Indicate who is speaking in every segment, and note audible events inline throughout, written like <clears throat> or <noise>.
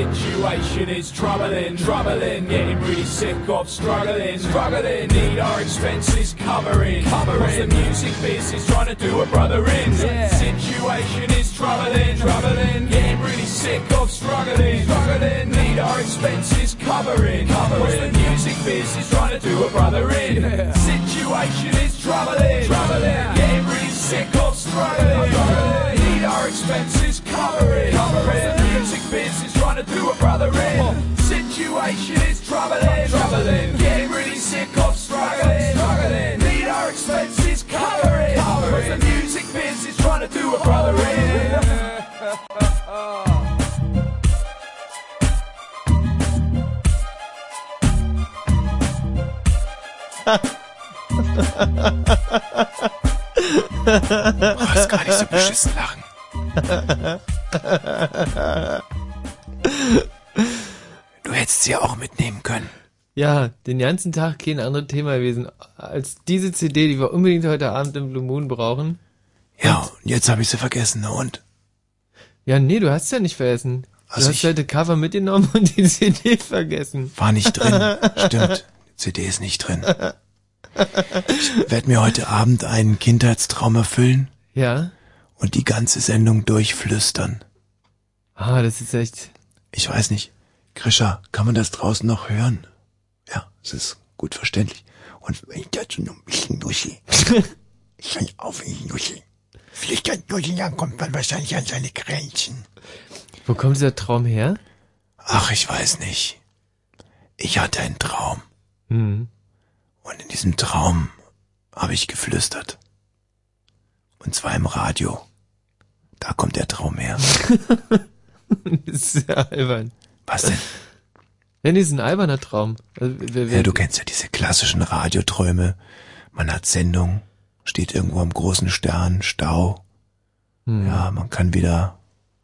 Speaker 1: Situation is troubling, troubling. Getting really sick of struggling, struggling. Need our expenses covering, covering. 'Cause the music business trying to do a brother in. Situation is troubling, troubling. Getting really sick of struggling, struggling. Need our expenses covering, covering. 'Cause the music business trying to do a brother in. Situation is troubling, troubling. Getting really sick of struggling, struggling. Need our expenses covering, covering. 'Cause the music business trying to do a brother in. Situation is troubling, troubling. Getting really sick of struggling, struggling. Need our expenses covering, covering. 'Cause the music business trying to do a brother
Speaker 2: <laughs>
Speaker 1: in.
Speaker 2: brauchst gar nicht so beschissen lachen. Du hättest sie auch mitnehmen können.
Speaker 3: Ja, den ganzen Tag kein anderes Thema gewesen als diese CD, die wir unbedingt heute Abend im Blue Moon brauchen.
Speaker 2: Ja, und jetzt habe ich sie vergessen. Na und?
Speaker 3: Ja, nee, du hast ja nicht vergessen. Du
Speaker 2: Also
Speaker 3: hast
Speaker 2: ich-
Speaker 3: ja das Cover mitgenommen und die <laughs> CD vergessen.
Speaker 2: War nicht
Speaker 3: <laughs>
Speaker 2: drin. Stimmt. Die CD ist nicht drin. Ich werde mir heute Abend einen Kindheitstraum erfüllen
Speaker 3: Ja.
Speaker 2: und die ganze Sendung durchflüstern.
Speaker 3: Ah, das ist echt.
Speaker 2: Ich weiß nicht. Krischer, kann man das draußen noch hören? Ja, es ist gut verständlich. Und wenn ich dazu noch ein bisschen Nussi. ich kann auf wie Nussi. Vielleicht an Nussi dann kommt man wahrscheinlich an seine Grenzen.
Speaker 3: Wo kommt dieser Traum her?
Speaker 2: Ach, ich weiß nicht. Ich hatte einen Traum.
Speaker 3: Hm. <laughs>
Speaker 2: Und in diesem Traum habe ich geflüstert. Und zwar im Radio. Da kommt der
Speaker 3: <laughs>
Speaker 2: Traum her.
Speaker 3: Das ist ja albern.
Speaker 2: Was denn?
Speaker 3: Wenn ist ein alberner Traum. Also, wer, wer,
Speaker 2: Ja, du kennst ja diese klassischen Radioträume. Man hat Sendung, steht irgendwo am großen Stern, Stau.
Speaker 3: Hm.
Speaker 2: Ja, man kann weder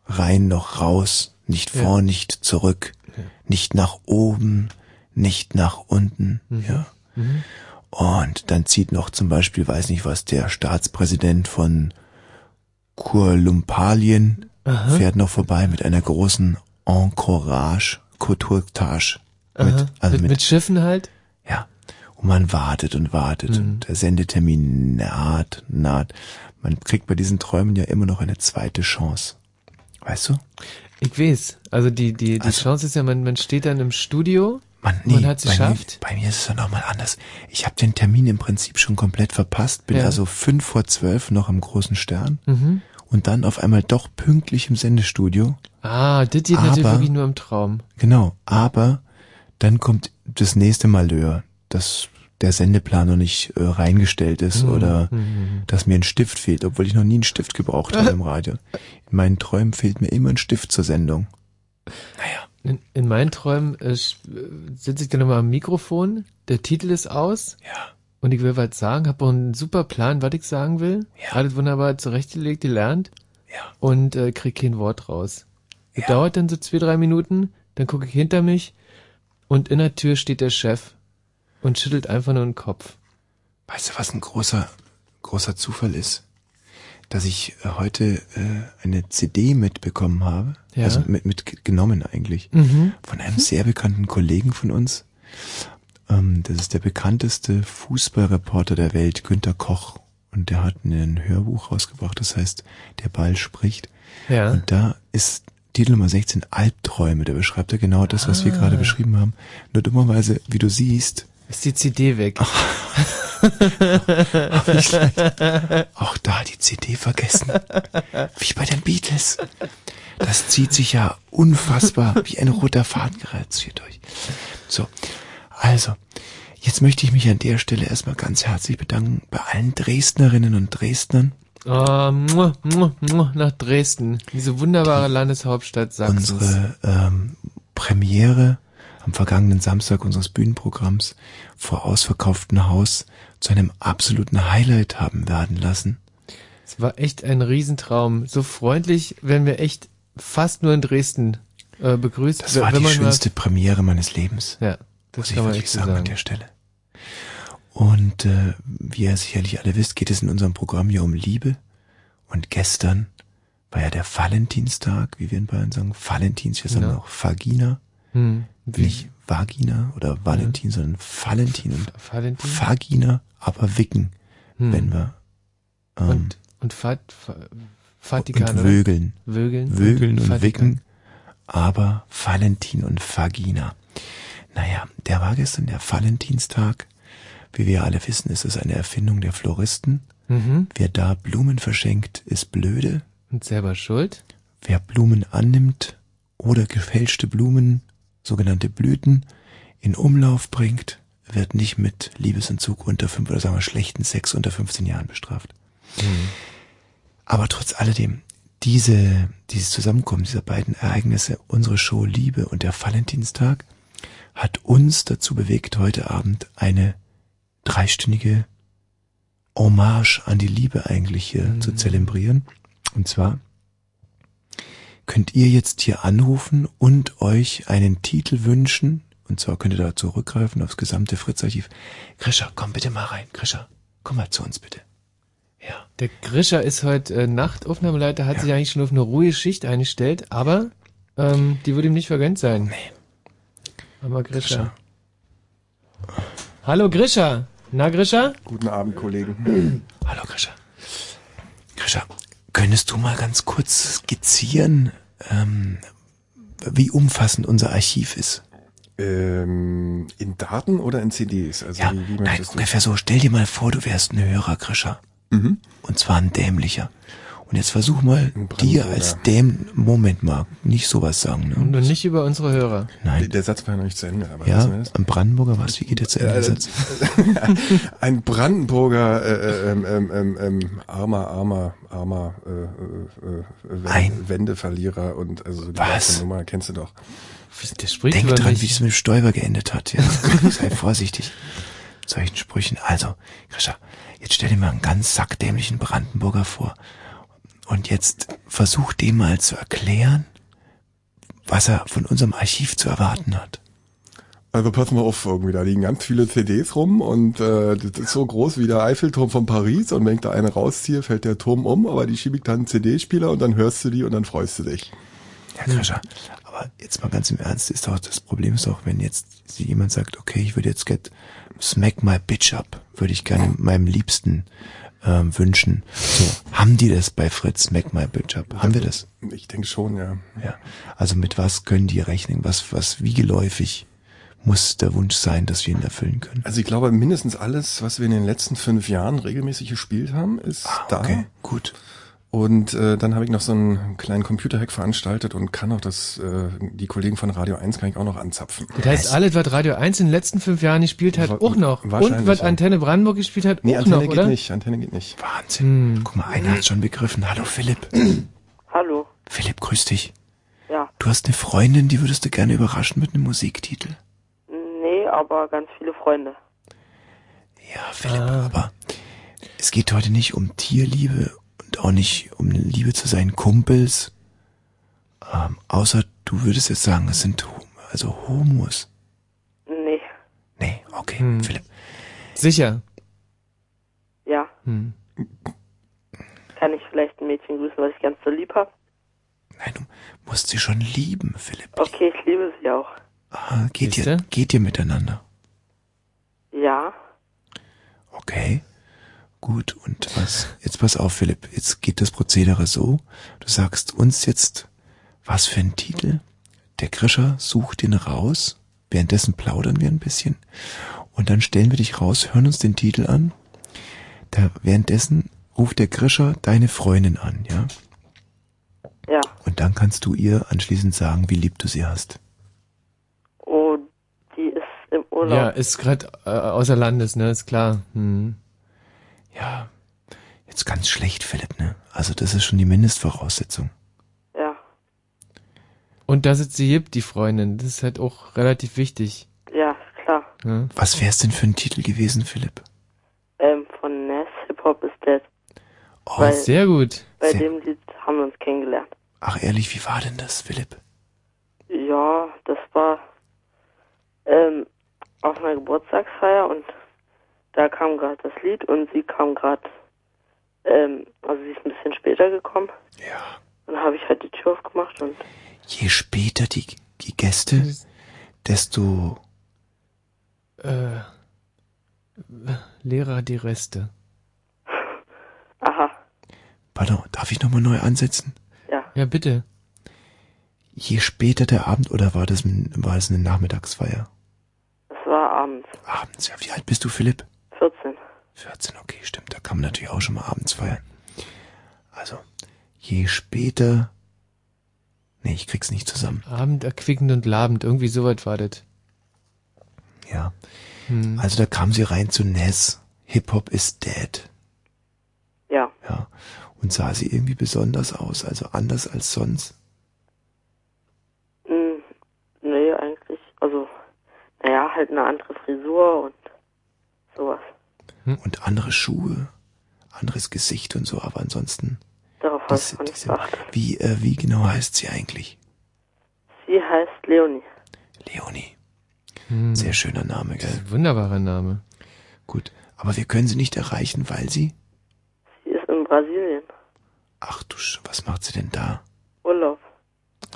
Speaker 2: rein noch raus, nicht
Speaker 3: Ja.
Speaker 2: vor, nicht zurück, nicht nach oben, nicht nach unten. Ja.
Speaker 3: Mhm.
Speaker 2: Und dann zieht noch zum Beispiel, weiß nicht was, der Staatspräsident von Kurlumpalien
Speaker 3: Aha.
Speaker 2: fährt noch vorbei mit einer großen Encourage, Kulturtage.
Speaker 3: Aha. mit, mit Schiffen halt? Mhm.
Speaker 2: Ja. Und man wartet und wartet und der Sendetermin naht, naht. Man kriegt bei diesen Träumen ja immer noch eine zweite Chance. Weißt du?
Speaker 3: Ich weiß. Also die, die, die Chance ist ja, man, man steht dann im Studio.
Speaker 2: Man,
Speaker 3: Man hat's
Speaker 2: bei
Speaker 3: geschafft?
Speaker 2: Mir, bei mir ist es dann auch mal anders. Ich habe den Termin im Prinzip schon komplett verpasst, bin
Speaker 3: Ja.
Speaker 2: also fünf vor zwölf noch am großen Stern
Speaker 3: Mhm.
Speaker 2: und dann auf einmal doch pünktlich im Sendestudio.
Speaker 3: Ah, das geht natürlich
Speaker 2: Aber-
Speaker 3: wirklich nur im Traum.
Speaker 2: Genau, aber dann kommt das nächste Malheur, dass der Sendeplan noch nicht äh, reingestellt ist
Speaker 3: Hm.
Speaker 2: oder dass mir ein Stift fehlt, obwohl ich noch nie einen Stift
Speaker 3: <laughs>
Speaker 2: gebraucht habe im Radio. In meinen Träumen fehlt mir immer ein Stift zur Sendung.
Speaker 3: In, in meinen Träumen äh, sch- äh, sitze ich dann immer am Mikrofon, der Titel ist aus.
Speaker 2: Ja.
Speaker 3: Und ich will was sagen, habe auch einen super Plan, was ich sagen will. Ja. Alles wunderbar zurechtgelegt, gelernt.
Speaker 2: Ja.
Speaker 3: Und äh, krieg kein Wort raus. Das dauert dann so zwei, drei Minuten, dann gucke ich hinter mich und in der Tür steht der Chef und schüttelt einfach nur den Kopf.
Speaker 2: Weißt du, was ein großer, großer Zufall ist? Dass ich äh, heute äh, eine CD mitbekommen habe,
Speaker 3: Ja.
Speaker 2: also mit, mitgenommen eigentlich,
Speaker 3: Mhm.
Speaker 2: von einem sehr bekannten Kollegen von uns. Ähm, das ist der bekannteste Fußballreporter der Welt, Günter Koch. Und der hat ein Hörbuch rausgebracht, das heißt, der Ball spricht.
Speaker 3: Ja.
Speaker 2: Und da ist Titel Nummer 16 Albträume. Da beschreibt er genau das, was wir
Speaker 3: Ah.
Speaker 2: gerade beschrieben haben. Nur dummerweise, wie du siehst,
Speaker 3: Ist die CD
Speaker 2: <laughs>
Speaker 3: weg.
Speaker 2: auch da die CD vergessen. Wie bei den Beatles. Das zieht sich ja unfassbar wie ein roter Faden geradezu hier durch. So, also, jetzt möchte ich mich an der Stelle erstmal ganz herzlich bedanken bei allen Dresdnerinnen und Dresdnern,
Speaker 3: Oh, muah, muah, muah, nach Dresden. Diese wunderbare Landeshauptstadt Sachsens.
Speaker 2: unsere ähm, Premiere am vergangenen Samstag unseres Bühnenprogramms vor ausverkauftem Haus zu einem absoluten Highlight haben werden lassen.
Speaker 3: Es war echt ein Riesentraum. So freundlich werden wir echt fast nur in Dresden äh, begrüßt.
Speaker 2: Das war
Speaker 3: Wenn
Speaker 2: die
Speaker 3: man mal-
Speaker 2: schönste Premiere meines Lebens.
Speaker 3: Ja, das
Speaker 2: muss ich
Speaker 3: kann man
Speaker 2: wirklich
Speaker 3: echt so
Speaker 2: sagen, an
Speaker 3: sagen.
Speaker 2: der Stelle. Und äh, wie ihr sicherlich alle wisst, geht es in unserem Programm hier um Liebe. Und gestern war ja der Valentinstag, wie wir in Bayern sagen. Valentins, wir sagen
Speaker 3: Ja.
Speaker 2: auch Vagina.
Speaker 3: Hm. Wie-
Speaker 2: Nicht Vagina oder Valentin, sondern Valentin und
Speaker 3: Valentin?
Speaker 2: Vagina, aber Wicken,
Speaker 3: Hm.
Speaker 2: wenn wir ähm,
Speaker 3: und und Fat, Fa- Vatikan,
Speaker 2: und
Speaker 3: oder?
Speaker 2: Wögeln.
Speaker 3: Wögeln.
Speaker 2: Wögeln und
Speaker 3: Vatikan.
Speaker 2: Wicken, aber Valentin und Vagina. Naja, der war gestern der Valentinstag. Wie wir alle wissen, ist es eine Erfindung der Floristen.
Speaker 3: Mhm.
Speaker 2: Wer da Blumen verschenkt, ist blöde.
Speaker 3: Und selber schuld?
Speaker 2: Wer Blumen annimmt oder gefälschte Blumen, sogenannte Blüten, in Umlauf bringt, wird nicht mit Liebesentzug unter fünf oder sagen wir schlechten Sex unter 15 Jahren bestraft. Aber trotz alledem, diese, dieses Zusammenkommen dieser beiden Ereignisse, unsere Show Liebe und der Valentinstag, hat uns dazu bewegt, heute Abend eine dreistündige Hommage an die Liebe eigentlich hier zu zelebrieren. Und zwar könnt ihr jetzt hier anrufen und euch einen Titel wünschen. Und zwar könnt ihr da zurückgreifen aufs gesamte Fritz-Archiv. Grisha, komm bitte mal rein. Grisha, komm mal zu uns bitte.
Speaker 3: Der Grischer ist heute äh, Nachtaufnahmeleiter, hat sich eigentlich schon auf eine ruhige Schicht eingestellt, aber ähm, die würde ihm nicht vergönnt sein. Nee. Aber Grischer. Hallo Grischer. Na Grischer?
Speaker 2: Guten Abend, Kollegen. Hallo, Grisha. Grisha, könntest du mal ganz kurz skizzieren, ähm, wie umfassend unser Archiv ist?
Speaker 4: Ähm, in Daten oder in CDs? Also
Speaker 2: ja,
Speaker 4: wie, wie
Speaker 2: nein,
Speaker 4: möchtest du?
Speaker 2: ungefähr so. Stell dir mal vor, du wärst ein Hörer, Grisha.
Speaker 4: Mhm.
Speaker 2: Und zwar ein dämlicher. Und jetzt versuch mal, dir als däm... Moment mal, nicht sowas sagen, ne?
Speaker 3: Nur nicht über unsere Hörer.
Speaker 2: Nein.
Speaker 4: Der Satz war ja noch nicht zu Ende, aber
Speaker 2: Ja,
Speaker 4: lassen wir das.
Speaker 2: am Brandenburger was? Wie geht jetzt der
Speaker 4: Äh,
Speaker 2: Satz?
Speaker 4: <laughs> Ein Brandenburger äh, äh, ähm, ähm, ähm, ähm, armer, armer, armer äh, äh, äh, Wen- Wendeverlierer und also so die ganze Nummer kennst du doch.
Speaker 3: Der spricht
Speaker 2: Denk
Speaker 3: über
Speaker 2: dran,
Speaker 3: mich.
Speaker 2: wie es mit dem Stäuber geendet hat. Ja. <laughs> Sei vorsichtig mit solchen Sprüchen. Also, Grisha, jetzt stell dir mal einen ganz sackdämlichen Brandenburger vor. Und jetzt versuch dem mal zu erklären, was er von unserem Archiv zu erwarten hat.
Speaker 4: Also pass mal auf, irgendwie, da liegen ganz viele CDs rum und äh, das ist so groß wie der Eiffelturm von Paris und wenn ich da eine rausziehe, fällt der Turm um, aber die schiebe ich dann in den CD-Spieler und dann hörst du die und dann freust du dich.
Speaker 2: Ja,
Speaker 3: Hm.
Speaker 2: Grisha, aber jetzt mal ganz im Ernst, ist auch das Problem ist auch, wenn jetzt jemand sagt, okay, ich würde jetzt get smack my bitch up, würde ich gerne meinem Liebsten ähm, wünschen. So, haben die das bei Fritz smack my bitch up? Haben wir das?
Speaker 4: Ich denke schon, ja.
Speaker 2: Ja. Also mit was können die rechnen? Was, was, wie geläufig muss der Wunsch sein, dass wir ihn erfüllen können?
Speaker 4: Also ich glaube, mindestens alles, was wir in den letzten fünf Jahren regelmäßig gespielt haben, ist da. Ah, Okay,
Speaker 2: gut.
Speaker 4: Und äh, dann habe ich noch so einen kleinen Computerhack veranstaltet und kann auch das, äh, die Kollegen von Radio 1 kann ich auch noch anzapfen.
Speaker 3: Das heißt, alles, was Radio 1 in den letzten fünf Jahren gespielt hat,
Speaker 4: Wa-
Speaker 3: auch noch. Und
Speaker 4: wahrscheinlich,
Speaker 3: was
Speaker 4: ja.
Speaker 3: Antenne Brandenburg gespielt hat,
Speaker 4: nee,
Speaker 3: auch
Speaker 4: Antenne
Speaker 3: noch,
Speaker 4: geht
Speaker 3: oder? Hm.
Speaker 4: nicht, Antenne geht nicht.
Speaker 2: Wahnsinn. Guck mal, einer hat schon begriffen. Hallo Philipp. <clears throat>
Speaker 5: Hallo,
Speaker 2: Philipp, grüß dich.
Speaker 5: ja.
Speaker 2: Du hast eine Freundin, die würdest du gerne überraschen mit einem Musiktitel.
Speaker 5: Nee, aber ganz viele Freunde.
Speaker 2: Ja, Philipp,
Speaker 3: Ah.
Speaker 2: aber es geht heute nicht um Tierliebe und auch nicht um Liebe zu seinen Kumpels. Ähm, außer du würdest jetzt sagen, es sind Hom- also Homos.
Speaker 5: Nee,
Speaker 2: Nee, okay, Philipp.
Speaker 3: Hm. Sicher.
Speaker 5: ja.
Speaker 3: Hm.
Speaker 5: Kann ich vielleicht ein Mädchen grüßen, was ich ganz so lieb habe?
Speaker 2: Musst sie schon lieben, Philipp.
Speaker 5: Okay, ich liebe sie auch.
Speaker 2: Ah, geht, ihr, geht ihr miteinander?
Speaker 5: Ja,
Speaker 2: Okay. Gut, und was? Jetzt pass auf, Philipp. Jetzt geht das Prozedere so. Du sagst uns jetzt, was für ein Titel. Der Grischer sucht den raus. Währenddessen plaudern wir ein bisschen. Und dann stellen wir dich raus, hören uns den Titel an. Da, währenddessen ruft der Grischer deine Freundin an, ja?
Speaker 5: ja.
Speaker 2: Und dann kannst du ihr anschließend sagen, wie lieb du sie hast.
Speaker 5: Oh, die ist im Urlaub.
Speaker 3: Ja, ist gerade äh, außer Landes, ne? Ist klar. Hm.
Speaker 2: Ja. Jetzt ganz schlecht, Philipp, ne? Also das ist schon die Mindestvoraussetzung.
Speaker 5: Ja.
Speaker 3: Und da sitzt sie gibt, die Freundin. Das ist halt auch relativ wichtig.
Speaker 5: Ja, klar.
Speaker 3: Ja.
Speaker 2: Was wär's denn für ein Titel gewesen, Philipp?
Speaker 5: Ähm, von Ness, Hip-Hop ist dead.
Speaker 2: Oh, sehr gut.
Speaker 5: Bei
Speaker 2: Sehr-
Speaker 5: dem Lied haben wir uns kennengelernt.
Speaker 2: Ach ehrlich, wie war denn das, Philipp?
Speaker 5: Ja, das war ähm, auf einer Geburtstagsfeier und da kam gerade das Lied und sie kam gerade, ähm, also sie ist ein bisschen später gekommen.
Speaker 2: Ja.
Speaker 5: Dann habe ich halt die Tür aufgemacht und
Speaker 2: Je später die, die Gäste, desto
Speaker 3: Äh, Lehrer die Reste.
Speaker 5: aha,
Speaker 2: Pardon, darf ich nochmal neu ansetzen?
Speaker 5: ja,
Speaker 3: Ja, bitte.
Speaker 2: Je später der Abend, oder war das, ein- war das eine Nachmittagsfeier?
Speaker 5: das war abends,
Speaker 2: Abends, ja. Wie alt bist du, Philipp?
Speaker 5: 14.
Speaker 2: 14, okay, stimmt. Da kann man natürlich auch schon mal abends feiern. Also, je später... Nee, ich krieg's nicht zusammen.
Speaker 3: Abend erquickend und labend. Irgendwie so weit war das.
Speaker 2: Ja.
Speaker 3: Hm.
Speaker 2: Also da kam sie rein zu Ness. Hip-Hop is dead.
Speaker 5: Ja.
Speaker 2: Ja. Und sah sie irgendwie besonders aus, also anders als sonst.
Speaker 5: Hm, nee, eigentlich, also, naja, halt eine andere Frisur und sowas.
Speaker 3: Hm.
Speaker 2: Und andere Schuhe, anderes Gesicht und so, aber ansonsten.
Speaker 5: Darauf habe
Speaker 2: Das,
Speaker 5: ich auch nicht
Speaker 2: diese,
Speaker 5: geachtet.
Speaker 2: wie, äh, wie genau heißt sie eigentlich?
Speaker 5: Sie heißt Leonie.
Speaker 2: Leonie.
Speaker 3: Hm.
Speaker 2: Sehr schöner Name, gell?
Speaker 3: Wunderbarer Name.
Speaker 2: Gut. Aber wir können sie nicht erreichen, weil sie.
Speaker 5: Sie ist in Brasilien.
Speaker 2: Ach du Sch, was macht sie denn da?
Speaker 5: Urlaub.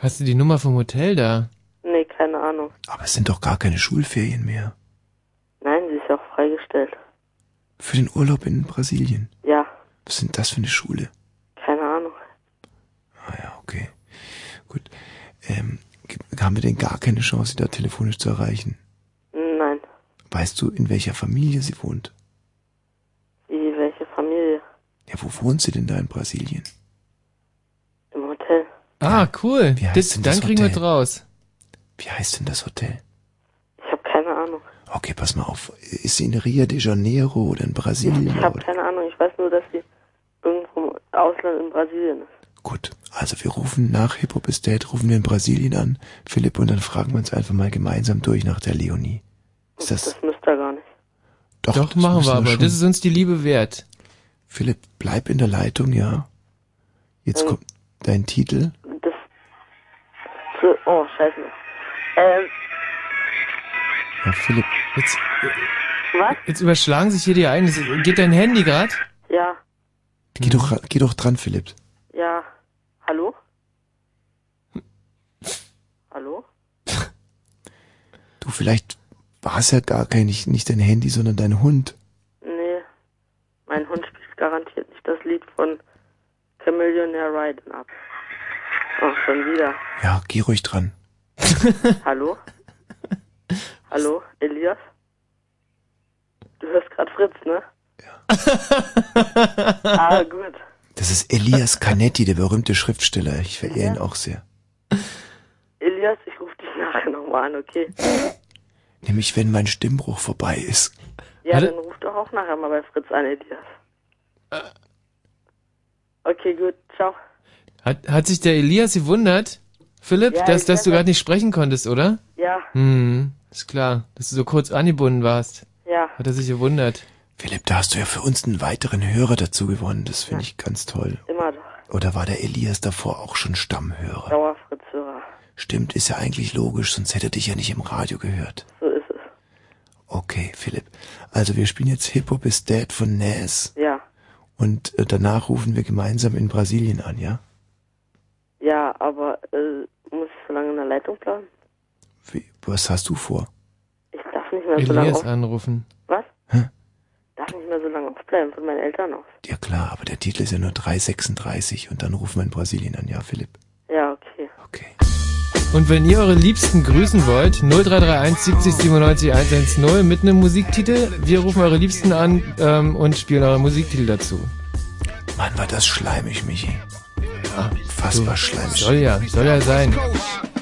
Speaker 3: Hast du die Nummer vom Hotel da?
Speaker 5: Nee, keine Ahnung.
Speaker 2: Aber es sind doch gar keine Schulferien mehr.
Speaker 5: Nein, sie ist ja auch freigestellt.
Speaker 2: Für den Urlaub in Brasilien.
Speaker 5: Ja,
Speaker 2: Was sind das für eine Schule?
Speaker 5: keine Ahnung.
Speaker 2: Ah ja, okay. Gut. Ähm, g- haben wir denn gar keine Chance, sie da telefonisch zu erreichen?
Speaker 5: Nein,
Speaker 2: Weißt du, in welcher Familie sie wohnt?
Speaker 5: wie welche Familie?
Speaker 2: Ja, wo wohnt sie denn da in Brasilien?
Speaker 5: Im Hotel.
Speaker 3: Ah, cool.
Speaker 2: Wie heißt
Speaker 3: Das,
Speaker 2: denn
Speaker 3: dann
Speaker 2: das
Speaker 3: kriegen wir
Speaker 2: Hotel?
Speaker 3: draus.
Speaker 2: Wie heißt denn das Hotel?
Speaker 5: Ich habe keine Ahnung.
Speaker 2: Okay, pass mal auf. Ist sie in Rio de Janeiro oder in Brasilien?
Speaker 5: Ich habe
Speaker 2: Oder?
Speaker 5: keine Ahnung. Ich weiß nur, dass sie irgendwo im Ausland in Brasilien ist.
Speaker 2: Gut, also wir rufen nach Hip Hop is Dead, rufen wir in Brasilien an, Philipp, und dann fragen wir uns einfach mal gemeinsam durch nach der Leonie. Ist das,
Speaker 5: Das müsste er gar nicht.
Speaker 2: doch,
Speaker 3: Doch,
Speaker 2: das
Speaker 3: machen
Speaker 2: müssen
Speaker 3: wir aber.
Speaker 2: schon.
Speaker 3: Das ist uns die Liebe wert.
Speaker 2: Philipp, bleib in der Leitung, ja. Jetzt
Speaker 5: Ähm.
Speaker 2: kommt dein Titel.
Speaker 5: Das. Zu, oh, scheiße. Ähm,
Speaker 2: Ja, Philipp,
Speaker 3: Jetzt,
Speaker 5: was?
Speaker 3: jetzt überschlagen sich hier die Ereignisse. Geht dein Handy grad?
Speaker 5: Ja,
Speaker 2: geh,
Speaker 3: Mhm.
Speaker 2: doch, ra- geh doch dran, Philipp.
Speaker 5: ja. Hallo? Hallo?
Speaker 2: Du, vielleicht war es ja gar kein, nicht, nicht dein Handy, sondern dein Hund.
Speaker 5: Nee. Mein Hund spielt garantiert nicht das Lied von Chameleonaire Riding ab. Oh, schon wieder.
Speaker 2: Ja, geh ruhig dran.
Speaker 5: Hallo? Hallo, Elias? Du hörst gerade Fritz, ne? Ja. ah, gut.
Speaker 2: Das ist Elias Canetti, der berühmte Schriftsteller. Ich verehre ihn auch sehr.
Speaker 5: Elias, ich rufe dich nachher nochmal an, okay?
Speaker 2: Nämlich, wenn mein Stimmbruch vorbei ist.
Speaker 5: Ja,
Speaker 3: Warte.
Speaker 5: dann ruf doch auch nachher mal bei Fritz an, Elias.
Speaker 6: Äh.
Speaker 5: Okay, gut, ciao.
Speaker 3: Hat, hat sich der Elias gewundert, Philipp,
Speaker 5: Ja,
Speaker 3: dass,
Speaker 5: ich
Speaker 3: dass
Speaker 5: weiß
Speaker 3: du
Speaker 5: ja.
Speaker 3: gerade nicht sprechen konntest, oder?
Speaker 5: Ja,
Speaker 3: Hm, ist klar. Dass du so kurz angebunden warst.
Speaker 5: ja,
Speaker 3: Hat er sich gewundert.
Speaker 2: Philipp, da hast du ja für uns einen weiteren Hörer dazu gewonnen. Das finde ich ganz toll.
Speaker 5: immer doch.
Speaker 2: Oder war der Elias davor auch schon Stammhörer?
Speaker 5: Dauer Fritz-Hörer.
Speaker 2: Stimmt, ist ja eigentlich logisch, sonst hätte er dich ja nicht im Radio gehört.
Speaker 5: So ist es.
Speaker 2: Okay, Philipp. Also wir spielen jetzt Hip Hop is Dead von Nas
Speaker 5: Ja,
Speaker 2: und äh, danach rufen wir gemeinsam in Brasilien an, ja?
Speaker 5: ja, aber äh, muss ich so lange in der Leitung bleiben?
Speaker 2: Wie, was hast du vor?
Speaker 5: Ich darf nicht mehr so lange
Speaker 3: Elias
Speaker 6: äh.
Speaker 5: auf...
Speaker 3: anrufen.
Speaker 5: Was?
Speaker 2: Hä?
Speaker 5: Darf nicht mehr so lange aufbleiben von meinen Eltern aus.
Speaker 2: Ja klar, aber der Titel ist ja nur 336 und dann rufen wir in Brasilien an, ja, Philipp?
Speaker 5: Ja, okay.
Speaker 2: Okay.
Speaker 3: Und wenn ihr eure Liebsten grüßen wollt, 0331 70 97 110 mit einem Musiktitel. Wir rufen eure Liebsten an ähm, und spielen eure Musiktitel dazu.
Speaker 2: Mann, war das schleimig, Michi.
Speaker 3: Ja,
Speaker 2: Fassbar schleimig.
Speaker 3: soll ja, soll ja sein.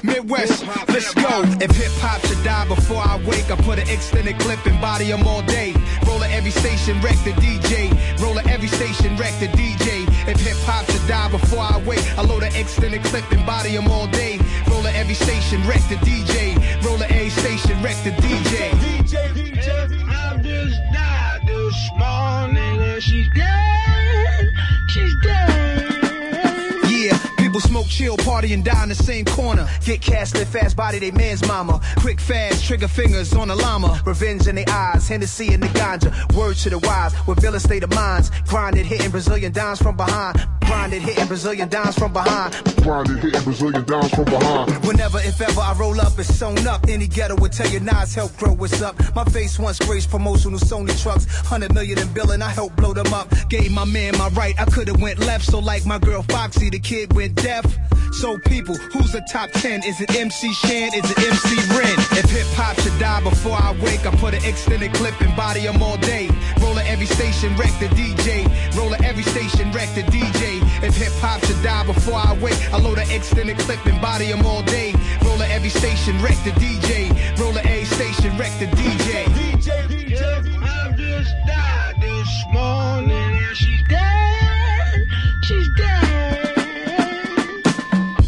Speaker 7: Midwest, let's go. If hip hop should die before I wake, I put an extended clip and body 'em all day. Roll at every station, wreck the DJ. Roll at every station, wreck the DJ. If hip hop should die before I wake, I load an extended clip and body 'em all day. Roll at every station, wreck the DJ. Roll at every station, wreck the DJ.
Speaker 8: DJ, DJ, I just died this morning and she's dead. She's dead.
Speaker 7: Yeah, people smoke, chill, party, and die in the same corner. Get cast, live fast, body they man's mama. Quick, fast, trigger fingers on the llama. Revenge in the eyes, Hennessy in the ganja. Words to the wise, with villain state of minds. Grinded, hitting Brazilian dimes from behind.
Speaker 9: Blinded, hitting Brazilian dimes from behind.
Speaker 10: Blinded, hitting Brazilian dimes from behind.
Speaker 9: Whenever, if ever, I roll up, it's sewn up. Any ghetto would tell you Nas help grow what's up. My face once graced promotional Sony trucks. 100 million in billing, I helped blow them up. Gave my man my right, I could've went left. So like my girl Foxy, the kid went deaf. So people, who's the top 10? Is it MC Shan? Is it MC Ren? If hip hop should die before I wake, I put an extended clip and body 'em all day. Roller every station, wreck the DJ. Roller every station, wreck the DJ. If hip hop should die before I wake, I load an extended clip and body 'em all day. Roller every station, wreck the DJ. Roller every station, wreck the DJ.
Speaker 11: DJ, DJ, I just died this morning and she's dead. She's dead.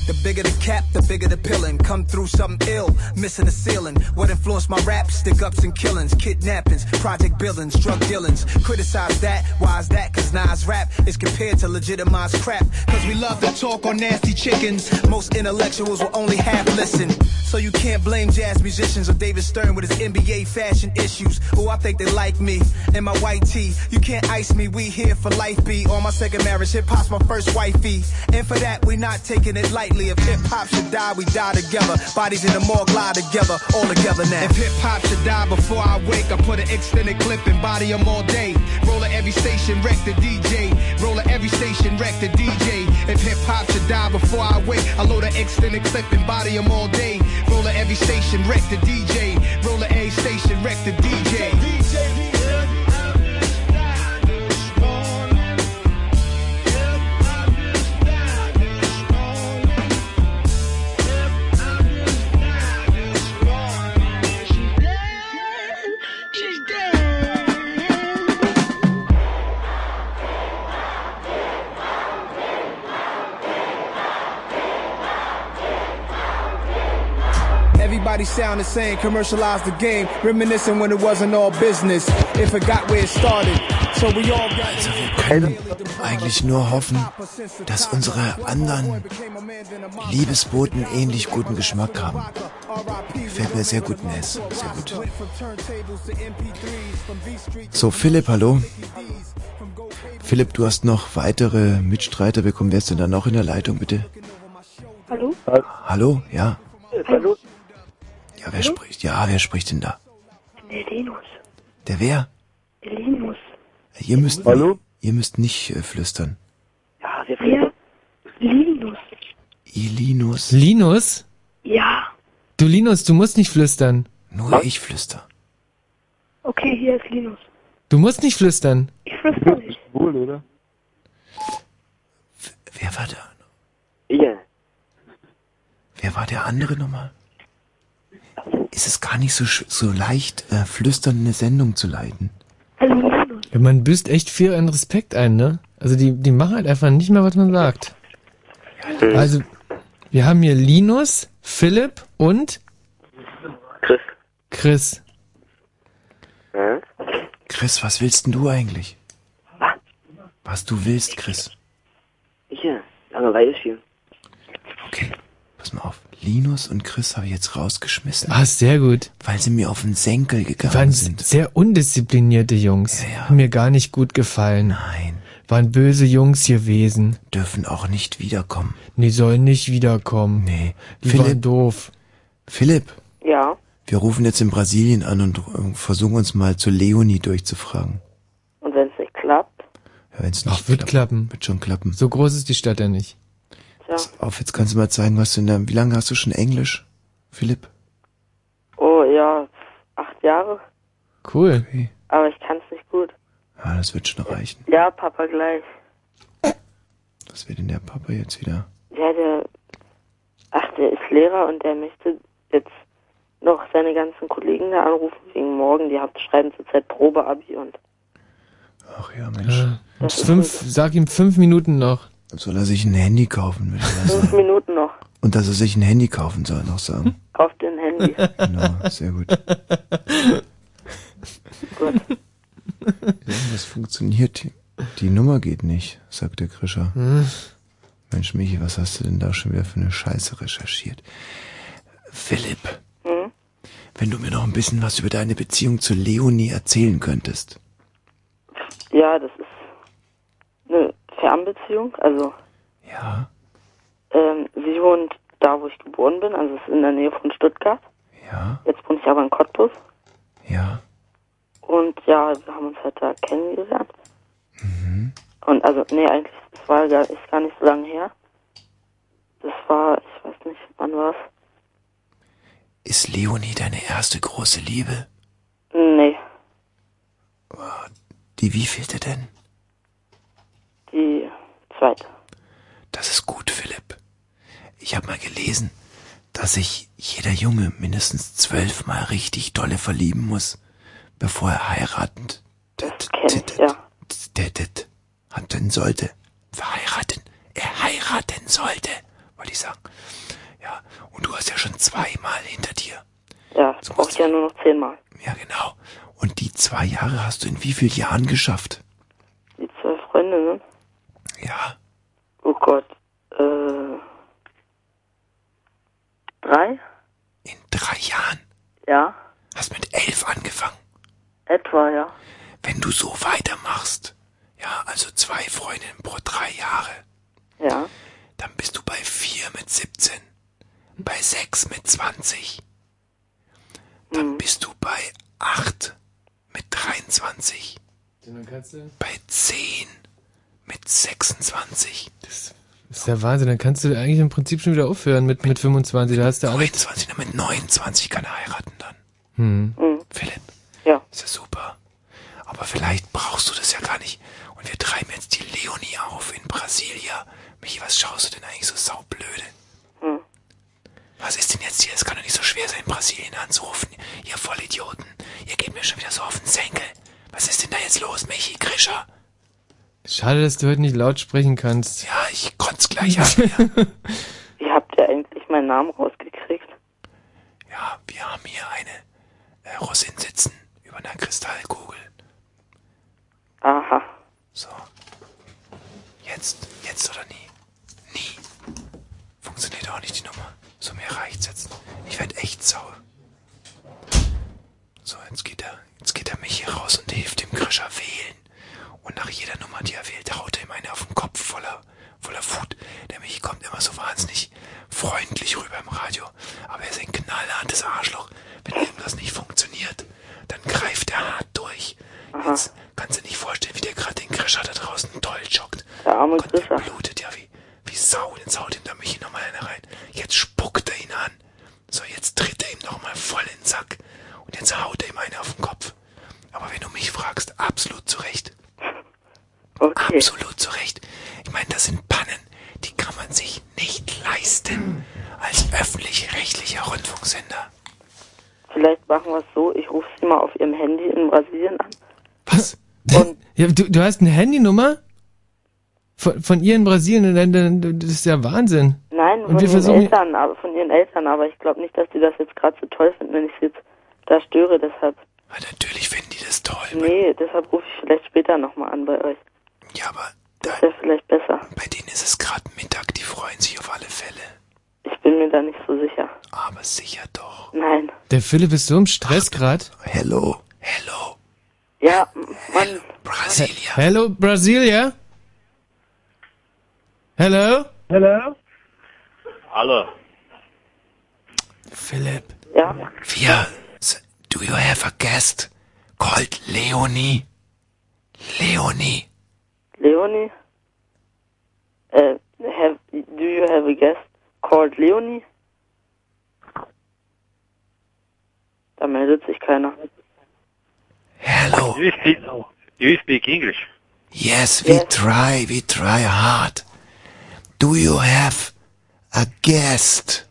Speaker 9: The bigger the cap, the bigger the pillin'. Come through something ill, missing the ceiling. What influenced my rap? Stick ups and killings, kidnappings, project buildings, drug dealings. Criticize that, why is that? Cause Nas rap is compared to legitimized crap. Cause we love to talk on nasty chickens. Most intellectuals will only half listen. So you can't blame jazz musicians or David Stern with his NBA fashion issues. Oh, I think they like me and my white tee. You can't ice me, we here for life be. On my second marriage, hip hop's my first wifey. And for that, we not taking it lightly. If hip hop should die, we die together. Bodies in the morgue lie together, all together now. If hip hop should die before I wake, I put an extended clip and body 'em all day. Roller every station, wreck the DJ. Roller every station, wreck the DJ. If hip hop should die before I wake, I load an extended clip and body 'em all day. Roller every station, wreck the DJ. Roller a station, wreck the DJ.
Speaker 11: She's dead.
Speaker 9: Everybody sound the same, commercialize the game, reminiscing when it wasn't all business. It forgot where it started, so we all got.
Speaker 2: können eigentlich nur hoffen, dass unsere anderen Liebesboten ähnlich guten Geschmack haben. Gefällt mir sehr gut, Ness. Sehr gut. So, Philipp, hallo. Philipp, du hast noch weitere Mitstreiter bekommen. Wer ist denn da noch in der Leitung, bitte?
Speaker 12: Hallo?
Speaker 2: Hallo? Ja.
Speaker 12: Hallo?
Speaker 2: Ja, wer spricht? Ja, wer spricht denn da?
Speaker 12: Der Linus.
Speaker 2: Der wer?
Speaker 12: Der Linus.
Speaker 2: Ihr müsst, Hallo? Ihr müsst nicht äh, flüstern.
Speaker 12: Ja, wir ja. Linus.
Speaker 2: Ilinus.
Speaker 3: Linus?
Speaker 12: Ja.
Speaker 3: Du Linus, du musst nicht flüstern.
Speaker 2: Nur ich flüster.
Speaker 12: Okay, hier ist Linus.
Speaker 3: Du musst nicht flüstern.
Speaker 12: Ich flüstere nicht.
Speaker 13: Wohl, oder?
Speaker 2: Wer war da?
Speaker 13: Ja.
Speaker 2: Wer war der andere nochmal? Ist es gar nicht so, sch- so leicht, äh, flüstern eine Sendung zu leiten?
Speaker 3: Ja, Man büßt echt viel an Respekt ein, ne? Also die, die machen halt einfach nicht mehr, was man sagt. Also, wir haben hier Linus, Philipp und
Speaker 13: Chris.
Speaker 3: Chris.
Speaker 2: Chris, was willst denn du eigentlich? Was du willst, Chris.
Speaker 6: Ja, Langeweile spielen.
Speaker 2: Pass mal auf. Linus und Chris habe ich jetzt rausgeschmissen.
Speaker 3: Ah, sehr gut.
Speaker 2: Weil sie mir auf den Senkel
Speaker 3: Die waren
Speaker 2: gegangen sind.
Speaker 3: sehr undisziplinierte Jungs. Haben mir gar nicht gut gefallen.
Speaker 2: Nein.
Speaker 3: Waren böse Jungs gewesen.
Speaker 2: Dürfen auch nicht wiederkommen.
Speaker 3: Die sollen nicht wiederkommen.
Speaker 2: Nee.
Speaker 3: Die
Speaker 2: Philipp.
Speaker 3: waren doof.
Speaker 2: Philipp,
Speaker 5: Ja,
Speaker 2: wir rufen jetzt in Brasilien an und äh, versuchen uns mal zu Leonie durchzufragen.
Speaker 5: und wenn es nicht klappt,
Speaker 2: Ja, wenn's nicht
Speaker 3: Ach, wird klappen.
Speaker 2: Wird schon klappen.
Speaker 3: So groß ist die Stadt ja nicht.
Speaker 5: ja.
Speaker 2: Auf, jetzt kannst du mal zeigen, was du in deinem... Wie lange hast du schon Englisch, Philipp?
Speaker 5: Oh ja, acht Jahre,
Speaker 3: Cool.
Speaker 5: aber ich kann es nicht gut.
Speaker 2: Ja, Ah, das wird schon reichen.
Speaker 5: Ja, Papa gleich.
Speaker 2: Was wird denn der Papa jetzt wieder?
Speaker 5: Ja, der, ach, der ist Lehrer und der möchte jetzt noch seine ganzen Kollegen da anrufen wegen morgen. Die haben schreiben zurzeit Probeabi und
Speaker 2: Ach ja, Mensch.
Speaker 3: Und fünf, sag ihm fünf Minuten noch.
Speaker 2: Soll er sich ein Handy kaufen, will ich mal
Speaker 5: <laughs> fünf
Speaker 2: <laughs> sagen.
Speaker 5: Minuten noch
Speaker 2: Und dass er sich ein Handy kaufen soll,
Speaker 3: <laughs>
Speaker 2: noch sagen.
Speaker 5: auf den Handy.
Speaker 2: Genau, sehr gut. Irgendwas funktioniert. Die, die Nummer geht nicht, sagt der Krischer.
Speaker 12: <laughs>
Speaker 3: Hm.
Speaker 2: Mensch, Michi, was hast du denn da schon wieder für eine Scheiße recherchiert? Philipp,
Speaker 5: Hm?
Speaker 2: wenn du mir noch ein bisschen was über deine Beziehung zu Leonie erzählen könntest.
Speaker 5: Ja, das ist eine Fernbeziehung. Also
Speaker 2: Ja.
Speaker 5: ähm, sie wohnt da, wo ich geboren bin, also es ist in der Nähe von Stuttgart.
Speaker 2: Ja.
Speaker 5: Jetzt wohne ich aber in Cottbus.
Speaker 2: Ja.
Speaker 5: Und ja, wir haben uns halt da kennengelernt.
Speaker 2: Mhm.
Speaker 5: Und also, nee, eigentlich, es war gar, ist gar nicht so lange her. Das war, ich weiß nicht, wann war's?
Speaker 2: Ist Leonie deine erste große Liebe?
Speaker 5: Nee,
Speaker 2: Die wievielte denn?
Speaker 5: die zweite.
Speaker 2: Das ist gut, Philipp. Ich habe mal gelesen, dass sich jeder Junge mindestens zwölfmal richtig dolle verlieben muss, bevor er heiratend
Speaker 5: Das kenne ich, ja.
Speaker 2: tätet, hatten sollte. Verheiraten. Er heiraten sollte, wollte ich sagen. Ja, und du hast ja schon zweimal hinter dir.
Speaker 5: Ja, das brauche ich ja nur noch zehnmal.
Speaker 2: Ja, genau. Und die zwei Jahre hast du in wie vielen Jahren geschafft?
Speaker 5: Die zwölf Freundinnen.
Speaker 2: Ja.
Speaker 5: ne? Oh Gott, äh. Drei?
Speaker 2: Drei Jahren.
Speaker 5: Ja,
Speaker 2: Hast mit elf angefangen.
Speaker 5: etwa, ja.
Speaker 2: Wenn du so weitermachst, ja, also zwei Freundinnen pro drei Jahre,
Speaker 5: Ja,
Speaker 2: dann bist du bei vier mit 17, bei sechs mit 20,
Speaker 5: Mhm.
Speaker 2: dann bist du bei acht mit 23,
Speaker 3: Dann kannst du
Speaker 2: bei zehn mit 26,
Speaker 3: Das ist der Wahnsinn, dann kannst du eigentlich im Prinzip schon wieder aufhören mit, mit 25. Da hast du alle.
Speaker 2: 29, na, mit 29 kann er heiraten dann.
Speaker 3: Hm.
Speaker 2: Philipp.
Speaker 5: Ja.
Speaker 2: Ist ja super. Aber vielleicht brauchst du das ja gar nicht. Und wir treiben jetzt die Leonie auf in Brasilia. Michi, was schaust du denn eigentlich so saublöde?
Speaker 5: Hm.
Speaker 2: Was ist denn jetzt hier? Es kann doch nicht so schwer sein, Brasilien anzurufen. Ihr Vollidioten. Ihr geht mir schon wieder so auf den Senkel. Was ist denn da jetzt los, Michi Grischer?
Speaker 3: Schade, dass du heute nicht laut sprechen kannst.
Speaker 2: Ja, ich
Speaker 3: <laughs>
Speaker 2: kotz gleich ab. Ja.
Speaker 5: Wie habt ihr eigentlich meinen Namen rausgekriegt?
Speaker 2: ja, wir haben hier eine äh, Russin sitzen über einer Kristallkugel.
Speaker 5: Aha.
Speaker 2: So. Jetzt, jetzt oder nie? Nie. Funktioniert auch nicht die Nummer. So, mir reicht's jetzt. Ich werd echt sauer. So, jetzt geht er, jetzt geht er mich hier raus und hilft dem Krischer wählen. Und nach jeder Nummer, die er wählt, haut er ihm eine auf den Kopf voller, voller Wut. Der Michi kommt immer so wahnsinnig freundlich rüber im Radio. Aber er ist ein knallhartes Arschloch. Wenn irgendwas nicht funktioniert, dann greift er hart durch. Jetzt kannst du nicht vorstellen, wie der gerade den Krischer da draußen toll joggt.
Speaker 5: Der arme
Speaker 2: Gott, der blutet ja wie, wie Sau. Jetzt haut ihm der Michi nochmal eine rein. Jetzt spuckt er ihn an. So, jetzt tritt er ihm nochmal voll in den Sack. Und jetzt haut er ihm eine auf den Kopf. Aber wenn du mich fragst, absolut zu Recht. Absolut zu Recht. Ich meine, das sind Pannen, die kann man sich nicht leisten als öffentlich-rechtlicher Rundfunksender.
Speaker 5: Vielleicht machen wir es so, ich rufe sie mal auf ihrem Handy in Brasilien an.
Speaker 2: Was?
Speaker 3: Ja, du, du hast eine Handynummer? Von, von ihr in Brasilien? Dann- dann- Das ist ja Wahnsinn.
Speaker 5: Nein,
Speaker 3: Und wir
Speaker 5: von, ihren
Speaker 3: versuchen-
Speaker 5: Eltern, aber, von ihren Eltern, aber ich glaube nicht, dass die das jetzt gerade so toll finden, wenn ich sie jetzt da störe, deshalb.
Speaker 2: Ah, natürlich finden die das toll.
Speaker 5: Nee, deshalb rufe ich vielleicht später nochmal an bei euch.
Speaker 2: Ja, aber
Speaker 5: Das wäre vielleicht besser.
Speaker 2: Bei denen ist es gerade Mittag, die freuen sich auf alle Fälle.
Speaker 5: Ich bin mir da nicht so sicher.
Speaker 2: Aber sicher doch.
Speaker 5: Nein.
Speaker 3: Der Philipp ist so im Stress gerade.
Speaker 2: Hello. Hello.
Speaker 5: Ja, m- Mann.
Speaker 2: Brasilia.
Speaker 3: Hello, Brasilia? Hello?
Speaker 14: Hello?
Speaker 15: Hallo.
Speaker 2: Philipp.
Speaker 5: Ja?
Speaker 2: Wir, s- do you have a guest called Leonie? Leonie.
Speaker 5: Leonie? Äh, have, do you have a guest called Leonie? Da meldet sich keiner.
Speaker 2: Hello.
Speaker 15: You speak, you speak English?
Speaker 2: Yes, we try, we try hard. Do you have a guest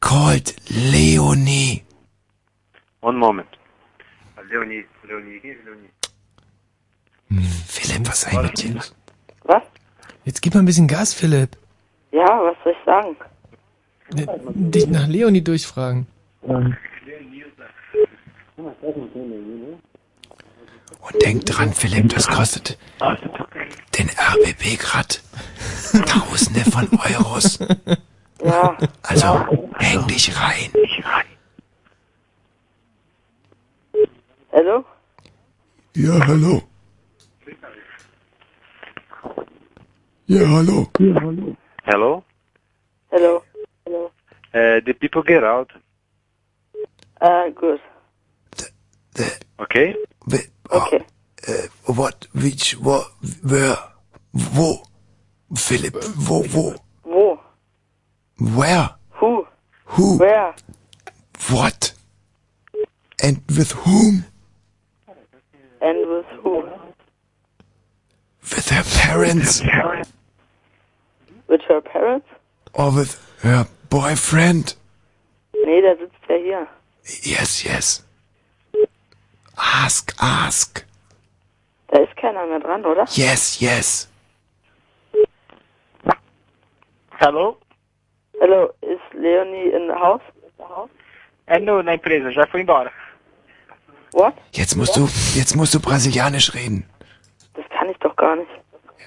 Speaker 2: called Leonie?
Speaker 15: One moment. Leonie, Leonie, Leonie.
Speaker 2: Philipp, was ist eigentlich mit dir?
Speaker 3: Jetzt gib mal ein bisschen Gas, Philipp.
Speaker 5: Ja, was soll ich sagen?
Speaker 3: Dich nach Leonie durchfragen.
Speaker 2: Und denk dran, Philipp, das kostet den RBB grad Tausende von Euros.
Speaker 5: Ja.
Speaker 2: Also, häng dich rein.
Speaker 5: Hallo?
Speaker 2: Ja, hallo.
Speaker 16: Yeah, hello. Yeah, hello.
Speaker 17: Hello?
Speaker 5: Hello. Hello.
Speaker 17: Uh, the people get out,
Speaker 5: Uh, good.
Speaker 17: okay?
Speaker 5: Okay.
Speaker 2: Äh, what, which, what, where, wo? Philipp, wo, wo?
Speaker 5: Wo?
Speaker 2: Where?
Speaker 5: Who?
Speaker 2: Who?
Speaker 5: Where?
Speaker 2: What? And with whom?
Speaker 5: And with who?
Speaker 2: With her parents?
Speaker 5: With her parents?
Speaker 2: Or with her boyfriend?
Speaker 5: Nee, der sitzt ja hier.
Speaker 2: Yes, yes. Ask, ask.
Speaker 5: Da ist keiner mehr dran, oder?
Speaker 2: Yes, yes.
Speaker 18: Hello?
Speaker 5: Hello, is Leonie in the house?
Speaker 18: É no, na empresa, já foi embora.
Speaker 5: What?
Speaker 2: Jetzt musst du, jetzt musst du brasilianisch reden.
Speaker 5: Das kann ich doch gar nicht.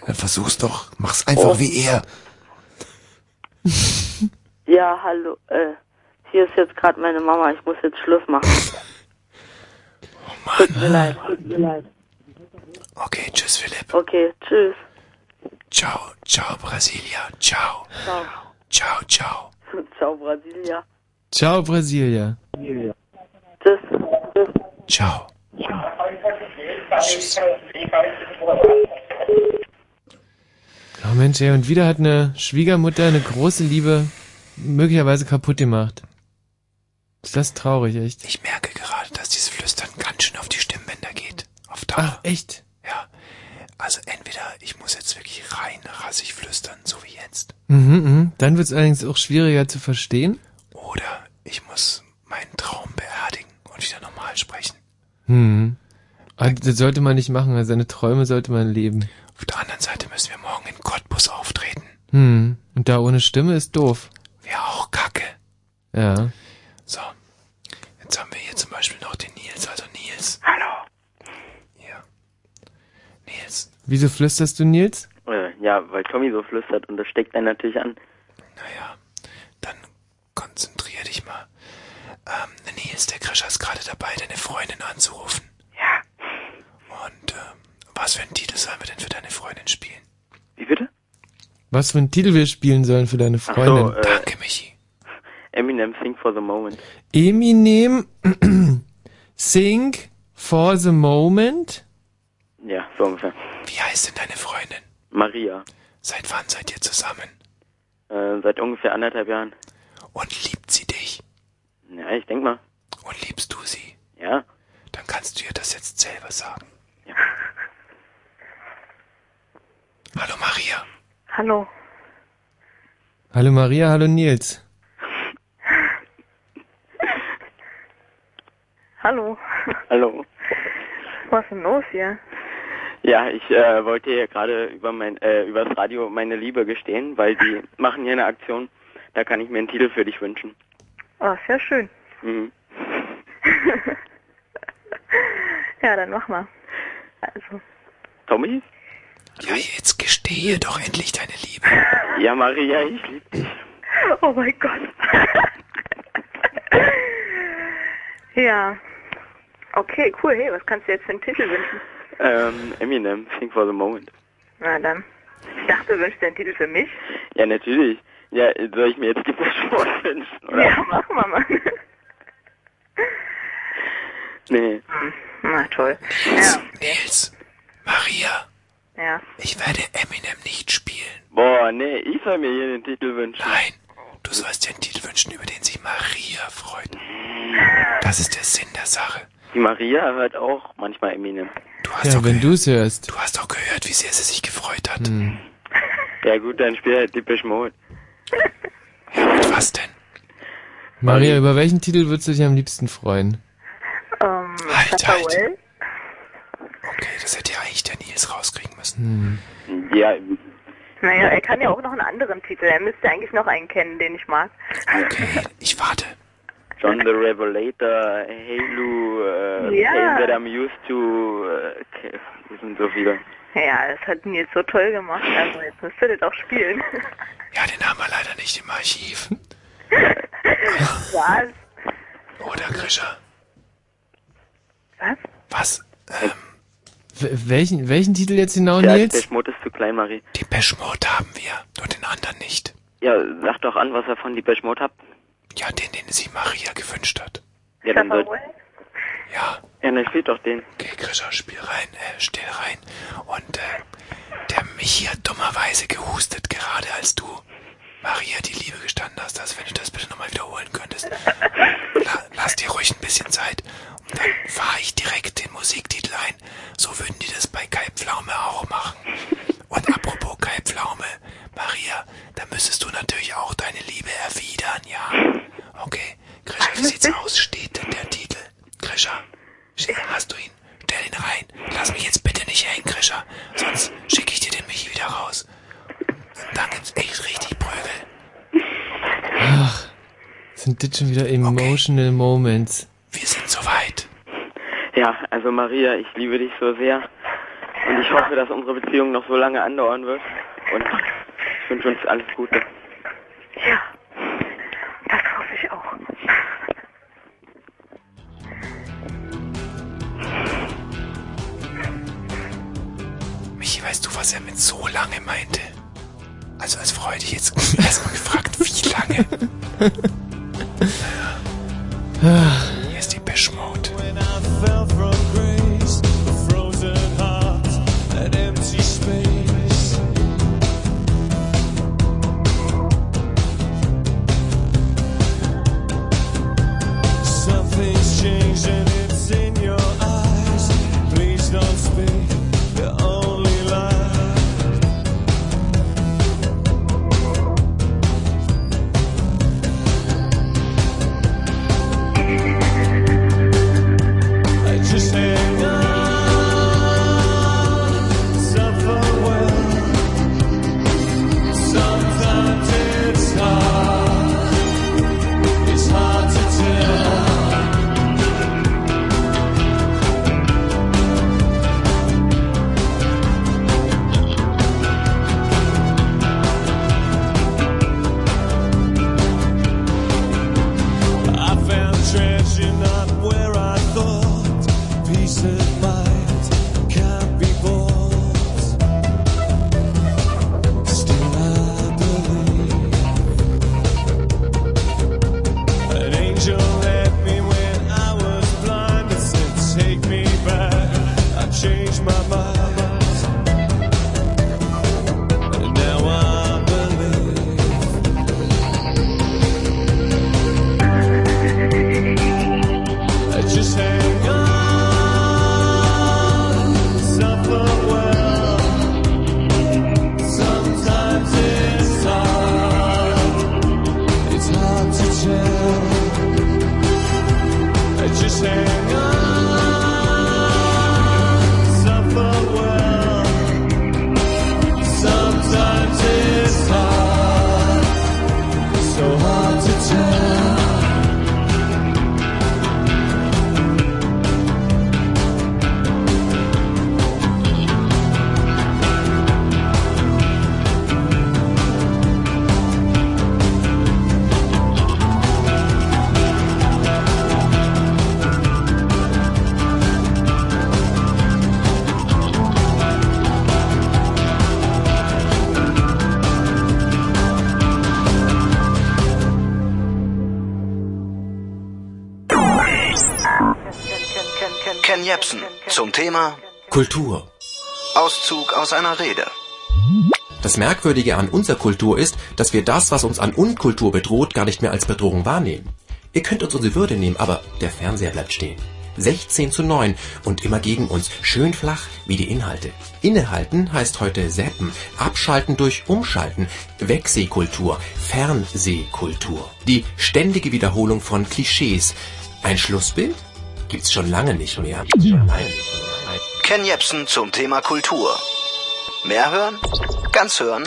Speaker 2: Dann versuch's doch. Mach's
Speaker 5: Oh.
Speaker 2: einfach wie er.
Speaker 5: Ja, hallo. Äh, hier ist jetzt gerade meine Mama. Ich muss jetzt Schluss machen. Tut mir leid. Tut mir leid.
Speaker 2: Okay, tschüss, Philipp.
Speaker 5: Okay, tschüss.
Speaker 2: Ciao, ciao, Brasilia. Ciao.
Speaker 5: Ciao.
Speaker 2: Ciao, ciao.
Speaker 5: Ciao, Brasilia.
Speaker 3: Ciao, Brasilia.
Speaker 5: Tschüss.
Speaker 2: Ciao.
Speaker 3: Oh Mensch, ey, und wieder hat eine Schwiegermutter eine große Liebe möglicherweise kaputt gemacht. Ist das traurig, echt?
Speaker 2: Ich merke gerade, dass dieses Flüstern ganz schön auf die Stimmbänder geht. Auf Dauer.
Speaker 3: Ach, echt?
Speaker 2: Ja. Also entweder ich muss jetzt wirklich rein rassig flüstern, so wie jetzt,
Speaker 3: Mhm, mhm. Dann wird es allerdings auch schwieriger zu verstehen.
Speaker 2: oder ich muss meinen Traum beerdigen und wieder normal sprechen.
Speaker 3: Hm. Ah, Das sollte man nicht machen, also seine Träume sollte man leben.
Speaker 2: Auf der anderen Seite müssen wir morgen in Cottbus auftreten.
Speaker 3: Hm. Und da ohne Stimme ist doof.
Speaker 2: Wäre auch kacke.
Speaker 3: Ja.
Speaker 2: So. Jetzt haben wir hier zum Beispiel noch den Nils, also Nils. Hallo. Ja. Nils.
Speaker 3: Wieso flüsterst du, Nils?
Speaker 19: Äh, Ja, weil Tommy so flüstert und das steckt einen natürlich an.
Speaker 2: Naja, dann konzentrier dich mal. Ähm, Nils, der Krischer ist gerade dabei, deine Freundin anzurufen. Ja. Und ähm, was für einen Titel sollen wir denn für deine Freundin spielen?
Speaker 3: Was für einen Titel wir spielen sollen für deine Freundin.
Speaker 2: Danke, Michi.
Speaker 19: Eminem Sing for the Moment.
Speaker 3: Eminem <clears throat> Sing for the Moment.
Speaker 19: Ja, so ungefähr.
Speaker 2: Wie heißt denn deine Freundin?
Speaker 19: Maria.
Speaker 2: Seit wann seid ihr zusammen?
Speaker 19: Äh, seit ungefähr anderthalb Jahren.
Speaker 2: Und liebt sie dich?
Speaker 19: Ja, ich denk mal.
Speaker 2: Und liebst du sie?
Speaker 19: Ja.
Speaker 2: Dann kannst du ihr das jetzt selber sagen. Ja. Hallo Maria.
Speaker 1: Hallo.
Speaker 3: Hallo Maria, hallo Nils.
Speaker 1: Hallo.
Speaker 19: Hallo.
Speaker 1: Was ist denn los hier?
Speaker 19: Ja, ich äh, wollte hier gerade über mein äh, übers Radio meine Liebe gestehen, weil die machen hier eine Aktion. Da kann ich mir einen Titel für dich wünschen.
Speaker 1: Ah, sehr schön.
Speaker 19: Mhm.
Speaker 1: Ja, dann mach mal. Also,
Speaker 19: Tommy? Hm?
Speaker 2: Ja, jetzt gestehe doch endlich deine Liebe.
Speaker 19: Ja, Maria, ich liebe dich.
Speaker 1: <laughs> oh mein Gott. <laughs> ja. Okay, cool. Hey, was kannst du jetzt für einen Titel wünschen?
Speaker 19: Ähm, Eminem, Sing for the Moment.
Speaker 1: Na dann. Ich dachte, du wünschst dir einen Titel für mich.
Speaker 19: Ja, natürlich. Ja, soll ich mir jetzt Depeche Mode wünschen, oder?
Speaker 1: Ja, mach mal, Mann.
Speaker 19: <laughs> Nee.
Speaker 1: Hm, Na toll.
Speaker 2: Nils, Nils, Maria,
Speaker 1: Ja.
Speaker 2: ich werde Eminem nicht spielen.
Speaker 19: Boah, nee, ich soll mir hier den Titel wünschen.
Speaker 2: Nein, du sollst dir einen Titel wünschen, über den sich Maria freut. Das ist der Sinn der Sache.
Speaker 19: Die Maria hört auch manchmal Eminem.
Speaker 3: ja, wenn du es hörst. Hm.
Speaker 2: Du hast doch gehört, wie sehr sie sich gefreut hat.
Speaker 19: Ja gut, dann spiel halt Depeche Mode.
Speaker 2: Mit was denn?
Speaker 3: Maria, über welchen Titel würdest du dich am liebsten freuen?
Speaker 12: Um,
Speaker 1: Ähm,
Speaker 2: Halt, halt.
Speaker 1: Tupperware?
Speaker 2: Okay, das hätte ja eigentlich der Nils rauskriegen müssen.
Speaker 19: Hm. Ja,
Speaker 1: Naja, er kann ja auch noch einen anderen Titel. Er müsste eigentlich noch einen kennen, den ich mag.
Speaker 2: Okay, ich warte.
Speaker 19: John the Revelator, Halo, äh,
Speaker 1: Ja.
Speaker 19: Pain That I'm Used To, äh, okay, das sind so viele.
Speaker 1: Ja, das hat Nils so toll gemacht. Also jetzt müsst ihr das auch spielen.
Speaker 2: Ja, den haben wir leider nicht im Archiv.
Speaker 1: <laughs> Was?
Speaker 2: Oder, Grisha?
Speaker 1: Was?
Speaker 2: Was? Ähm,
Speaker 3: W- Welchen, welchen Titel jetzt genau,
Speaker 19: Tja,
Speaker 3: Nils?
Speaker 19: Depeche Mode ist zu klein, Marie.
Speaker 2: Depeche Mode haben wir und den anderen nicht.
Speaker 19: Ja, sag doch an, was ihr von Depeche Mode habt.
Speaker 2: Ja, den, den sich Maria gewünscht hat.
Speaker 19: Ja, dann sollt...
Speaker 2: Ja.
Speaker 19: Ja, dann spielt doch den.
Speaker 2: Okay, Grisha, spiel rein, äh, still rein. Und äh, der Michi hat dummerweise gehustet, gerade als du Maria die Liebe gestanden hast. Also wenn du das bitte nochmal wiederholen könntest. La lass dir ruhig ein bisschen Zeit. Und dann fahre ich direkt den Musiktitel ein. So würden die das bei Kai Pflaume auch machen. Und apropos Kai Pflaume, Maria, da müsstest du natürlich auch deine Liebe erwidern, ja? Okay, Grisha, wie sieht's aus? Steht denn der Titel? Grisha, ste- hast du ihn? Stell ihn rein. Lass mich jetzt bitte nicht hängen, Grisha. Sonst schicke ich dir den Michi wieder raus. Und dann gibt's echt richtig Prügel.
Speaker 3: Ach, sind das schon wieder emotional moments.
Speaker 2: Wir sind soweit.
Speaker 19: Ja, also Maria, ich liebe dich so sehr. Und ich hoffe, dass unsere Beziehung noch so lange andauern wird. Und ich wünsche uns alles Gute.
Speaker 2: Michi, weißt du, was er mit so lange meinte? Also als Freude ich <laughs> jetzt erstmal gefragt, wie lange? naja. Hier ist die Beschmode.
Speaker 11: fell from grace, a frozen heart, an empty space. Something's changed and it's in your eyes. Please don't speak, the only lie. I just hang on, suffer well. Sometimes it's hard, it's hard to tell. I found treasure not where I thought. Peace of mind can't be bought. Still, I believe an angel led me when I was blind and said, "Take me back." I changed my mind, and now I believe. I just hang on, suffer well. Sometimes it's hard, it's hard to tell. I just hang on, suffer well. Sometimes it's hard, so hard to tell.
Speaker 17: Ken Jebsen zum Thema
Speaker 20: Kultur.
Speaker 17: Auszug aus einer Rede.
Speaker 20: Das Merkwürdige an unserer Kultur ist, dass wir das, was uns an Unkultur bedroht, gar nicht mehr als Bedrohung wahrnehmen. Ihr könnt uns unsere Würde nehmen, aber der Fernseher bleibt stehen. 16 zu 9 und immer gegen uns, schön flach wie die Inhalte. Innehalten heißt heute Seppen, abschalten durch Umschalten, Wegsehkultur, Fernsehkultur. Die ständige Wiederholung von Klischees. Ein Schlussbild? Gibt's schon lange nicht mehr.
Speaker 17: Ken Jebsen zum Thema Kultur. Mehr hören? Ganz hören?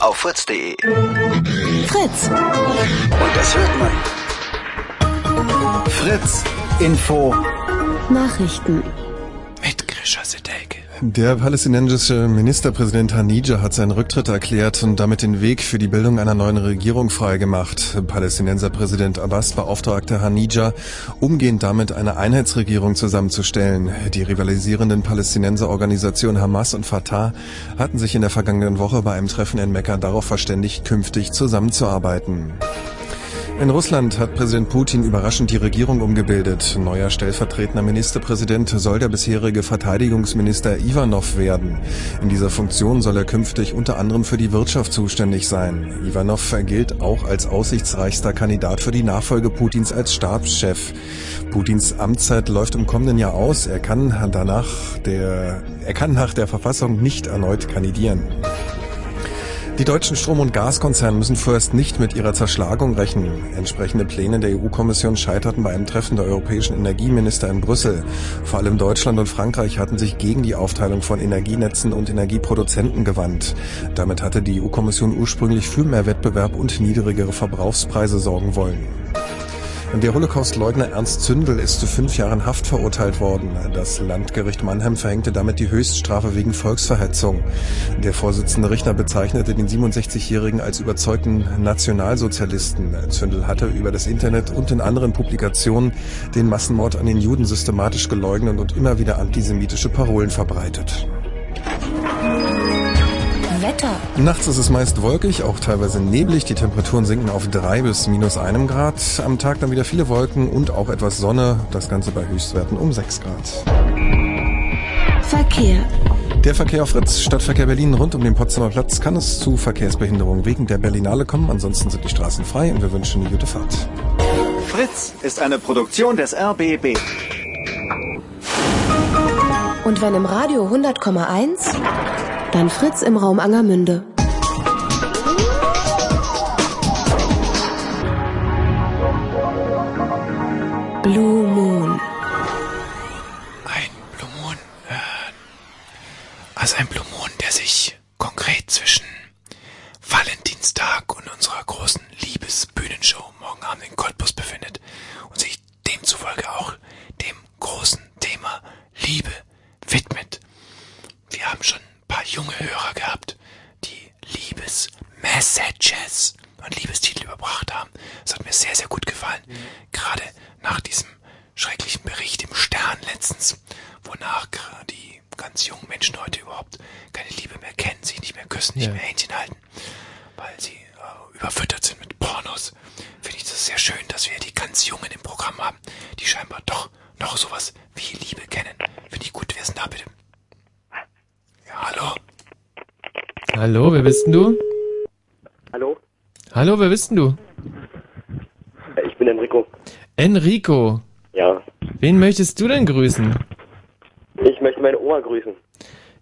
Speaker 17: Auf fritz.de.
Speaker 11: Fritz.
Speaker 17: Und das hört man. Fritz Info.
Speaker 10: Nachrichten.
Speaker 2: Mit Grisha Sedelke.
Speaker 4: Der palästinensische Ministerpräsident Hanija hat seinen Rücktritt erklärt und damit den Weg für die Bildung einer neuen Regierung freigemacht. Palästinenserpräsident Abbas beauftragte Hanija, umgehend damit eine Einheitsregierung zusammenzustellen. Die rivalisierenden Palästinenserorganisationen Hamas und Fatah hatten sich in der vergangenen Woche bei einem Treffen in Mekka darauf verständigt, künftig zusammenzuarbeiten. In Russland hat Präsident Putin überraschend die Regierung umgebildet. Neuer stellvertretender Ministerpräsident soll der bisherige Verteidigungsminister Ivanov werden. In dieser Funktion soll er künftig unter anderem für die Wirtschaft zuständig sein. Ivanov gilt auch als aussichtsreichster Kandidat für die Nachfolge Putins als Stabschef. Putins Amtszeit läuft im kommenden Jahr aus. Er kann danach der, er kann nach der Verfassung nicht erneut kandidieren. Die deutschen Strom- und Gaskonzerne müssen vorerst nicht mit ihrer Zerschlagung rechnen. Entsprechende Pläne der EU-Kommission scheiterten bei einem Treffen der europäischen Energieminister in Brüssel. Vor allem Deutschland und Frankreich hatten sich gegen die Aufteilung von Energienetzen und Energieproduzenten gewandt. Damit hatte die EU-Kommission ursprünglich für mehr Wettbewerb und niedrigere Verbrauchspreise sorgen wollen. Der Holocaustleugner Ernst Zündel ist zu fünf Jahren Haft verurteilt worden. Das Landgericht Mannheim verhängte damit die Höchststrafe wegen Volksverhetzung. Der Vorsitzende Richter bezeichnete den 67-Jährigen als überzeugten Nationalsozialisten. Zündel hatte über das Internet und in anderen Publikationen den Massenmord an den Juden systematisch geleugnet und immer wieder antisemitische Parolen verbreitet.
Speaker 21: Wetter.
Speaker 4: Nachts ist es meist wolkig, auch teilweise neblig. Die Temperaturen sinken auf 3 bis minus 1 Grad. Am Tag dann wieder viele Wolken und auch etwas Sonne. Das Ganze bei Höchstwerten um 6 Grad.
Speaker 21: Verkehr.
Speaker 4: Der Verkehr auf Fritz, Stadtverkehr Berlin rund um den Potsdamer Platz kann es zu Verkehrsbehinderungen wegen der Berlinale kommen. Ansonsten sind die Straßen frei und wir wünschen eine gute Fahrt.
Speaker 22: Fritz ist eine Produktion des RBB.
Speaker 21: Und wenn im Radio 100,1, dann Fritz im Raum Angermünde. Blue Moon.
Speaker 2: Ein Blue Moon. Äh, also ein Blue Moon, der sich konkret zwischen Valentinstag und unserer großen Liebesbühnenshow morgen Abend in Cottbus befindet und sich demzufolge auch dem großen Thema Liebe widmet. Wir haben schon ein paar junge Hörer gehabt, die Liebesmessages und Liebestitel überbracht haben. Das hat mir sehr, sehr gut gefallen. Gerade nach diesem schrecklichen Bericht im Stern letztens, wonach gra- die ganz jungen Menschen heute überhaupt keine Liebe mehr kennen, sich nicht mehr küssen, nicht
Speaker 3: Ja.
Speaker 2: mehr Händchen halten, weil sie äh, überfüttert sind mit Pornos. Finde ich das sehr schön, dass wir die ganz Jungen im Programm haben, die scheinbar doch noch sowas wie Liebe kennen. Finde ich gut. Wer ist denn da bitte? Ja, hallo?
Speaker 3: Hallo, wer bist denn du?
Speaker 17: Hallo,
Speaker 3: Hallo, wer bist denn du?
Speaker 17: äh, ich bin Enrico.
Speaker 3: Enrico.
Speaker 17: Ja,
Speaker 3: Wen möchtest du denn grüßen?
Speaker 17: ich möchte meine Oma grüßen.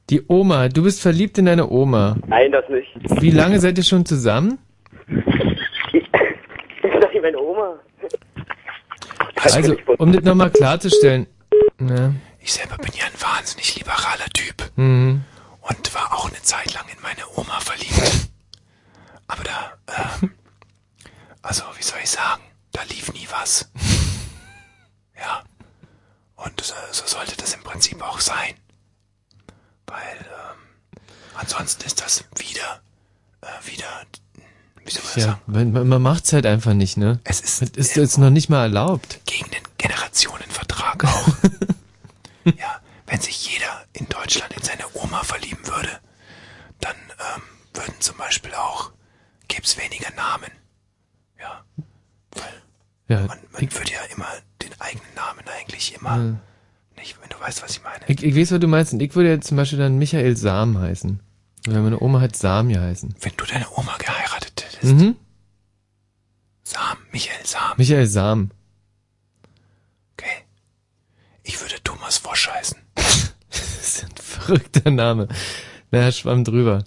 Speaker 3: Die Oma. Du bist verliebt in deine Oma.
Speaker 17: Nein, das nicht.
Speaker 3: Wie lange seid ihr schon zusammen?
Speaker 17: Nein, meine Oma.
Speaker 3: Also, um das nochmal klarzustellen. Ne?
Speaker 2: Ich selber bin ja ein wahnsinnig liberaler Typ
Speaker 3: Mhm.
Speaker 2: und war auch eine Zeit lang in meine Oma verliebt. Aber da, ähm, also wie soll ich sagen, da lief nie was. Ja. Und so, so sollte das im Prinzip auch sein. Weil, ähm, ansonsten ist das wieder, äh, wieder, wie soll man das
Speaker 3: Ja,
Speaker 2: sagen,
Speaker 3: man, man man macht's halt einfach nicht, ne?
Speaker 2: Es ist,
Speaker 3: das ist jetzt noch nicht mal erlaubt.
Speaker 2: gegen den
Speaker 3: <laughs>
Speaker 2: Generationenvertrag auch. ja, wenn sich jeder in Deutschland in seine Oma verlieben würde, dann ähm, würden zum Beispiel auch, gäb's weniger Namen. Ja,
Speaker 3: Ja,
Speaker 2: man würde ja immer den eigenen Namen eigentlich immer,
Speaker 3: Ja.
Speaker 2: nicht, wenn du weißt, was ich meine.
Speaker 3: ich, ich weiß, was du meinst. Und ich würde jetzt zum Beispiel dann Michael Sam heißen. Weil meine Oma hat Sami heißen.
Speaker 2: Wenn du deine Oma geheiratet hättest,
Speaker 3: Mhm.
Speaker 2: Sam, Michael Sam,
Speaker 3: Michael Sam.
Speaker 2: ich würde Thomas Wosch
Speaker 3: <laughs>
Speaker 2: heißen.
Speaker 3: Verrückter Name. Naja, schwamm drüber.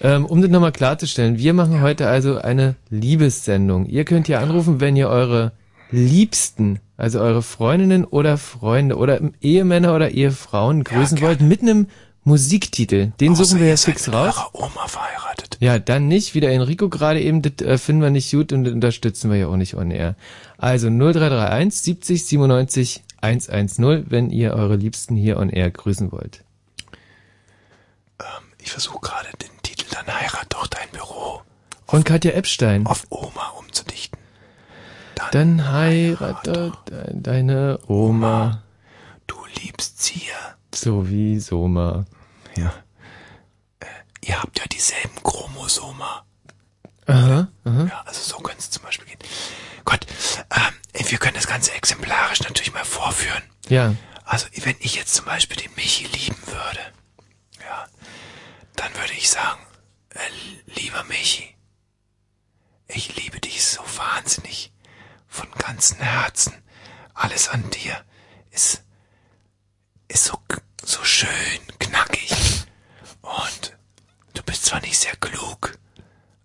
Speaker 3: Ähm, um das nochmal klarzustellen, wir machen heute also eine Liebessendung. Ihr könnt hier anrufen, wenn ihr eure Liebsten, also eure Freundinnen oder Freunde oder Ehemänner oder Ehefrauen grüßen wollt, mit einem Musiktitel. Den suchen wir jetzt fix raus.
Speaker 2: Oma verheiratet.
Speaker 3: Ja, dann nicht. Wie der Enrico gerade eben, das äh, finden wir nicht gut und das unterstützen wir ja auch nicht on air. Also 0331 70 97 110, wenn ihr eure Liebsten hier on air grüßen wollt.
Speaker 2: Ähm, Ich versuche gerade den Titel Dann heirat doch dein Büro
Speaker 3: Von Katja Epstein.
Speaker 2: auf Oma umzudichten.
Speaker 3: Dann heirate de- deine Oma.
Speaker 2: Du liebst sie ja.
Speaker 3: So wie Soma.
Speaker 2: Ja. Äh, Ihr habt ja dieselben Chromosome.
Speaker 3: Aha, aha.
Speaker 2: Ja, also so könnte es zum Beispiel gehen. Gott, ähm, wir können das Ganze exemplarisch natürlich mal vorführen.
Speaker 3: Ja.
Speaker 2: Also wenn ich jetzt zum Beispiel den Michi lieben würde, ja, dann würde ich sagen, äh, lieber Michi, ich liebe dich so wahnsinnig, von ganzem Herzen. Alles an dir ist, ist so, k- so schön, knackig. Und du bist zwar nicht sehr klug,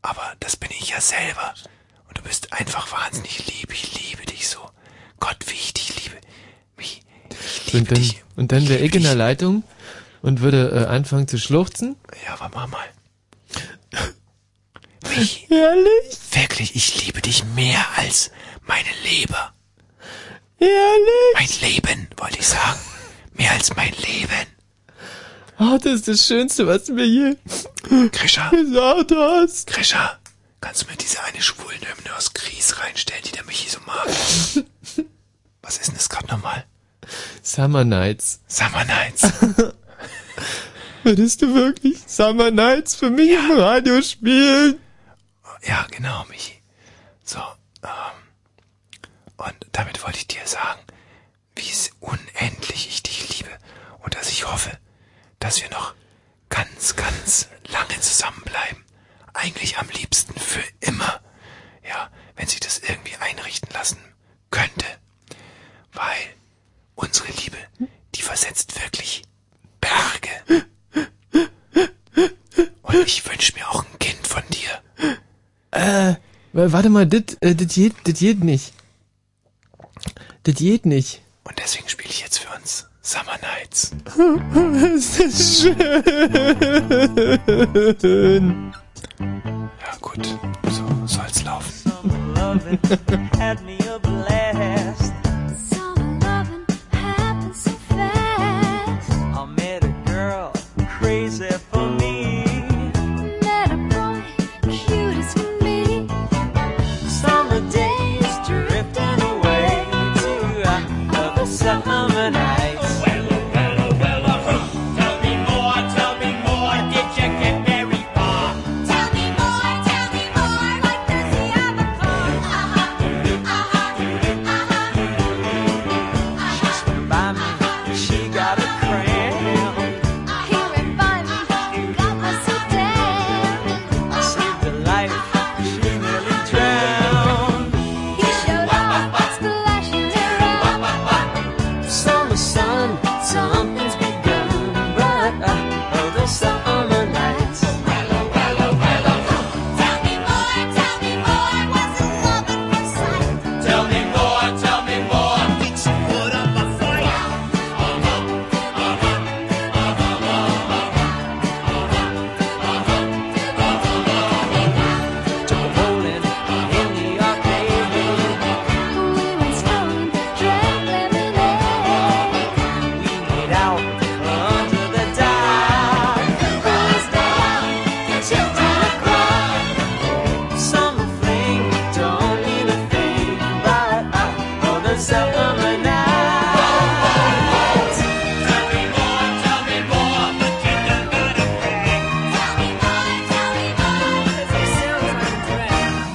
Speaker 2: aber das bin ich ja selber. Und du bist einfach wahnsinnig lieb. Ich liebe dich so. Gott, wie ich dich liebe.
Speaker 3: Und dann, und dann wäre ich in der Leitung und würde äh, anfangen zu schluchzen.
Speaker 2: Ja, aber mach mal.
Speaker 3: <laughs> Ehrlich?
Speaker 2: Wirklich, ich liebe dich mehr als meine Leber.
Speaker 3: Ehrlich?
Speaker 2: Mein Leben, wollte ich sagen. Mehr als mein Leben.
Speaker 3: Oh, das ist das Schönste, was du mir hier
Speaker 2: Krischer.
Speaker 3: gesagt hast.
Speaker 2: Krischer, kannst du mir diese eine schwulen Hymne aus Gries reinstellen, die der Michi so mag? Was ist denn das gerade nochmal?
Speaker 3: Summer Nights.
Speaker 2: Summer Nights.
Speaker 3: <laughs> Würdest du wirklich Summer Nights für mich im Radio spielen?
Speaker 2: Ja, genau, Michi. So, ähm, und damit wollte ich dir sagen, wie es unendlich ich dich liebe und dass ich hoffe, dass wir noch ganz, ganz lange zusammenbleiben. Eigentlich am liebsten für immer. Ja, wenn sich das irgendwie einrichten lassen könnte. Weil unsere Liebe, die versetzt wirklich Berge. Und ich wünsche mir auch ein Kind von dir.
Speaker 3: Äh, wa- warte mal, dit, äh, dit geht, dit geht nicht. Dit geht
Speaker 2: <laughs>
Speaker 3: nicht.
Speaker 2: Und deswegen spiele ich jetzt für uns Summer Nights.
Speaker 3: ist das schön.
Speaker 2: Ja gut, so soll's laufen.
Speaker 11: had me a blast. Summer loving happened so fast. I met a girl crazy for me. Met a boy cute as can be. Summer days drifting away to uh, the summer nights. Well, well, well, well, tell me more, tell me more. Did you get very far? Tell me more, tell me more. What does he have a by me, she got a cramp. Here and by me, got me so damn. I saved her life, she nearly drowned. He showed up, splashing around. Summer sun, something's begun, but uh, oh, the summer nights. Hello, hello, hello. Tell me more, tell me more, was it love at first sight? Tell me more, tell me more. Did she put up a fight? Summer night. Tell me more, tell me more. But you don't gotta Tell me more, tell me more. Cause I still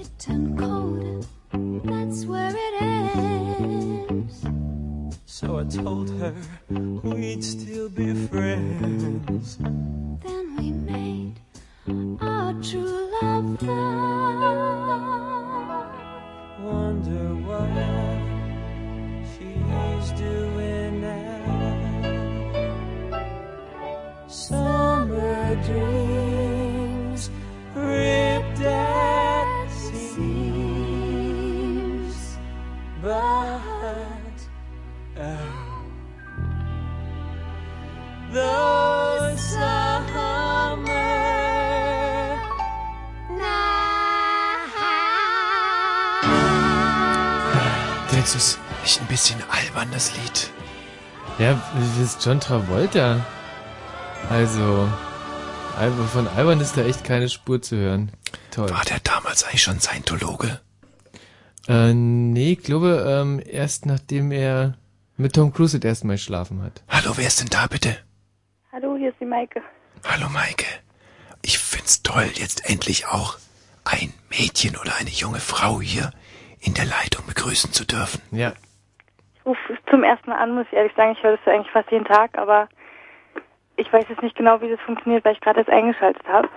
Speaker 11: It turned cold, that's where it ends. So I told her we'd still be friends. Then we made a true love found. Wonder what she's doing now. Summer dreams ripped at the seams, but oh, those summer
Speaker 2: Denkst du, es ist nicht ein bisschen albern, das Lied?
Speaker 3: Ja, das ist John Travolta. Also, Albe- von Albern ist da echt keine Spur zu hören. Toll. War der damals eigentlich schon Scientologe? Äh, nee, ich glaube, ähm, erst nachdem er mit Tom Cruise das erste Mal geschlafen hat.
Speaker 2: Hallo, wer ist denn da bitte?
Speaker 23: Hallo, hier ist die Maike.
Speaker 2: Hallo Maike. Ich find's toll, jetzt endlich auch ein Mädchen oder eine junge Frau hier in der Leitung begrüßen zu dürfen.
Speaker 3: Ja.
Speaker 23: Ich rufe zum ersten Mal an, muss ich ehrlich sagen. Ich höre das ja eigentlich fast jeden Tag, aber ich weiß jetzt nicht genau, wie das funktioniert, weil ich gerade erst eingeschaltet habe.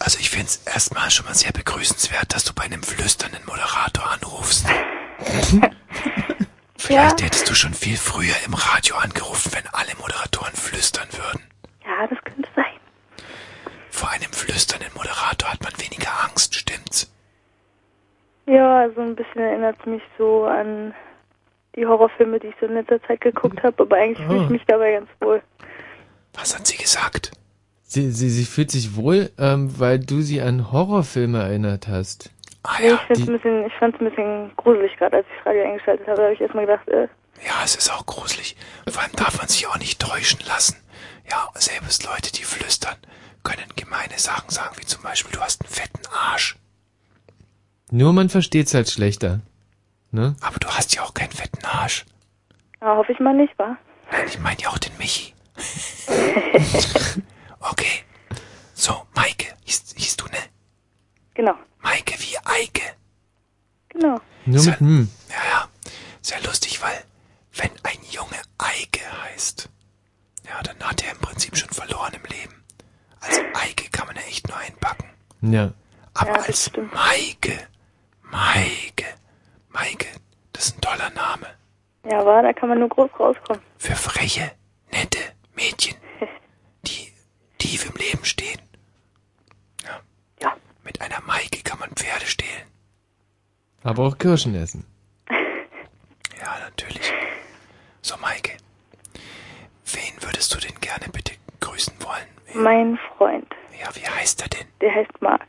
Speaker 2: Also ich find's erstmal schon mal sehr begrüßenswert, dass du bei einem flüsternden Moderator anrufst. Vielleicht hättest du schon viel früher im Radio angerufen, wenn alle Moderatoren flüstern würden.
Speaker 23: Ja, das könnte sein.
Speaker 2: Vor einem flüsternden Moderator hat man weniger Angst, stimmt's?
Speaker 23: Ja, so ein bisschen erinnert es mich so an die Horrorfilme, die ich so in letzter Zeit geguckt habe, aber eigentlich fühle
Speaker 3: Ah.
Speaker 2: Mhm.
Speaker 23: ich mich dabei ganz wohl.
Speaker 2: Was hat sie gesagt?
Speaker 3: Sie, sie, sie fühlt sich wohl, ähm, weil du sie an Horrorfilme erinnert hast.
Speaker 2: Ah
Speaker 23: Nee, ich find's ein bisschen, ich fand's ein bisschen gruselig gerade, als ich das Radio eingeschaltet habe, da habe ich erstmal gedacht, äh,
Speaker 2: Ja, es ist auch gruselig. Vor allem darf man sich auch nicht täuschen lassen. Ja, selbst Leute, die flüstern, können gemeine Sachen sagen, wie zum Beispiel, du hast einen fetten Arsch.
Speaker 3: Nur man versteht's halt schlechter. Ne?
Speaker 2: Aber du hast ja auch keinen fetten Arsch.
Speaker 23: ja, hoffe ich mal nicht, wa?
Speaker 2: Nein, ich meine ja auch den Michi. okay. So, Maike, hieß, hieß du, ne?
Speaker 23: Genau.
Speaker 2: Maike wie Eike.
Speaker 23: Genau.
Speaker 3: Nur
Speaker 2: halt
Speaker 3: mit hm.
Speaker 2: Ja, ja. Sehr lustig, weil wenn ein Junge Eike heißt, ja, dann hat er im Prinzip schon verloren im Leben. Als Eike kann man ja echt nur einpacken.
Speaker 3: Ja.
Speaker 2: Aber als Maike, Maike, Maike, das ist ein toller Name.
Speaker 23: Ja, aber da kann man nur groß rauskommen.
Speaker 2: Für freche, nette Mädchen, die tief im Leben stehen. Ja. Mit einer Maike kann man Pferde stehlen.
Speaker 3: Aber auch Kirschen essen.
Speaker 2: <laughs> Ja, natürlich. So, Maike, wen würdest du denn gerne bitte grüßen wollen?
Speaker 23: Mein Freund,
Speaker 2: Ja, wie heißt er denn?
Speaker 23: der heißt Marc.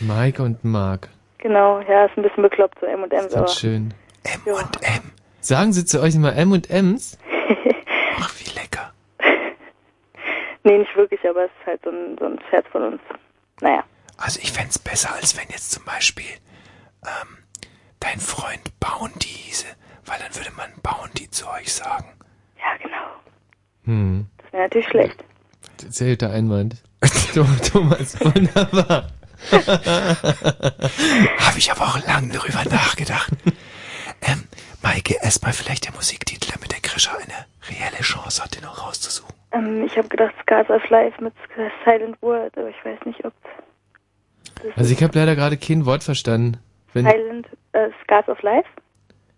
Speaker 3: Maike und Mark.
Speaker 23: Genau, ja, ist ein bisschen bekloppt, so M&M's,
Speaker 3: Ist das
Speaker 23: aber...
Speaker 3: schön.
Speaker 23: ja.
Speaker 3: Sagen sie zu euch immer M und M's?
Speaker 23: <laughs> Nee, nicht wirklich, aber es ist halt so ein, so ein Scherz von uns. Naja,
Speaker 2: Also ich fänd's besser, als wenn jetzt zum Beispiel ähm, dein Freund Bounty hieße, weil dann würde man Bounty zu euch sagen.
Speaker 23: Ja, genau.
Speaker 3: Hm.
Speaker 23: das wäre natürlich schlecht.
Speaker 3: Zählter Einwand. <laughs> Thomas,
Speaker 2: <laughs>
Speaker 3: wunderbar.
Speaker 2: Habe ich aber auch lange darüber <laughs> nachgedacht. Ähm, Maike, erstmal vielleicht der Musiktitel, damit der Krischer eine reelle Chance hat, den auch rauszusuchen.
Speaker 23: Ähm, ich habe gedacht, Scars of Life mit Silent Word, aber ich weiß nicht, ob...
Speaker 3: Also ich habe leider gerade kein Wort verstanden. Wenn
Speaker 23: Silent... Äh, Scars of Life?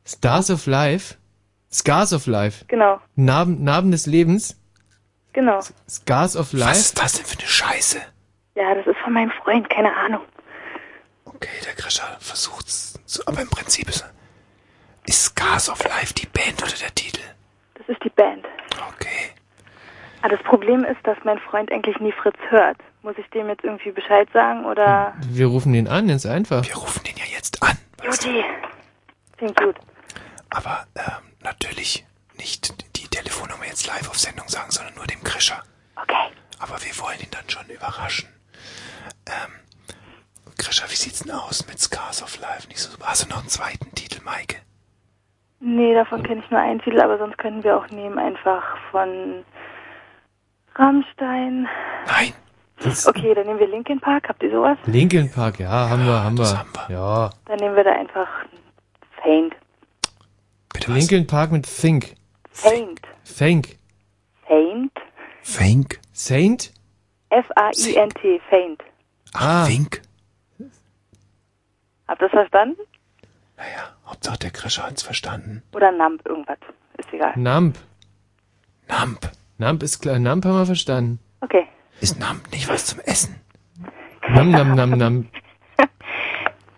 Speaker 3: Stars of Life, Scars of Life,
Speaker 23: Genau,
Speaker 3: Narben, Narben des Lebens,
Speaker 23: genau.
Speaker 3: Scars of Life. Was
Speaker 2: ist das denn für eine Scheiße?
Speaker 23: Ja, das ist von meinem Freund, keine Ahnung.
Speaker 2: Okay, der Krischer versucht's, zu, aber im Prinzip ist, ist Scars of Life die Band oder der Titel.
Speaker 23: Das ist die Band.
Speaker 2: Okay.
Speaker 23: Ah, das Problem ist, dass mein Freund eigentlich nie Fritz hört. Muss ich dem jetzt irgendwie Bescheid sagen, oder...
Speaker 3: Wir rufen den an, ist einfach. Wir
Speaker 2: rufen den ja jetzt an.
Speaker 23: Juti! Klingt gut.
Speaker 2: Aber ähm, natürlich nicht die Telefonnummer jetzt live auf Sendung sagen, sondern nur dem Krischer.
Speaker 23: Okay.
Speaker 2: Aber wir wollen ihn dann schon überraschen. Ähm, Krischer, wie sieht's denn aus mit Scars of Life? Nicht so, hast du noch einen zweiten Titel, Maike?
Speaker 23: Nee, davon kenne ich nur einen Titel, aber sonst können wir auch nehmen einfach von Rammstein.
Speaker 2: Nein.
Speaker 23: Okay, dann nehmen wir Linkin Park. Habt ihr sowas?
Speaker 3: Linkin Park, ja, haben wir, haben wir. Ja.
Speaker 23: Dann nehmen wir da einfach Faint.
Speaker 3: Linkin Park mit Think.
Speaker 23: Faint.
Speaker 3: Think.
Speaker 23: Faint?
Speaker 2: Think?
Speaker 3: Saint?
Speaker 23: F-A-I-N-T, Faint.
Speaker 2: Ah. Wink.
Speaker 23: Habt ihr das verstanden?
Speaker 2: Hauptsache der Krischer hat's verstanden.
Speaker 23: Oder Nump, irgendwas. Ist egal.
Speaker 2: Hm.
Speaker 3: Nump.
Speaker 2: Nump.
Speaker 3: Nump ist klar. Nump haben wir verstanden.
Speaker 23: Okay.
Speaker 2: Ist Nump nicht was zum
Speaker 23: <laughs>
Speaker 2: Essen?
Speaker 3: Nam, nam, nam, nam.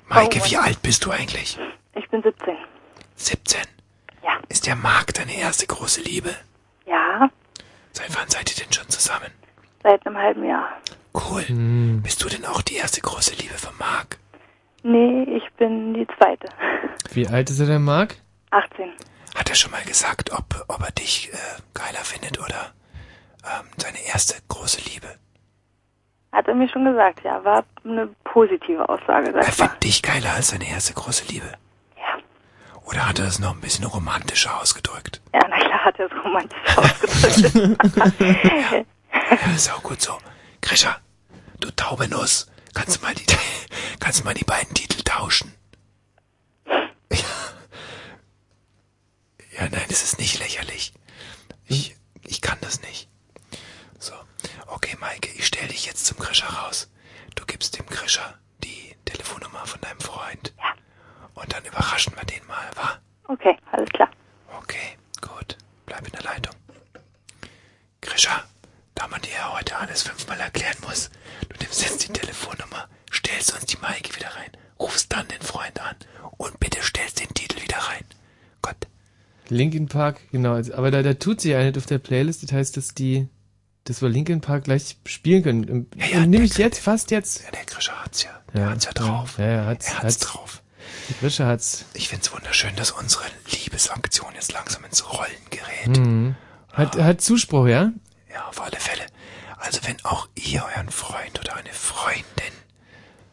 Speaker 2: Maike, wie alt bist du eigentlich?
Speaker 23: Oh. Ich bin 17.
Speaker 2: 17. Ja. Ist der Marc deine erste große Liebe?
Speaker 23: Ja,
Speaker 2: Seit wann seid ihr denn schon zusammen?
Speaker 23: seit einem halben Jahr.
Speaker 2: Cool. Bist du denn auch die erste große Liebe von Marc?
Speaker 23: Nee, ich bin die zweite.
Speaker 3: Wie alt ist er denn, Marc?
Speaker 23: 18.
Speaker 2: Hat er schon mal gesagt, ob, ob er dich äh, geiler findet oder ähm, seine erste große Liebe?
Speaker 23: Hat er mir schon gesagt, ja. War eine positive Aussage, sag
Speaker 2: Er
Speaker 23: ich mal.
Speaker 2: findet dich geiler als seine erste große Liebe. Ja. Oder hat er das noch ein bisschen romantischer ausgedrückt?
Speaker 23: Ja, na klar hat er es romantisch <laughs> ausgedrückt. <laughs>
Speaker 2: Ja, das <laughs> ist auch gut so. Krischer, du taube Nuss, kannst du mal die, <laughs> kannst du mal die beiden Titel tauschen? Ja, nein, das ist nicht lächerlich. Ich, ich kann das nicht. So, okay, Maike, ich stelle dich jetzt zum Krischer raus. Du gibst dem Krischer die Telefonnummer von deinem Freund. Ja. Und dann überraschen wir den mal, wa?
Speaker 23: okay, alles klar. <laughs>
Speaker 2: Okay, gut. Bleib in der Leitung. Krischer, da man dir ja heute alles fünfmal erklären muss, du nimmst jetzt die Telefonnummer, stellst uns die Maike wieder rein, rufst dann den Freund an und bitte stellst den Titel wieder rein.
Speaker 3: Linkin Park, genau. Also, Aber da, da tut sich eine auf der Playlist. Das heißt, dass die, dass wir Linkin Park gleich spielen können. Und, und nehme ich jetzt, fast jetzt.
Speaker 2: Ja, der Krischer hat's ja.
Speaker 3: Der hat's ja drauf. Ja, ja, hat's, er hat's,
Speaker 2: drauf.
Speaker 3: Die Grische hat's.
Speaker 2: Ich find's wunderschön, dass unsere Liebesaktion jetzt langsam ins Rollen gerät.
Speaker 3: Mhm. Hat, hat Zuspruch, ja?
Speaker 2: Ja, auf alle Fälle. Also wenn auch ihr euren Freund oder eine Freundin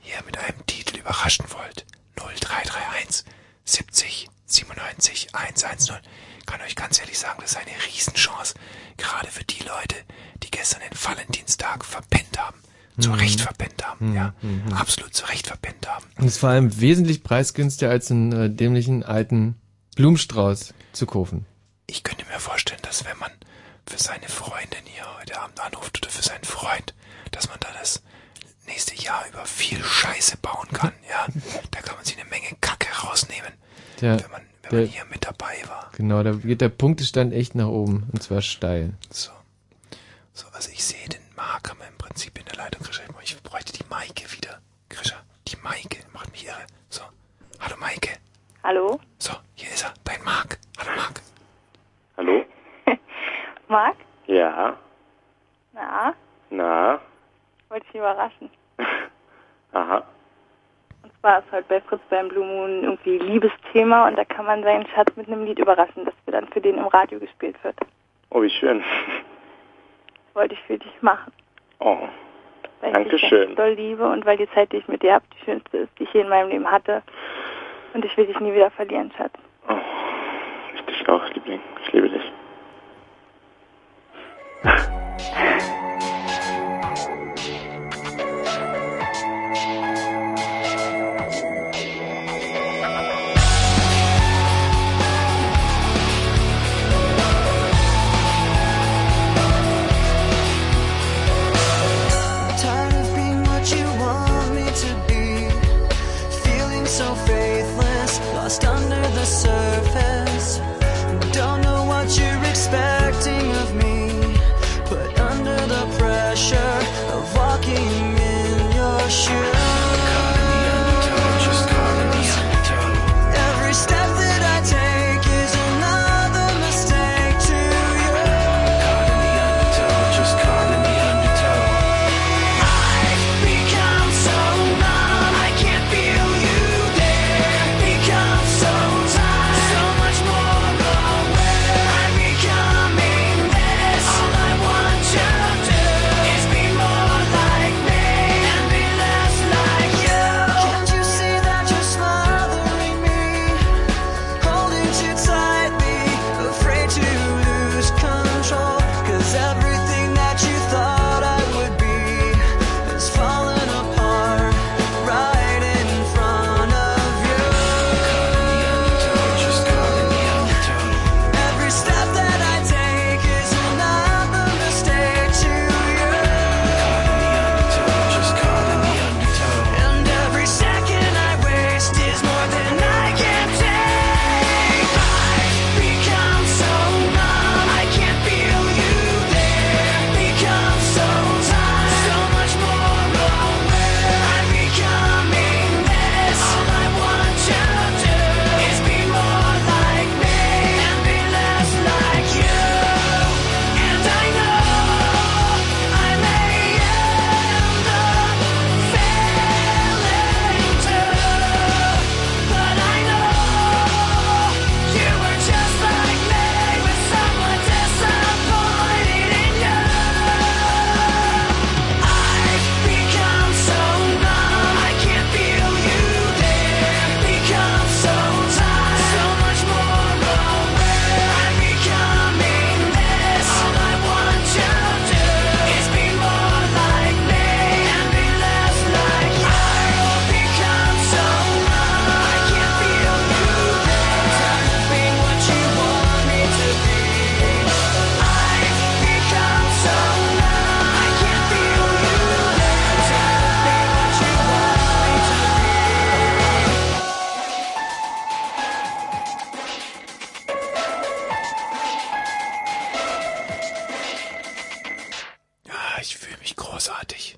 Speaker 2: hier mit einem Titel überraschen wollt, 0331 70 97 110, kann euch ganz ehrlich sagen, das ist eine Riesenchance, gerade für die Leute, die gestern den Valentinstag verpennt haben. Zu
Speaker 3: Mhm.
Speaker 2: Recht verpennt haben,
Speaker 3: Mhm,
Speaker 2: ja.
Speaker 3: mhm.
Speaker 2: Absolut zu Recht verpennt haben.
Speaker 3: Und ist vor allem wesentlich preisgünstiger als einen äh, dämlichen alten Blumenstrauß zu kaufen.
Speaker 2: Ich könnte mir vorstellen, dass wenn man für seine Freundin hier heute Abend anruft oder für seinen Freund, dass man da das nächste Jahr über viel Scheiße bauen kann, ja. Da kann man sich eine Menge Kacke rausnehmen.
Speaker 3: Der, der,
Speaker 2: hier mit dabei war.
Speaker 3: Genau, da geht der Punktestand echt nach oben. Und zwar steil.
Speaker 2: So. So, also ich sehe den Mark haben wir im Prinzip in der Leitung geschrieben. Ich bräuchte die Maike wieder. Grischer, die Maike macht mich irre. So. Hallo Maike.
Speaker 23: Hallo?
Speaker 2: So, hier ist er, dein Mark. Hallo Mark.
Speaker 15: Hallo?
Speaker 23: Marc?
Speaker 15: Ja,
Speaker 23: Na,
Speaker 15: na,
Speaker 19: <laughs>
Speaker 23: wollte ich überraschen.
Speaker 15: aha.
Speaker 23: Und zwar ist heute bei Fritz beim Blue Moon irgendwie Liebesthema und da kann man seinen Schatz mit einem Lied überraschen, das wir dann für den im Radio gespielt wird.
Speaker 15: Oh, wie schön.
Speaker 23: Das wollte ich für dich machen.
Speaker 15: Oh,
Speaker 23: Weil ich dich
Speaker 15: Dankeschön.
Speaker 23: ganz doll liebe und weil die Zeit, die ich mit dir habe, die schönste ist, die ich je in meinem Leben hatte. Und ich will dich nie wieder verlieren, Schatz.
Speaker 15: Ich dich auch, Liebling. Ich liebe dich.
Speaker 11: Tired of being what you want me to be. Feeling so faithless, lost under the surface. Don't know why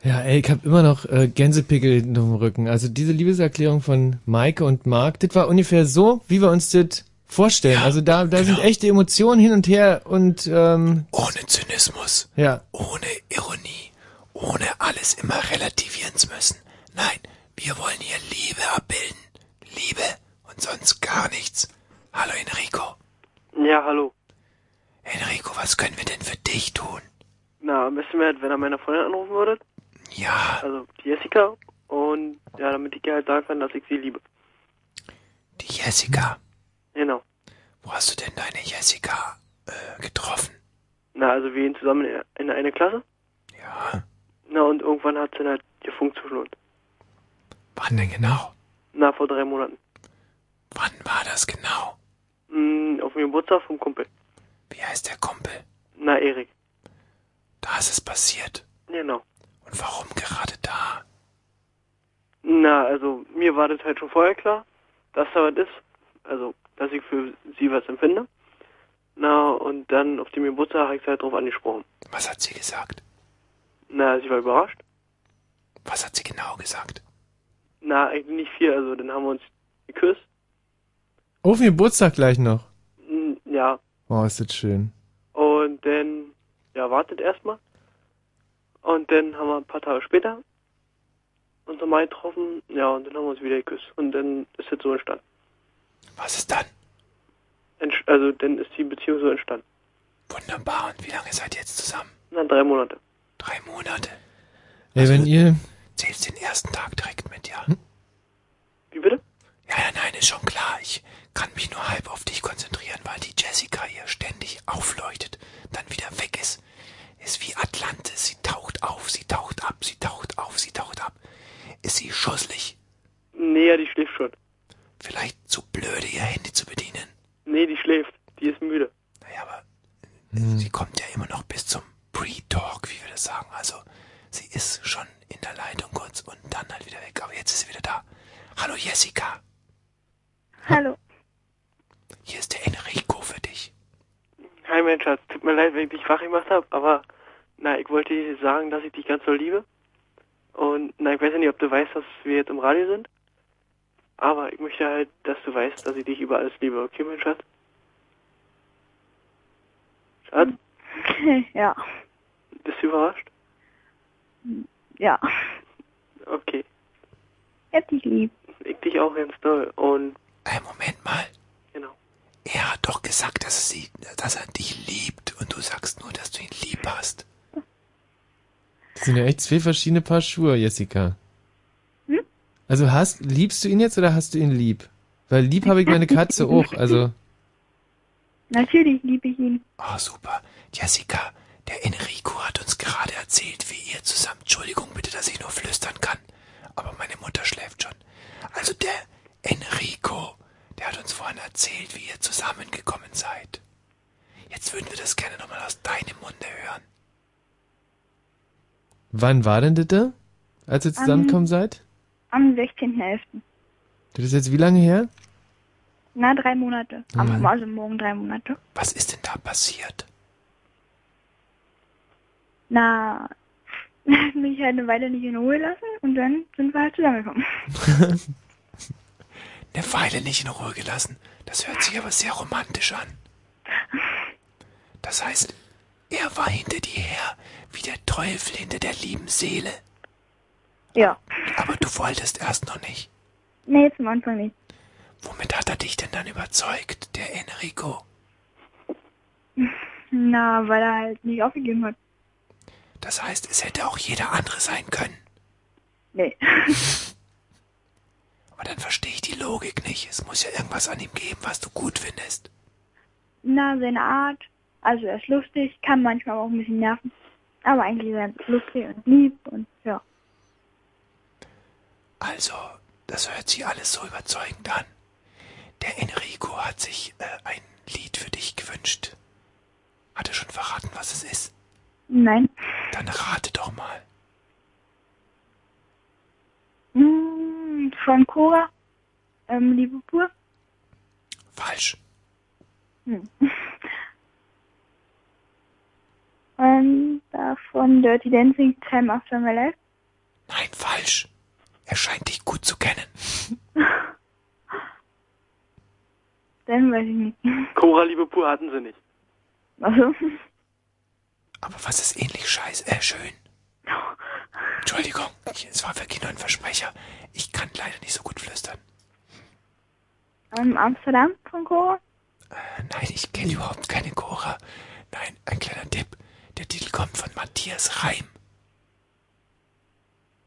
Speaker 3: Ja, ey, ich habe immer noch äh, Gänsepickel hinten auf dem Rücken. Also diese Liebeserklärung von Maike und Marc, das war ungefähr so, wie wir uns das vorstellen. also da, da
Speaker 2: Genau.
Speaker 3: sind echte Emotionen hin und her und ähm,
Speaker 2: Ohne Zynismus.
Speaker 3: ja.
Speaker 2: Ohne Ironie. Ohne alles immer relativieren zu müssen. Nein, wir wollen hier Liebe abbilden. Liebe und sonst gar nichts. Hallo Enrico.
Speaker 24: Ja, hallo.
Speaker 2: Enrico, was können wir denn für dich tun?
Speaker 24: Na, am besten wäre, halt, wenn er meine Freundin anrufen würde.
Speaker 2: Ja.
Speaker 24: Also die Jessica. Und ja, damit ich ihr halt sagen kann, dass ich sie liebe.
Speaker 2: Die Jessica.
Speaker 24: Genau.
Speaker 2: Wo hast du denn deine Jessica äh, getroffen?
Speaker 24: Na, also wir gehen zusammen in- in eine Klasse.
Speaker 2: Ja.
Speaker 24: Na, und irgendwann hat sie dann halt ihr Funk zugelohnt.
Speaker 2: Wann denn genau?
Speaker 24: Na, vor drei Monaten.
Speaker 2: Wann war das genau?
Speaker 24: Hm, auf dem Geburtstag vom Kumpel.
Speaker 2: Wie heißt der Kumpel?
Speaker 24: Na, Erik.
Speaker 2: Da ist es passiert.
Speaker 24: Genau.
Speaker 2: Und warum gerade da?
Speaker 24: Na, also mir war das halt schon vorher klar, dass da was ist. Also, dass ich für sie was empfinde. Na, und dann auf dem Geburtstag habe ich sie halt drauf angesprochen.
Speaker 2: Was hat sie gesagt?
Speaker 24: Na, sie war überrascht.
Speaker 2: Was hat sie genau gesagt?
Speaker 24: Na, eigentlich nicht viel. Also, dann haben wir uns geküsst.
Speaker 3: Auf den Geburtstag gleich noch.
Speaker 24: Hm, Ja,
Speaker 3: Oh, ist das schön.
Speaker 24: und dann, ja, wartet erstmal. Und dann haben wir ein paar Tage später uns nochmal getroffen. Ja, und dann haben wir uns wieder geküsst. Und dann ist jetzt so entstanden.
Speaker 2: Was ist dann?
Speaker 24: Entsch- also, dann ist die Beziehung so entstanden.
Speaker 2: Wunderbar. Und wie lange seid ihr jetzt zusammen?
Speaker 24: Na, drei Monate.
Speaker 2: Drei Monate.
Speaker 3: Ey,
Speaker 2: Also,
Speaker 3: wenn ihr...
Speaker 2: Zählst den ersten Tag direkt mit, ja?
Speaker 24: Wie bitte?
Speaker 2: Ja, ja, nein, ist schon klar. Ich kann mich nur halb auf dich konzentrieren, weil die Jessica hier ständig aufleuchtet, dann wieder weg ist. Ist wie Atlantis. Sie taucht auf, sie taucht ab, sie taucht auf, sie taucht ab. Ist sie schusselig?
Speaker 24: Nee, ja, die schläft schon.
Speaker 2: Vielleicht zu blöde, ihr Handy zu bedienen.
Speaker 24: Nee, die schläft. Die ist müde.
Speaker 2: Sie kommt ja immer noch bis zum Pre-Talk, wie wir das sagen. Also, sie ist schon in der Leitung kurz und dann halt wieder weg. Aber jetzt ist sie wieder da. Hallo Jessica,
Speaker 25: Hallo.
Speaker 2: hier ist der Enrico für dich.
Speaker 24: Hi, mein Schatz. Tut mir leid, wenn ich dich wach gemacht habe, aber na, ich wollte dir sagen, dass ich dich ganz doll liebe. Und na, ich weiß ja nicht, ob du weißt, dass wir jetzt im Radio sind. Aber ich möchte halt, dass du weißt, dass ich dich über alles liebe. Okay, mein Schatz? Schatz,
Speaker 25: Ja.
Speaker 24: bist du überrascht?
Speaker 25: Ja.
Speaker 24: Okay.
Speaker 25: Hätte dich lieb.
Speaker 24: Ich dich auch ganz doll. Und
Speaker 2: Ein Moment mal.
Speaker 24: Genau.
Speaker 2: Er hat doch gesagt, dass, sie, dass er dich liebt und du sagst nur, dass du ihn lieb hast.
Speaker 3: Das sind ja echt zwei verschiedene Paar Schuhe, Jessica.
Speaker 25: Hm?
Speaker 3: Also hast, liebst du ihn jetzt oder hast du ihn lieb? Weil lieb habe ich meine Katze auch, also.
Speaker 25: Natürlich liebe ich ihn.
Speaker 2: Ah, super. Jessica, der Enrico hat uns gerade erzählt, wie ihr zusammen. Entschuldigung bitte, dass ich nur flüstern kann. Aber meine Mutter schläft schon. Also der Enrico, der hat uns vorhin erzählt, wie ihr zusammengekommen seid. Jetzt würden wir das gerne nochmal aus deinem Munde hören.
Speaker 3: Wann war denn das da? Als ihr zusammengekommen seid?
Speaker 25: Am 16.11.
Speaker 3: Das ist jetzt wie lange her?
Speaker 25: Na, drei Monate. Am,
Speaker 3: Mhm.
Speaker 25: Also morgen drei Monate.
Speaker 2: Was ist denn da passiert?
Speaker 25: Na, <laughs> hat mich halt eine Weile nicht in Ruhe lassen und dann sind wir halt zusammengekommen.
Speaker 2: Eine Weile nicht in Ruhe gelassen. Das hört sich aber sehr romantisch an. Das heißt, er war hinter dir her, wie der Teufel hinter der lieben Seele.
Speaker 25: Ja.
Speaker 2: Aber du wolltest erst noch nicht.
Speaker 25: Nee, zum Anfang nicht. <laughs>
Speaker 2: Womit hat er dich denn dann überzeugt, der Enrico?
Speaker 25: Na, weil er halt nicht aufgegeben hat.
Speaker 2: Das heißt, es hätte auch jeder andere sein können.
Speaker 25: Nee.
Speaker 2: <laughs> Aber dann verstehe ich die Logik nicht. Es muss ja irgendwas an ihm geben, was du gut findest.
Speaker 25: Na, seine Art. Also er ist lustig, kann manchmal auch ein bisschen nerven. Aber eigentlich ist er lustig und lieb und ja.
Speaker 2: Also, das hört sich alles so überzeugend an. Der Enrico hat sich äh, ein Lied für dich gewünscht. Hat er schon verraten, was es ist?
Speaker 25: Nein.
Speaker 2: Dann rate doch mal.
Speaker 25: Mm, von Cora. Ähm, Liebe pur.
Speaker 2: Falsch.
Speaker 25: Hm. <laughs> Und da von Dirty Dancing Time After My Life.
Speaker 2: Nein, falsch. Er scheint dich gut zu kennen.
Speaker 25: <laughs> Dann weiß ich nicht. <laughs>
Speaker 24: Cora Liebe pur hatten sie nicht.
Speaker 25: Also,
Speaker 2: Aber was ist ähnlich scheiße? Äh, schön. Entschuldigung, ich, es war wirklich nur ein Versprecher. Ich kann leider nicht so gut flüstern.
Speaker 25: ähm, Amsterdam von Cora?
Speaker 2: Äh, Nein, ich kenne überhaupt keine Cora. Nein, ein kleiner Tipp. Der Titel kommt von Matthias Reim.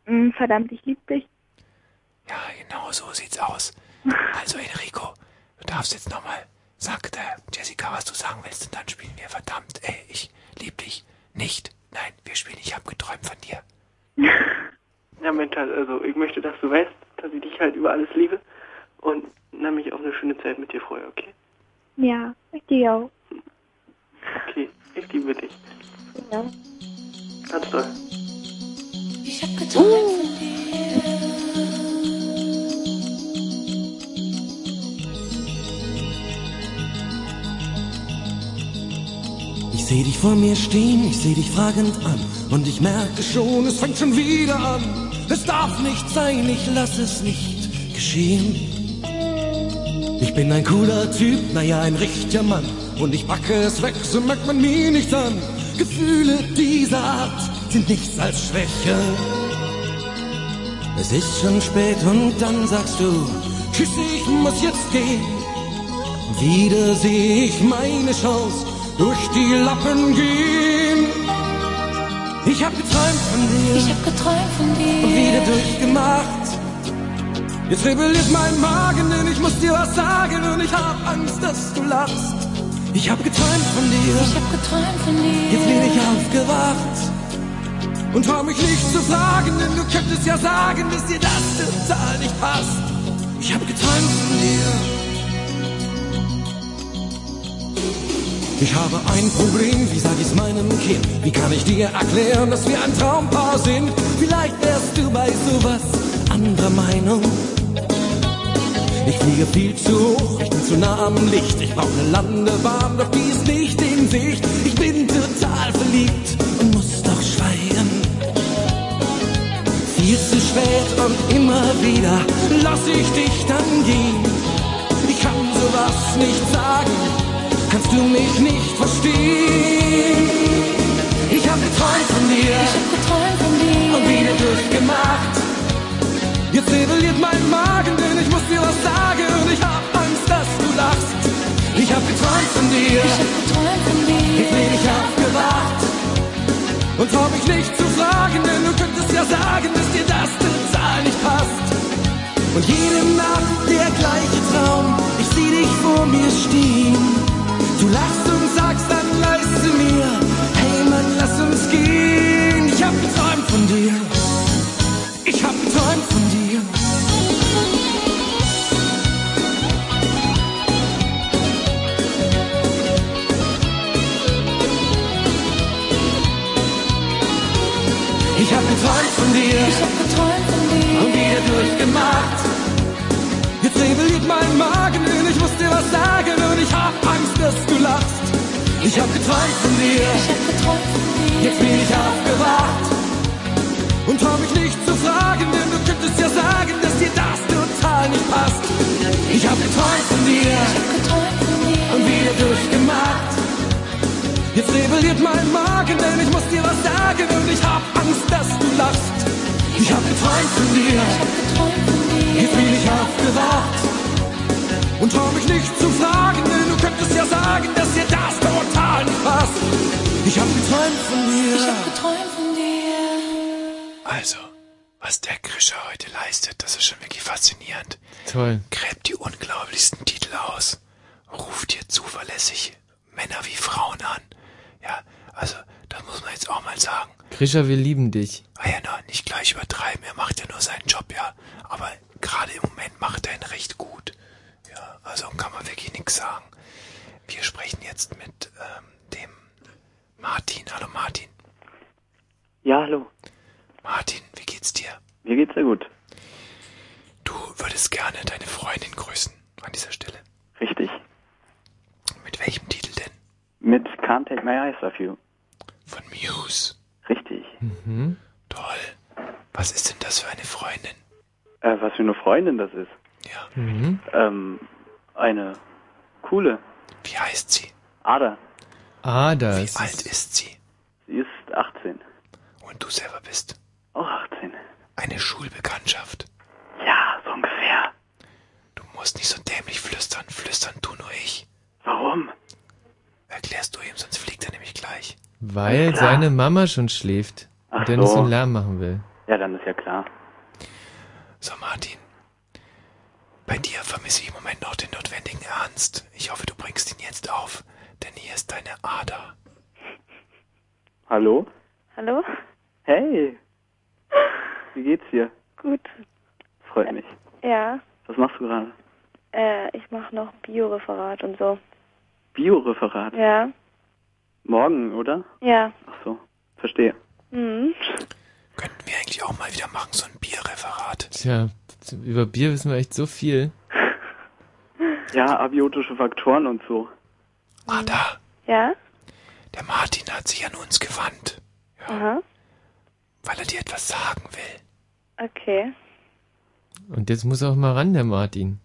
Speaker 25: Hm, verdammt, ich lieb dich.
Speaker 2: Ja, genau so sieht's aus. Also, Enrico, du darfst jetzt nochmal. Sag der Jessica, was du sagen willst, und dann spielen wir verdammt, ey, ich lieb dich nicht. Nein, wir spielen, ich hab geträumt von dir.
Speaker 24: Ja, Mensch, also ich möchte, dass du weißt, dass ich dich halt über alles liebe und na, mich auf eine schöne Zeit mit dir freue, okay?
Speaker 25: Ja, ich dich auch.
Speaker 24: Okay, ich liebe dich.
Speaker 25: Ja.
Speaker 24: Ganz toll.
Speaker 11: Ich hab geträumt von dir.
Speaker 20: Ich seh dich vor mir stehen, ich seh dich fragend an und ich merke schon, es fängt schon wieder an. Es darf nicht sein, ich lass es nicht geschehen. Ich bin ein cooler Typ, naja, ein richtiger Mann und ich packe es weg, so merkt man mir nicht an. Gefühle dieser Art sind nichts als Schwäche. Es ist schon spät und dann sagst du, tschüss, ich muss jetzt gehen. Wieder sehe ich meine Chance durch die Lappen gehen. Ich hab geträumt von dir. Ich hab geträumt von dir. Und wieder durchgemacht. Jetzt rebelliert mein Magen, denn ich muss dir was sagen und ich hab Angst, dass du lachst. Ich hab geträumt von dir. Ich hab geträumt von dir. Jetzt bin ich aufgewacht. Und trau mich nicht zu fragen, denn du könntest ja sagen, dass dir das total nicht passt. Ich hab geträumt von dir. Ich habe ein Problem, wie sag ich's meinem Kind? Wie kann ich dir erklären, dass wir ein Traumpaar sind? Vielleicht wärst du bei sowas anderer Meinung. Ich fliege viel zu hoch, ich bin zu nah am Licht. Ich brauch eine Landebahn, doch die ist nicht in Sicht. Ich bin total verliebt und muss doch schweigen. Viel zu spät und immer wieder lass ich dich dann gehen. Ich kann sowas nicht sagen kannst du mich nicht verstehen. Ich hab geträumt von dir. Ich hab geträumt von dir. Und wieder durchgemacht. Jetzt rebelliert mein Magen, denn ich muss dir was sagen. Und ich hab Angst, dass du lachst. Ich hab geträumt von dir. Ich hab geträumt von dir. Jetzt bin ich aufgewacht. Und trau mich nicht zu fragen, denn du könntest ja sagen, dass dir das total nicht passt. Und jede Nacht der gleiche Traum, ich sieh dich vor mir stehen. Du lachst und sagst dann leise zu mir, hey Mann, lass uns gehen. Ich hab geträumt von dir. Ich hab geträumt von dir. Ich hab geträumt von dir. Ich hab geträumt von dir. Und wieder durchgemacht. Jetzt rebelliert mein Magen und ich muss dir was sagen und ich hab Angst, dass du lachst. Ich hab geträumt von dir. Ich hab geträumt von dir. Jetzt bin ich aufgewacht und trau mich nicht zu fragen, denn du könntest ja sagen, dass dir das total nicht passt. Ich hab geträumt von dir. Ich hab geträumt von dir. Und wieder durchgemacht. Jetzt rebelliert mein Magen, denn ich muss dir was sagen und ich hab Angst, dass du lachst. Ich hab geträumt von dir. Jetzt bin ich aufgewacht und trau mich nicht zu fragen, denn du könntest ja sagen, dass dir das total nicht passt. Ich hab geträumt von dir. Ich hab geträumt von dir.
Speaker 2: Also, was der Krischer heute leistet, das ist schon wirklich faszinierend.
Speaker 3: Toll.
Speaker 2: Gräbt die unglaublichsten Titel aus. Ruft hier zuverlässig Männer wie Frauen an. Ja, also, das muss man jetzt auch mal sagen.
Speaker 3: Krischer, wir lieben dich.
Speaker 2: Ah ja, na, nicht gleich übertreiben, er macht ja nur seinen Job, ja. Aber gerade im Moment macht er ihn recht gut. Ja, also kann man wirklich nichts sagen. Wir sprechen jetzt mit ähm, dem Martin. Hallo Martin.
Speaker 19: Ja, hallo.
Speaker 2: Martin, wie geht's dir?
Speaker 19: Mir geht's sehr gut.
Speaker 2: Du würdest gerne deine Freundin grüßen an dieser Stelle.
Speaker 19: Richtig.
Speaker 2: Mit welchem Titel denn?
Speaker 19: Mit Can't Take My Eyes Off You.
Speaker 2: Von Muse.
Speaker 19: Richtig.
Speaker 3: Mhm.
Speaker 2: Toll. Was ist denn das für eine Freundin?
Speaker 19: Äh, was für eine Freundin das ist. Ja.
Speaker 3: Mhm.
Speaker 19: Ähm, eine coole.
Speaker 2: Wie heißt sie?
Speaker 19: Ada.
Speaker 3: Ada.
Speaker 2: Wie alt ist sie?
Speaker 19: Sie ist Oh, 18.
Speaker 2: Und du selber bist?
Speaker 19: Auch 18.
Speaker 2: Eine Schulbekanntschaft.
Speaker 19: Ja, so ungefähr.
Speaker 2: Du musst nicht so dämlich flüstern. Flüstern tu nur ich.
Speaker 19: Warum?
Speaker 2: Erklärst du ihm, sonst fliegt er nämlich gleich.
Speaker 3: Weil
Speaker 2: Klar.
Speaker 3: seine Mama schon schläft und
Speaker 2: Ach
Speaker 3: er nicht so
Speaker 2: so.
Speaker 3: einen Lärm machen will.
Speaker 19: Ja, dann ist ja klar.
Speaker 2: So, Martin. Bei dir vermisse ich im Moment noch den notwendigen Ernst. Ich hoffe, du bringst ihn jetzt auf, denn hier ist deine Ader.
Speaker 19: Hallo?
Speaker 23: Hallo?
Speaker 19: Hey! Wie geht's dir?
Speaker 23: Gut.
Speaker 19: Freut mich.
Speaker 23: Ja,
Speaker 19: Was machst du gerade?
Speaker 23: äh, ich mache noch Bioreferat und so.
Speaker 19: Bioreferat.
Speaker 23: Ja,
Speaker 19: Morgen, oder?
Speaker 23: ja.
Speaker 19: Ach so, verstehe.
Speaker 23: Hm.
Speaker 2: Könnten wir eigentlich auch mal wieder machen, so ein Bierreferat.
Speaker 3: Tja, über Bier wissen wir echt so viel.
Speaker 19: Ja, abiotische Faktoren und so.
Speaker 2: Ada,
Speaker 23: Ja?
Speaker 2: der Martin hat sich an uns gewandt,
Speaker 23: Aha.
Speaker 2: weil er dir etwas sagen will.
Speaker 23: Okay.
Speaker 3: Und jetzt muss er auch mal ran, der Martin.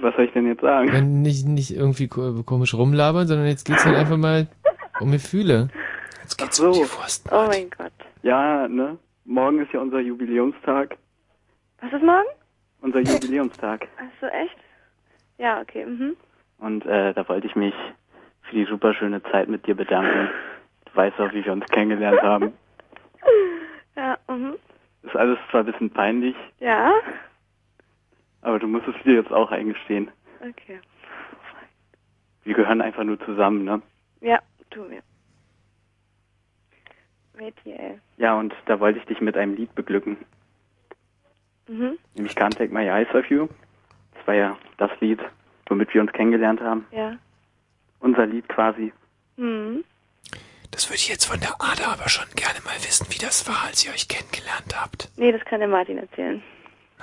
Speaker 19: Was soll ich denn jetzt sagen?
Speaker 3: Wenn nicht, nicht irgendwie ko- komisch rumlabern, sondern jetzt geht's halt einfach mal um Gefühle.
Speaker 2: Jetzt geht's
Speaker 19: so. um die
Speaker 2: Forsten.
Speaker 23: Oh mein Gott.
Speaker 19: Ja, ne? Morgen ist ja unser Jubiläumstag.
Speaker 23: Was ist morgen?
Speaker 19: Unser Jubiläumstag.
Speaker 23: Ach so, echt? Ja, okay. Mhm.
Speaker 19: Und äh, da wollte ich mich für die super schöne Zeit mit dir bedanken. Du weißt auch, wie wir uns kennengelernt haben.
Speaker 23: Ja, mhm.
Speaker 19: Ist alles zwar ein bisschen peinlich,
Speaker 23: Ja?
Speaker 19: aber du musst es dir jetzt auch eingestehen.
Speaker 23: Okay.
Speaker 19: Wir gehören einfach nur zusammen, ne?
Speaker 23: Ja, tu mir. Mädchen, ey.
Speaker 19: Ja, und da wollte ich dich mit einem Lied beglücken.
Speaker 23: Mhm.
Speaker 19: Nämlich Can't Take My Eyes Off You. Das war ja das Lied, womit wir uns kennengelernt haben.
Speaker 23: Ja.
Speaker 19: Unser Lied quasi.
Speaker 23: Hm.
Speaker 2: Das würde ich jetzt von der Ada aber schon gerne mal wissen, wie das war, als ihr euch kennengelernt habt.
Speaker 23: Nee, das kann der Martin erzählen.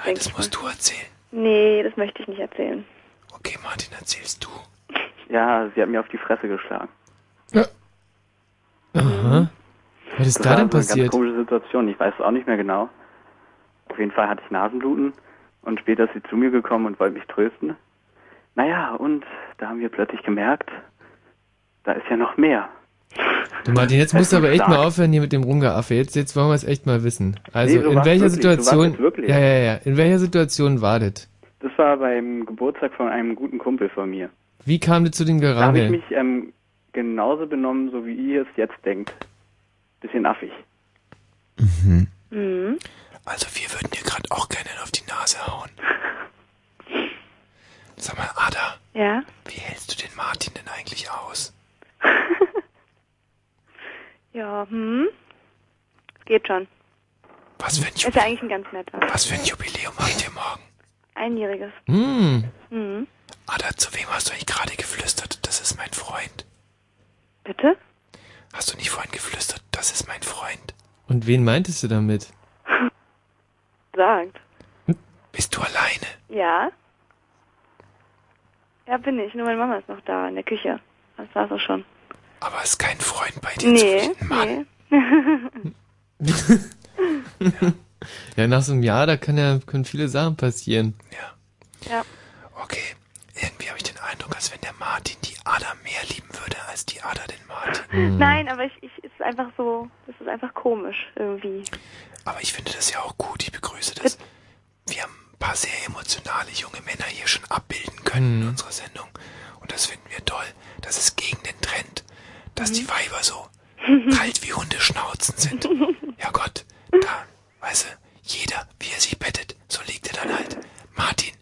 Speaker 2: Nein, das musst du erzählen.
Speaker 23: Nee, das möchte ich nicht erzählen. <laughs>
Speaker 2: Okay, Martin, erzählst du.
Speaker 19: Ja, sie hat mir auf die Fresse geschlagen.
Speaker 3: Aha. Was ist da
Speaker 19: war
Speaker 3: denn
Speaker 19: so Eine ganz
Speaker 3: passiert?
Speaker 19: komische Situation, ich weiß es auch nicht mehr genau. Auf jeden Fall hatte ich Nasenbluten und später ist sie zu mir gekommen und wollte mich trösten. Naja, und da haben wir plötzlich gemerkt, da ist ja noch mehr.
Speaker 3: Du Martin, jetzt
Speaker 19: Das
Speaker 3: musst du
Speaker 19: ist
Speaker 3: aber echt
Speaker 19: stark.
Speaker 3: mal aufhören hier mit dem Rumgeaffe. Jetzt, jetzt wollen wir es echt mal wissen. Also
Speaker 19: Nee, so
Speaker 3: in
Speaker 19: war's
Speaker 3: welcher
Speaker 19: wirklich, so war's
Speaker 3: Situation.
Speaker 19: jetzt wirklich.
Speaker 3: Ja, ja, ja. In welcher Situation wartet?
Speaker 19: Das war beim Geburtstag von einem guten Kumpel von mir.
Speaker 3: Wie kam du zu dem
Speaker 19: Da habe ich
Speaker 3: Gerangel?
Speaker 19: mich ähm, genauso benommen, so wie ihr es jetzt denkt. Bisschen affig.
Speaker 23: Mhm.
Speaker 2: Also wir würden dir gerade auch gerne einen auf die Nase
Speaker 23: <laughs>
Speaker 2: hauen. Sag mal, Ada,
Speaker 23: Ja?
Speaker 2: wie hältst du den Martin denn eigentlich aus?
Speaker 23: Ja, hm. Geht schon.
Speaker 2: Was für ein,
Speaker 23: Ist ja eigentlich ein ganz netter.
Speaker 2: Was für ein Jubiläum habt ihr morgen?
Speaker 23: Einjähriges.
Speaker 3: Hm.
Speaker 23: Mhm.
Speaker 2: Ada, zu wem hast du eigentlich gerade geflüstert? Das ist mein Freund.
Speaker 23: Bitte?
Speaker 2: Hast du nicht vorhin geflüstert? Das ist mein Freund.
Speaker 3: Und wen meintest du damit?
Speaker 23: Sagt.
Speaker 2: Bist du alleine?
Speaker 23: Ja? Ja, bin ich. Nur meine Mama ist noch da in der Küche. Das war's auch schon.
Speaker 2: Aber ist kein
Speaker 23: <laughs>
Speaker 2: Freund bei dir
Speaker 23: Nee,
Speaker 2: zu
Speaker 23: nee.
Speaker 3: Ja, nach so einem Jahr, da kann ja, können viele Sachen passieren.
Speaker 23: ja.
Speaker 2: Okay. Irgendwie habe ich den Eindruck, als wenn der Martin die Ada mehr lieben würde, als die Ada den Martin.
Speaker 25: Hm.
Speaker 23: Nein, aber ich, ich, es ist einfach so, es ist einfach komisch irgendwie.
Speaker 2: Aber ich finde das ja auch gut. Ich begrüße das. Wir haben ein paar sehr emotionale junge Männer hier schon abbilden können in unserer Sendung. Und das finden wir toll. Das ist gegen den Trend, dass die Weiber so kalt wie Hunde schnauzen sind. Ja Gott, da, weißt du, jeder, wie er sich bettet, so liegt er dann halt. Martin,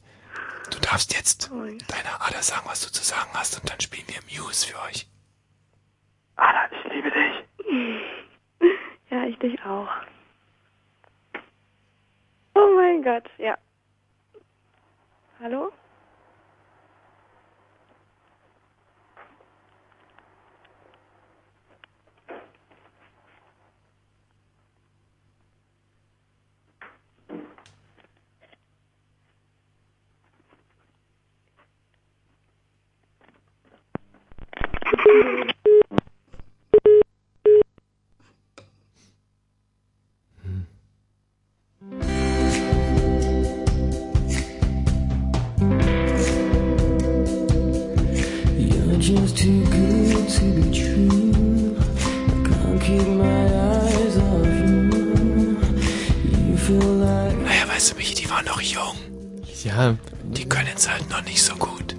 Speaker 2: du darfst jetzt deiner Ada sagen, was du zu sagen hast und dann spielen wir Muse für euch.
Speaker 19: Ada, ich liebe dich.
Speaker 23: <laughs> Ja, ich dich auch. Oh mein Gott, ja. Hallo?
Speaker 2: weißt du, Michi, die waren noch jung.
Speaker 3: Ja.
Speaker 2: Die können es halt noch nicht so gut.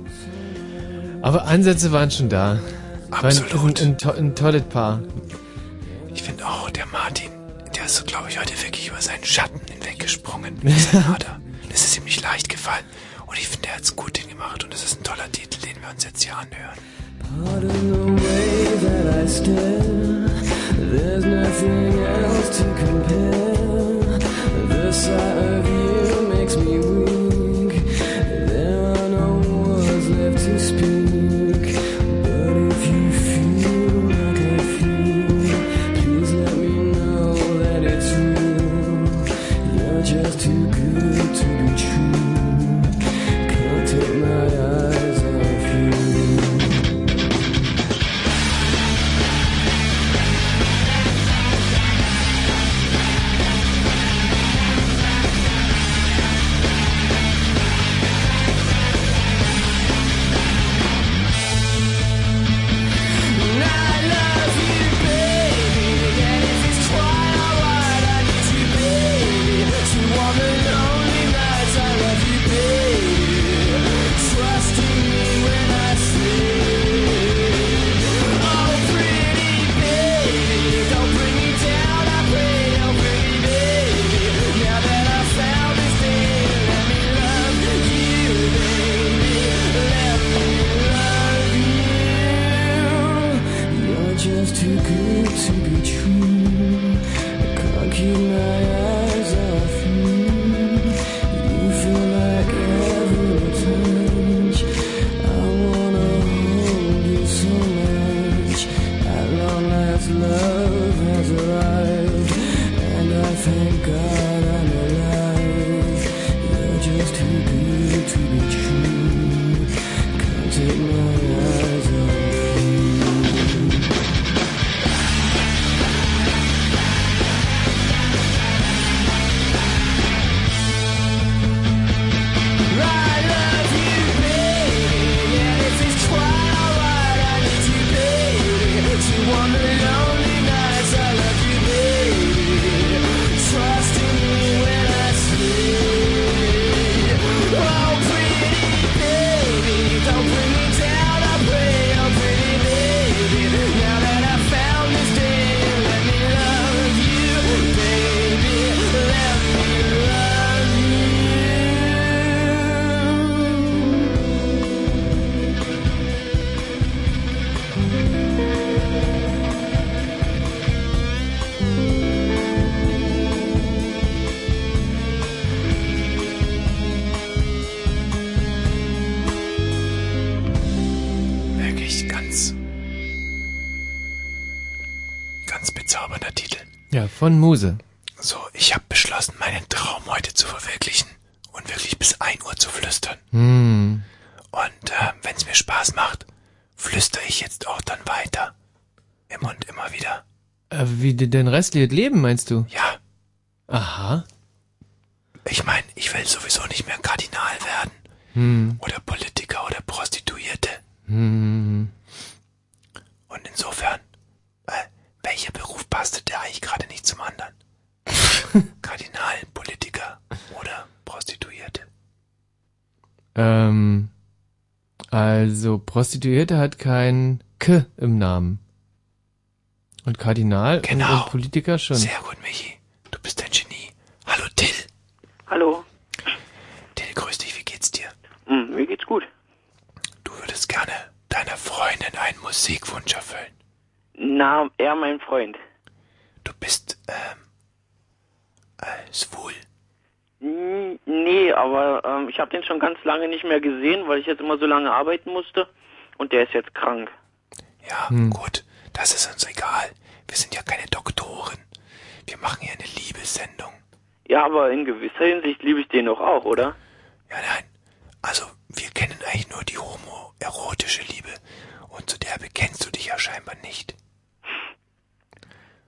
Speaker 3: Aber Ansätze waren schon da.
Speaker 2: Absolut.
Speaker 3: War ein, ein, ein, to- ein tolles Paar.
Speaker 2: Ich finde auch, der Martin, der ist so, glaube ich, heute wirklich über seinen Schatten hinweggesprungen.
Speaker 11: <laughs>
Speaker 2: Sein Marder. Das ist ihm nicht leicht gefallen. Und ich finde, er hat es gut hingemacht. Und das ist ein toller Titel, den wir uns jetzt hier anhören.
Speaker 11: Pardon the way that I stare. There's nothing else to compare. The sight of you makes me weak. There are no words left to speak. But if you feel like I feel, please let me know that it's real. You're just too good to be true. Can't take my eyes off you. You're just too good to be true. I can't keep my eyes off you. You feel like every touch. I wanna hold you so much. At long last, love has arrived, and I thank God I'm alive. You're just too good to be true. Can't take my eyes off you.
Speaker 2: Wirklich ganz, ganz bezaubernder Titel.
Speaker 3: Ja, von Muse.
Speaker 2: So, ich habe beschlossen, meinen Traum heute zu verwirklichen und wirklich bis 1 Uhr zu flüstern.
Speaker 3: Hm.
Speaker 2: Und äh, wenn es mir Spaß macht, flüstere ich jetzt auch dann weiter. Immer und immer wieder.
Speaker 3: Äh, wie de- dein restliches Leben, meinst du?
Speaker 2: Ja.
Speaker 3: Aha.
Speaker 2: Ich meine, ich will sowieso nicht mehr Kardinal werden.
Speaker 3: Hm.
Speaker 2: Oder Politiker oder Prostituierte.
Speaker 3: Hm.
Speaker 2: Und insofern, äh, welcher Beruf passte da eigentlich gerade nicht zum anderen? Kardinal, Politiker oder Prostituierte?
Speaker 3: Ähm, also Prostituierte hat kein K im Namen. Und Kardinal und,
Speaker 2: Genau.
Speaker 3: und Politiker schon.
Speaker 2: Sehr gut, Michi. Du bist ein Genie. Hallo, Till.
Speaker 24: Hallo.
Speaker 2: Till, grüß dich. Wie geht's dir?
Speaker 24: Hm, mir geht's gut.
Speaker 2: Du würdest gerne deiner Freundin einen Musikwunsch erfüllen.
Speaker 24: Na, er mein Freund.
Speaker 2: Du bist, ähm, äh, schwul.
Speaker 24: N- Nee, aber ähm, ich habe den schon ganz lange nicht mehr gesehen, weil ich jetzt immer so lange arbeiten musste. Und der ist jetzt krank.
Speaker 2: Ja, gut. Das ist uns egal. Wir sind ja keine Doktoren. Wir machen hier eine Liebessendung.
Speaker 24: Ja, aber in gewisser Hinsicht liebe ich den doch auch, oder?
Speaker 2: Also, wir kennen eigentlich nur die homoerotische Liebe. Und zu der bekennst du dich ja scheinbar nicht.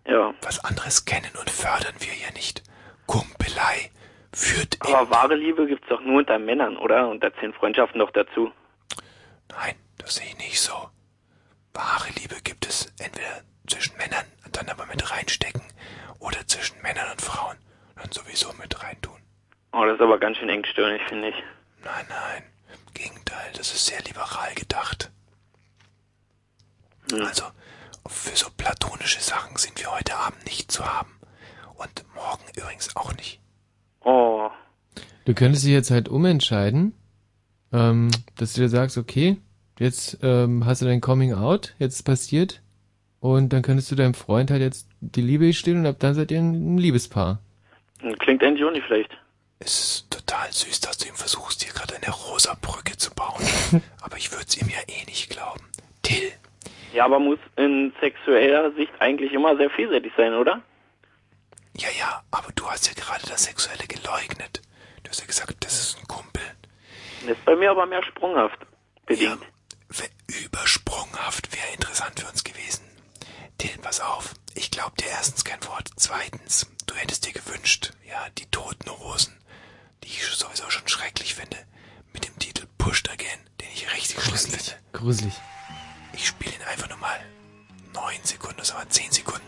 Speaker 24: Ja.
Speaker 2: Was anderes kennen und fördern wir hier nicht. Kumpelei. Führt
Speaker 24: aber wahre Liebe gibt's doch nur unter Männern, oder? Und da zählen Freundschaften doch dazu.
Speaker 2: Nein, das sehe ich nicht so. Wahre Liebe gibt es entweder zwischen Männern und dann aber mit reinstecken oder zwischen Männern und Frauen und dann sowieso mit reintun.
Speaker 24: Oh, das
Speaker 16: ist aber ganz schön engstirnig, finde ich.
Speaker 2: Nein, nein. Im Gegenteil, das ist sehr liberal gedacht. Also, für so platonische Sachen sind wir heute Abend nicht zu haben. Und morgen übrigens auch nicht.
Speaker 16: Oh.
Speaker 3: Du könntest dich jetzt halt umentscheiden, ähm, dass du dir sagst, okay, jetzt ähm, hast du dein Coming Out, jetzt ist passiert. Und dann könntest du deinem Freund halt jetzt die Liebe stehen und ab dann seid ihr ein Liebespaar.
Speaker 16: Klingt Ende Juni vielleicht.
Speaker 2: Es ist total süß, dass du ihm versuchst, hier gerade eine rosa Brücke zu
Speaker 16: <laughs>
Speaker 2: bauen. Aber ich würde es ihm ja eh nicht glauben. Till,
Speaker 16: Ja, aber muss in sexueller Sicht eigentlich immer sehr vielseitig sein, oder?
Speaker 2: ja, ja, aber du hast ja gerade das Sexuelle geleugnet. Du hast ja gesagt, das ist ein Kumpel.
Speaker 16: Das ist bei mir aber mehr sprunghaft bedingt.
Speaker 2: Übersprunghaft wäre interessant für uns gewesen. Till, pass auf. Ich glaube dir erstens kein Wort. Zweitens, du hättest dir gewünscht, ja, die toten Hosen, die ich sowieso schon schrecklich finde, mit dem Titel Pushed Again, den ich richtig schlimm finde.
Speaker 3: Gruselig.
Speaker 2: Ich spiele ihn einfach nur mal. Neun Sekunden, das waren zehn Sekunden.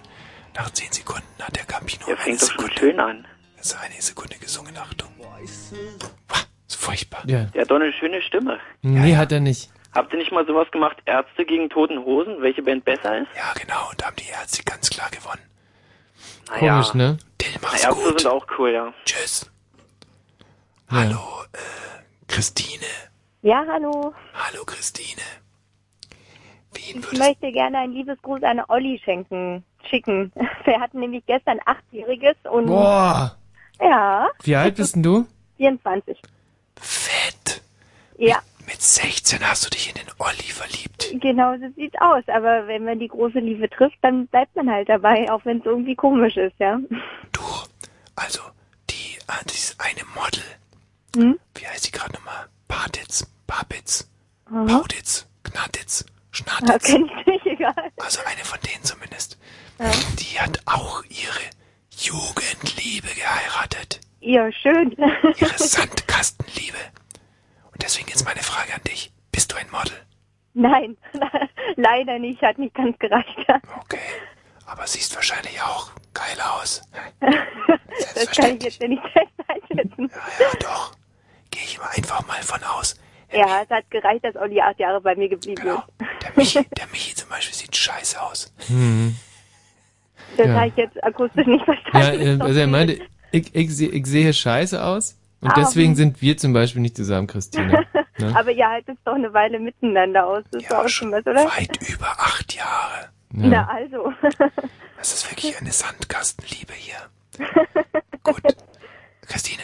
Speaker 2: Nach zehn Sekunden hat der Campino
Speaker 16: Der
Speaker 2: eine
Speaker 16: fängt doch schon
Speaker 2: Sekunde.
Speaker 16: schön an.
Speaker 2: Das ist eine Sekunde gesungen, Achtung. Ist furchtbar.
Speaker 3: Ja.
Speaker 16: Der hat doch eine schöne Stimme.
Speaker 3: Nee, hat er nicht.
Speaker 16: Habt ihr nicht mal sowas gemacht, Ärzte gegen Toten Hosen, welche Band besser ist?
Speaker 2: Ja, genau, und da haben die Ärzte ganz klar gewonnen.
Speaker 16: Naja.
Speaker 3: Komisch, ne?
Speaker 2: Till,
Speaker 16: Na,
Speaker 2: mach's
Speaker 16: Ärzte
Speaker 2: gut.
Speaker 16: sind auch cool, ja.
Speaker 2: Tschüss.
Speaker 3: Hallo.
Speaker 2: äh, Christine.
Speaker 1: Ja, hallo.
Speaker 2: Hallo, Christine.
Speaker 1: Ich möchte gerne einen Liebesgruß an Olli schenken, schicken. <laughs> Wir hatten nämlich gestern achtjähriges und
Speaker 3: Boah.
Speaker 1: ja,
Speaker 3: Wie alt bist denn du?
Speaker 1: 24.
Speaker 2: Fett.
Speaker 1: Ja,
Speaker 2: Mit 16 hast du dich in den Olli verliebt.
Speaker 1: genau so sieht's aus. Aber wenn man die große Liebe trifft, dann bleibt man halt dabei, auch wenn es irgendwie komisch ist, ja. <laughs>
Speaker 2: Also, die, ah, dieses eine Model.
Speaker 1: Hm?
Speaker 2: Wie heißt die gerade nochmal? Partitz, Papitz, Pauditz, Gnatitz,
Speaker 1: Ah,
Speaker 2: Schnatitz.
Speaker 1: kenn ich nicht, <laughs> egal.
Speaker 2: Also eine von denen zumindest. Die hat auch ihre Jugendliebe geheiratet.
Speaker 1: Ja, schön. <laughs>
Speaker 2: Ihre Sandkastenliebe. Und deswegen jetzt meine Frage an dich. Bist du ein Model?
Speaker 1: Nein, <laughs> leider nicht, hat nicht ganz gereicht. <laughs>
Speaker 2: Aber siehst wahrscheinlich auch geil aus.
Speaker 1: Das kann ich jetzt ja nicht fest einschätzen.
Speaker 2: Ja, doch. Gehe ich mal einfach mal von aus.
Speaker 1: Ja, es hat gereicht, dass Olli acht Jahre bei mir geblieben
Speaker 2: Genau. Der Michi,
Speaker 1: <laughs>
Speaker 2: der Michi zum Beispiel sieht scheiße aus.
Speaker 3: Hm.
Speaker 1: ist. Das
Speaker 3: Ja.
Speaker 1: habe ich jetzt akustisch nicht
Speaker 3: Ja,
Speaker 1: verstanden.
Speaker 3: äh,
Speaker 1: <laughs>
Speaker 3: also er meinte, ich, ich, seh- ich sehe scheiße aus und
Speaker 1: Ah,
Speaker 3: deswegen
Speaker 1: hm.
Speaker 3: sind wir zum Beispiel nicht
Speaker 1: <laughs>
Speaker 3: zusammen, Christine. Ne?
Speaker 1: Aber ihr haltet doch eine Weile miteinander aus. Das ist doch auch schon was, oder?
Speaker 2: Weit über acht Jahre.
Speaker 1: Na also.
Speaker 2: <laughs> Das ist wirklich eine
Speaker 1: <laughs>
Speaker 2: Sandkastenliebe hier. Gut. Christine,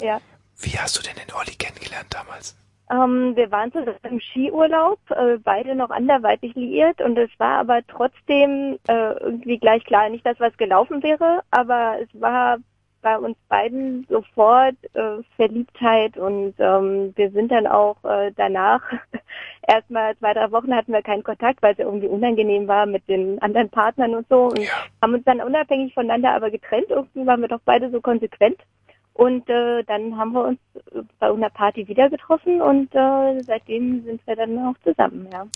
Speaker 1: ja.
Speaker 2: wie hast du denn den Olli kennengelernt damals?
Speaker 1: Ähm, wir waren zusammen im Skiurlaub, äh, beide noch anderweitig liiert und es war aber trotzdem äh, irgendwie gleich klar, nicht dass was gelaufen wäre, aber es war bei uns beiden sofort äh, Verliebtheit und ähm, wir sind dann auch äh, danach <laughs> erstmal zwei, drei Wochen hatten wir keinen Kontakt, weil es ja irgendwie unangenehm war mit den anderen Partnern und so und haben uns dann unabhängig voneinander aber getrennt. Irgendwie waren wir doch beide so konsequent. Und äh, dann haben wir uns äh, bei einer Party wieder getroffen und äh, seitdem sind wir dann auch zusammen, ja.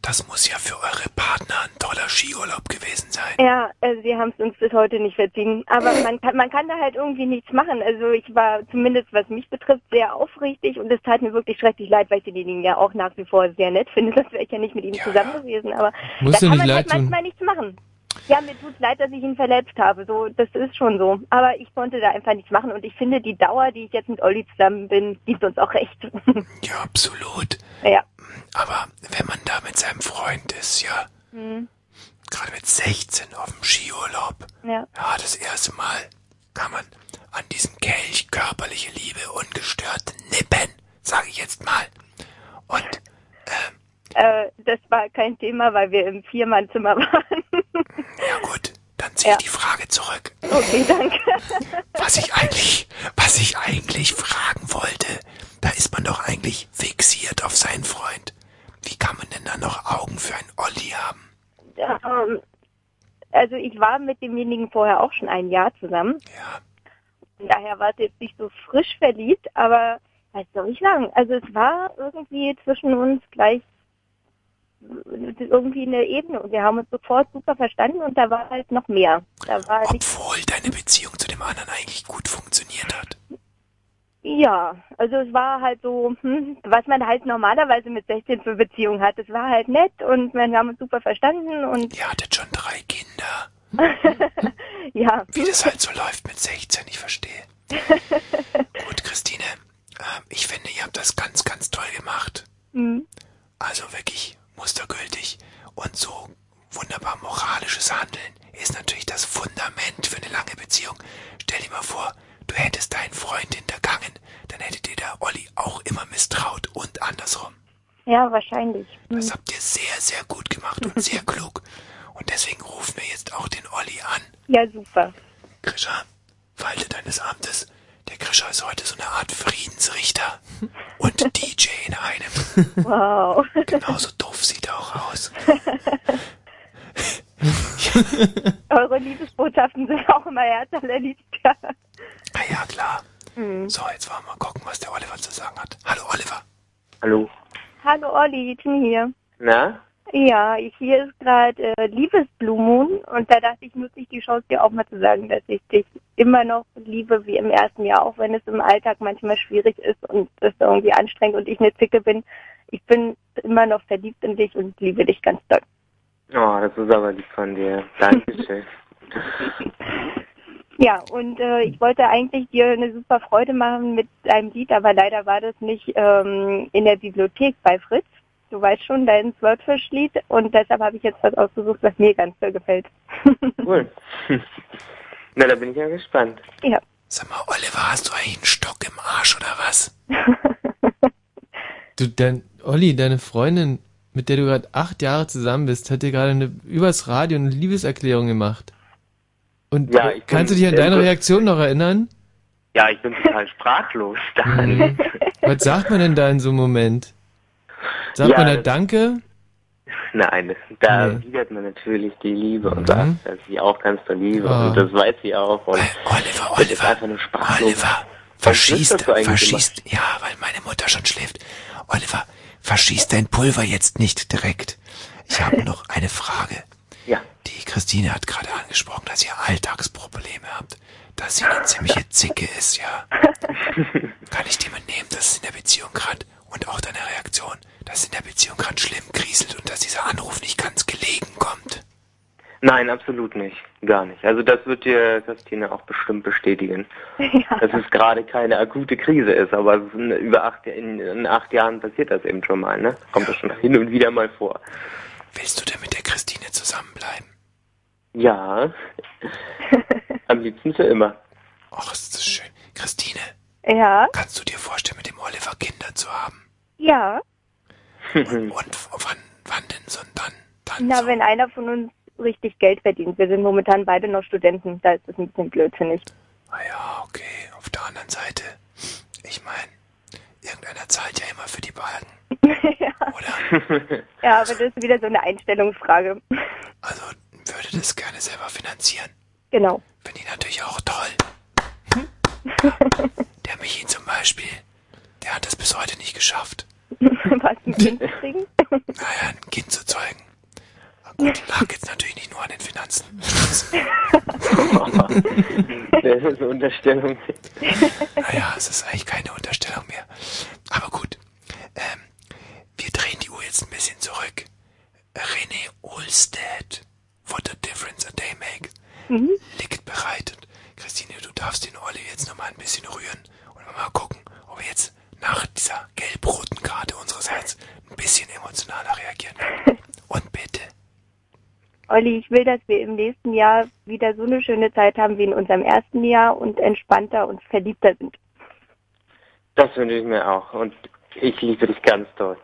Speaker 2: Das muss ja für eure Partner ein toller Skiurlaub gewesen sein.
Speaker 1: Ja, äh, sie haben es uns bis heute nicht verziehen. Aber man kann, man kann da halt irgendwie nichts machen. Also ich war zumindest, was mich betrifft, sehr aufrichtig und es tat mir wirklich schrecklich leid, weil ich denjenigen ja auch nach wie vor sehr nett finde. <laughs> Das wäre ich ja nicht mit ihm zusammen gewesen, aber
Speaker 3: Muss
Speaker 1: da
Speaker 3: dir
Speaker 1: kann man
Speaker 3: nicht leid
Speaker 1: halt
Speaker 3: tun.
Speaker 1: manchmal nichts machen. Ja, mir tut's leid, dass ich ihn verletzt habe. So, das ist schon so. Aber ich konnte da einfach nichts machen und ich finde, die Dauer, die ich jetzt mit Olli zusammen bin, gibt uns auch recht. <laughs>
Speaker 2: Ja, absolut.
Speaker 1: ja.
Speaker 2: Aber wenn man da mit seinem Freund ist, ja,
Speaker 1: Hm.
Speaker 2: gerade mit 16 auf dem Skiurlaub,
Speaker 1: Ja.
Speaker 2: ja, das erste Mal kann man an diesem Kelch körperliche Liebe ungestört nippen, sage ich jetzt mal.
Speaker 1: Äh, das war kein Thema, weil wir im Viermannzimmer <laughs> waren.
Speaker 2: Dann ziehe ich die Frage zurück.
Speaker 1: Okay, danke. <laughs>
Speaker 2: Was ich eigentlich, was ich eigentlich fragen wollte, da ist man doch eigentlich fixiert auf seinen Freund. Wie kann man denn da noch Augen für einen Olli haben?
Speaker 1: Ähm, also ich war mit demjenigen vorher auch schon ein Jahr zusammen. Von daher war es jetzt nicht so frisch verliebt, aber was soll ich sagen? Also es war irgendwie zwischen uns gleich äh, irgendwie eine Ebene und wir haben uns sofort super verstanden und da war halt noch mehr. Da war nicht,
Speaker 2: Obwohl deine Beziehung zu dem anderen eigentlich gut funktioniert hat.
Speaker 1: Ja, also es war halt so, hm, was man halt normalerweise mit 16 für Beziehung hat. Es war halt nett und wir haben uns super verstanden und.
Speaker 2: Ihr hattet schon drei Kinder.
Speaker 1: <laughs> Ja.
Speaker 2: Wie das halt so läuft mit 16, ich verstehe. Gut, Christine, ähm, ich finde, ihr habt das ganz, ganz toll gemacht.
Speaker 1: <laughs> Hm.
Speaker 2: Also wirklich mustergültig. Und so wunderbar moralisches Handeln ist natürlich das Fundament für eine lange Beziehung. Stell dir mal vor, du hättest deinen Freund hintergangen, dann hättet ihr der Olli auch immer misstraut und andersrum.
Speaker 1: Ja, wahrscheinlich. Hm.
Speaker 2: Das habt ihr sehr, sehr gut gemacht und sehr klug. Und deswegen rufen wir jetzt auch den Olli an.
Speaker 1: <laughs> Ja,
Speaker 2: <laughs>
Speaker 1: super.
Speaker 2: Grisha, Falte deines Amtes. Der Grisha ist heute so eine Art Friedensrichter <laughs> und DJ in einem.
Speaker 1: Wow.
Speaker 2: Genauso doof sieht er
Speaker 1: <laughs>
Speaker 2: auch aus.
Speaker 1: Eure Liebesbotschaften sind auch immer härter, Hm. Lelitska.
Speaker 2: Ah ja, klar. So, jetzt wollen wir mal gucken, was der Oliver zu sagen hat. Hallo Oliver.
Speaker 17: Hallo.
Speaker 1: Hallo Olli, Tim hier.
Speaker 17: Na?
Speaker 1: Ja, ich- hier ist gerade äh, Liebesblue Moon und da dachte ich, nutze ich die Chance, dir auch mal zu sagen, dass ich dich immer noch liebe wie im ersten Jahr, auch wenn es im Alltag manchmal schwierig ist und es irgendwie anstrengend und ich eine Zicke bin. Ich bin immer noch verliebt in dich und liebe dich ganz doll.
Speaker 17: Oh, das ist aber lieb von dir.
Speaker 3: <laughs>
Speaker 17: Dankeschön.
Speaker 1: Ja, und äh, ich wollte eigentlich dir eine super Freude machen mit einem Lied, aber leider war das nicht ähm, in der Bibliothek bei Fritz. Du weißt schon, dein Swordfish-Lied und deshalb habe ich jetzt was ausgesucht, was mir ganz toll gefällt. <laughs>
Speaker 17: cool. Na, da bin ich ja gespannt.
Speaker 1: Ja.
Speaker 2: Sag mal, Oliver, hast du eigentlich einen Stock im Arsch oder was?
Speaker 3: Du, dein, Olli, deine Freundin, mit der du gerade acht Jahre zusammen bist, hat dir gerade eine, übers Radio eine Liebeserklärung gemacht. Und
Speaker 17: Ja, ich
Speaker 3: kannst du
Speaker 17: bin
Speaker 3: dich an
Speaker 17: sehr
Speaker 3: deine
Speaker 17: be-
Speaker 3: Reaktion noch erinnern?
Speaker 17: Ja, ich bin total sprachlos dann.
Speaker 3: Mhm. Was sagt man denn da in so einem Moment? Sagt
Speaker 17: Ja,
Speaker 3: man da
Speaker 17: das-
Speaker 3: Danke?
Speaker 17: Nein, da widert man natürlich die Liebe und sagt, dass ich auch ganz doll liebe
Speaker 3: Mhm. Ah. Äh,
Speaker 17: und das weiß sie auch. Und Oliver, Oliver, ist einfach nur sprachlos. Oliver,
Speaker 2: Verschießt, verschießt, ja, weil meine Mutter schon schläft. Oliver, verschieß dein Pulver jetzt nicht direkt. Ich habe noch eine Frage.
Speaker 17: Ja.
Speaker 2: Die Christine hat gerade angesprochen, dass ihr Alltagsprobleme habt, dass sie eine ziemliche Zicke ist, ja. Kann ich dir mitnehmen, dass es in der Beziehung gerade und auch deine Reaktion, dass es in der Beziehung gerade schlimm kriselt und dass dieser Anruf nicht ganz gelegen kommt?
Speaker 17: Nein, absolut nicht. Gar nicht. Also das wird dir Christine auch bestimmt bestätigen. Dass es gerade keine akute Krise ist, aber es ist in über acht, in, in acht Jahren passiert das eben schon mal, ne? Kommt das schon hin und wieder mal vor.
Speaker 2: Willst du denn mit der Christine zusammenbleiben? <laughs>
Speaker 17: Ja. Am liebsten für immer.
Speaker 2: Ach, ist das schön. Christine,
Speaker 1: Ja,
Speaker 2: kannst du dir vorstellen, mit dem Oliver Kinder zu
Speaker 1: <laughs>
Speaker 2: haben?
Speaker 1: ja.
Speaker 2: Und, und wann, wann denn so dann?
Speaker 1: Na, wenn einer von uns richtig Geld verdient. Wir sind momentan beide noch Studenten, da ist es ein bisschen blödsinnig.
Speaker 2: Ah ja, okay. Auf der anderen Seite, ich meine, irgendeiner zahlt ja immer für
Speaker 1: <laughs>
Speaker 2: die Balken.
Speaker 1: Ja, aber das ist wieder so eine Einstellungsfrage. <laughs>
Speaker 2: Würde das gerne selber finanzieren.
Speaker 1: Genau. <laughs>
Speaker 2: Finde ich natürlich auch toll. Der Michi zum Beispiel, der hat es bis heute nicht geschafft,
Speaker 1: <laughs> Was ein Kind zu
Speaker 2: <laughs>
Speaker 1: kriegen?
Speaker 2: ein Kind zu zeugen. Ah, Gut, lag jetzt natürlich nicht nur an
Speaker 1: <laughs>
Speaker 2: den Finanzen. <laughs>
Speaker 17: das ist eine Unterstellung.
Speaker 2: Naja, Ah es ist eigentlich keine Unterstellung mehr. Aber gut, ähm, wir drehen die Uhr jetzt ein bisschen zurück. René Olstedt, What a Difference a Day Makes,
Speaker 1: Mhm.
Speaker 2: liegt bereit. Und Christine, du darfst den Olli jetzt nochmal ein bisschen rühren und wir mal gucken, ob er jetzt nach dieser gelb-roten Karte unsererseits ein bisschen emotionaler reagieren wird. Und bitte,
Speaker 1: Olli, ich will, dass wir im nächsten Jahr wieder so eine schöne Zeit haben wie in unserem ersten Jahr und entspannter und verliebter sind.
Speaker 17: Das wünsche ich mir auch. Und ich liebe dich ganz doll.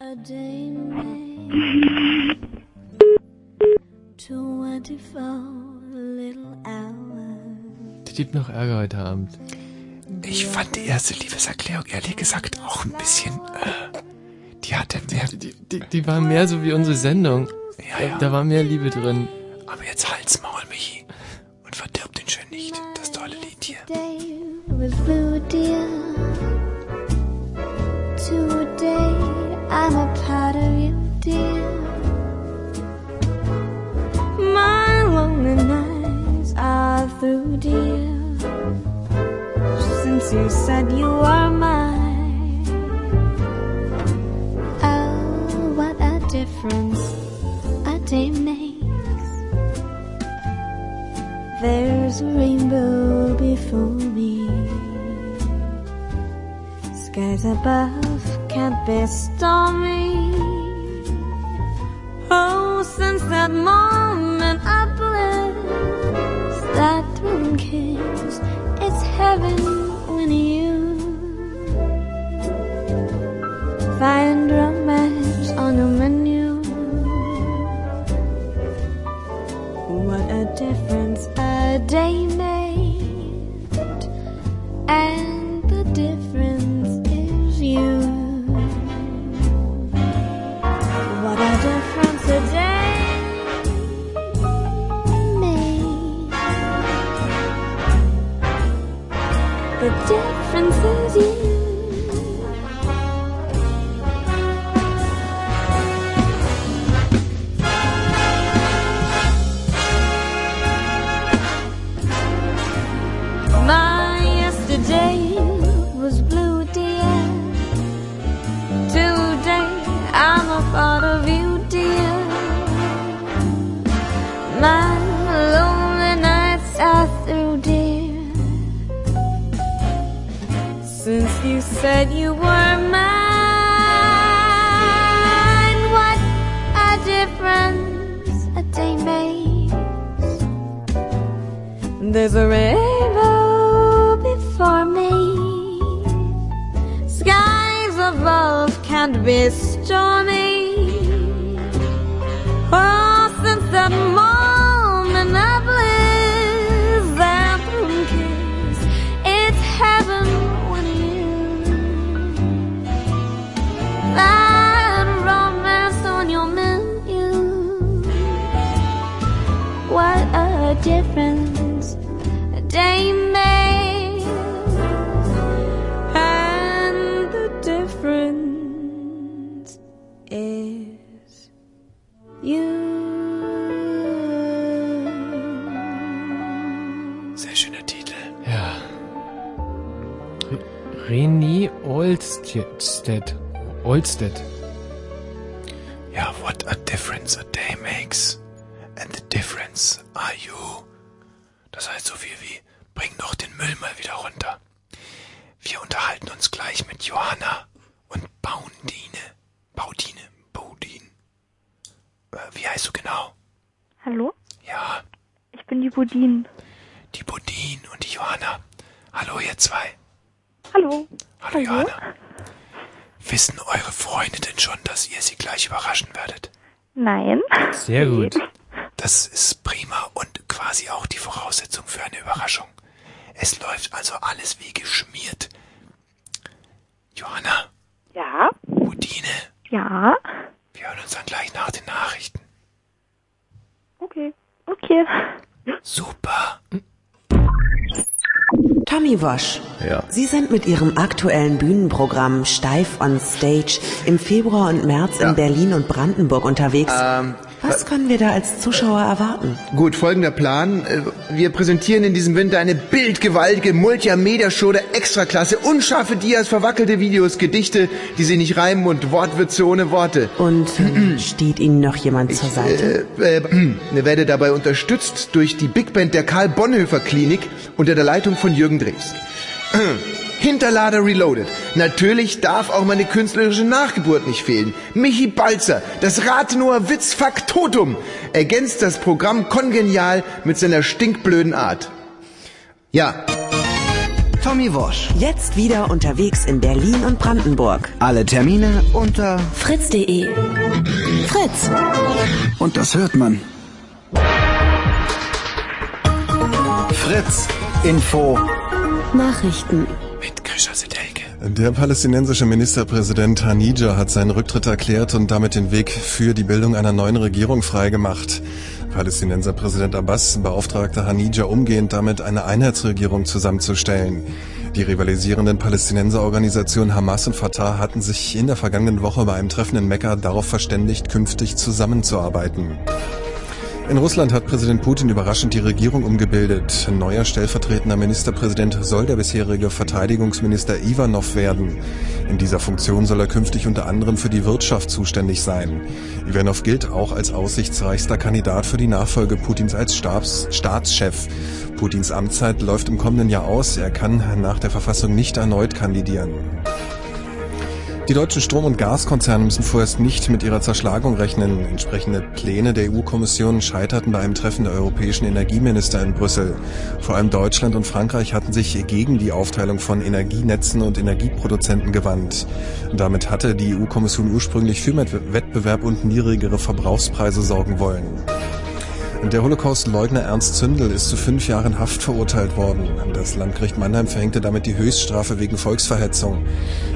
Speaker 11: A day made twenty-four little hours.
Speaker 3: Die gibt noch Ärger heute Abend.
Speaker 2: ich fand die erste Liebeserklärung ehrlich gesagt auch ein bisschen, äh, die hatte mehr...
Speaker 3: Die, die war mehr so wie unsere Sendung. Da- Da war mehr Liebe drin.
Speaker 2: Aber jetzt halt's Maul, Michi. Und verdirb den schön nicht, das tolle Lied hier.
Speaker 11: Day with blue dear. Today I'm a part of you, dear. My lonely nights are through, dear.
Speaker 26: once you said you were mine. Oh, what a difference a day makes. There's a rainbow before me. Skies above can't be stormy. Oh, since that moment I blessed that one kiss. It's heaven when you find romance on a menu. What a difference a day made, and the difference is you. What a difference a day made. The difference is you. My yesterday was blue, dear. Today I'm a part of you, dear. My lonely nights are through, dear. Since you said you were mine, what a difference a day made. There's a rainbow before me. Skies above can't be stormy. Oh, since that moment of bliss, that one kiss, it's heaven when you. That romance on your menu. What a difference a day made, and the difference is you.
Speaker 2: Sehr schöner Titel.
Speaker 3: Ja. R- René Olstedt. Olstedt.
Speaker 2: Ja, what a difference a day makes. And the difference are you. Das heißt so viel wie, bring doch den Müll mal wieder runter. Wir unterhalten uns gleich mit Johanna und Baudine. Baudine, Baudin. Äh, wie heißt du genau?
Speaker 11: Hallo?
Speaker 2: Ja,
Speaker 11: Ich bin die Budin.
Speaker 2: die Baudin und die Johanna. Hallo ihr zwei.
Speaker 11: Hallo.
Speaker 2: Hallo, Johanna. Wissen eure Freunde denn schon, dass ihr sie gleich überraschen werdet?
Speaker 11: Nein.
Speaker 3: Sehr gut.
Speaker 2: Hm. Das ist prima und quasi auch die Voraussetzung für eine Überraschung. Es läuft also alles wie geschmiert. Johanna,
Speaker 27: Ja?
Speaker 2: Udine,
Speaker 11: Ja.
Speaker 2: wir hören uns dann gleich nach den Nachrichten.
Speaker 11: Okay. Okay.
Speaker 2: Super.
Speaker 21: Tommy Wash.
Speaker 2: Ja.
Speaker 21: Sie sind mit ihrem aktuellen Bühnenprogramm Steif on Stage im Februar und März in Berlin und Brandenburg unterwegs. Was können wir da als Zuschauer erwarten?
Speaker 10: Ähm, Gut, folgender Plan. Äh, Wir präsentieren in diesem Winter eine bildgewaltige Multimedia-Show der Extraklasse. Unscharfe Dias, verwackelte Videos, Gedichte, die sie nicht reimen und Wortwitze ohne Worte. <clears throat>
Speaker 21: Und äh, steht Ihnen noch jemand zur Seite?
Speaker 10: Äh, äh, <clears throat> werde dabei unterstützt durch die Big Band der Karl Bonhoeffer Klinik unter der Leitung von Jürgen Drews. <clears throat> Hinterlader Reloaded. Natürlich darf auch meine künstlerische Nachgeburt nicht fehlen. Michi Balzer, das Rad nur Witzfaktotum, ergänzt das Programm kongenial mit seiner stinkblöden Art. Ja. Tommy Walsh.
Speaker 21: Jetzt wieder unterwegs in Berlin und Brandenburg.
Speaker 28: Alle Termine unter
Speaker 21: Fritz.de Fritz.
Speaker 28: und das hört man. Fritz Info.
Speaker 21: Nachrichten.
Speaker 2: Mit Grisha Sedelke.
Speaker 4: Der palästinensische Ministerpräsident Hanija hat seinen Rücktritt erklärt und damit den Weg für die Bildung einer neuen Regierung freigemacht. Palästinenser Präsident Abbas beauftragte Hanija umgehend damit, eine Einheitsregierung zusammenzustellen. Die rivalisierenden Palästinenserorganisationen Hamas und Fatah hatten sich in der vergangenen Woche bei einem Treffen in Mekka darauf verständigt, künftig zusammenzuarbeiten. In Russland hat Präsident Putin überraschend die Regierung umgebildet. Neuer stellvertretender Ministerpräsident soll der bisherige Verteidigungsminister Ivanov werden. In dieser Funktion soll er künftig unter anderem für die Wirtschaft zuständig sein. Ivanov gilt auch als aussichtsreichster Kandidat für die Nachfolge Putins als Stabs Staatschef. Putins Amtszeit läuft im kommenden Jahr aus. Er kann nach der Verfassung nicht erneut kandidieren. Die deutschen Strom- und Gaskonzerne müssen vorerst nicht mit ihrer Zerschlagung rechnen. Entsprechende Pläne der EU-Kommission scheiterten bei einem Treffen der europäischen Energieminister in Brüssel. Vor allem Deutschland und Frankreich hatten sich gegen die Aufteilung von Energienetzen und Energieproduzenten gewandt. Damit hatte die EU-Kommission ursprünglich für Wettbewerb und niedrigere Verbrauchspreise sorgen wollen. Der Holocaust-Leugner Ernst Zündel ist zu fünf Jahren Haft verurteilt worden. Das Landgericht Mannheim verhängte damit die Höchststrafe wegen Volksverhetzung.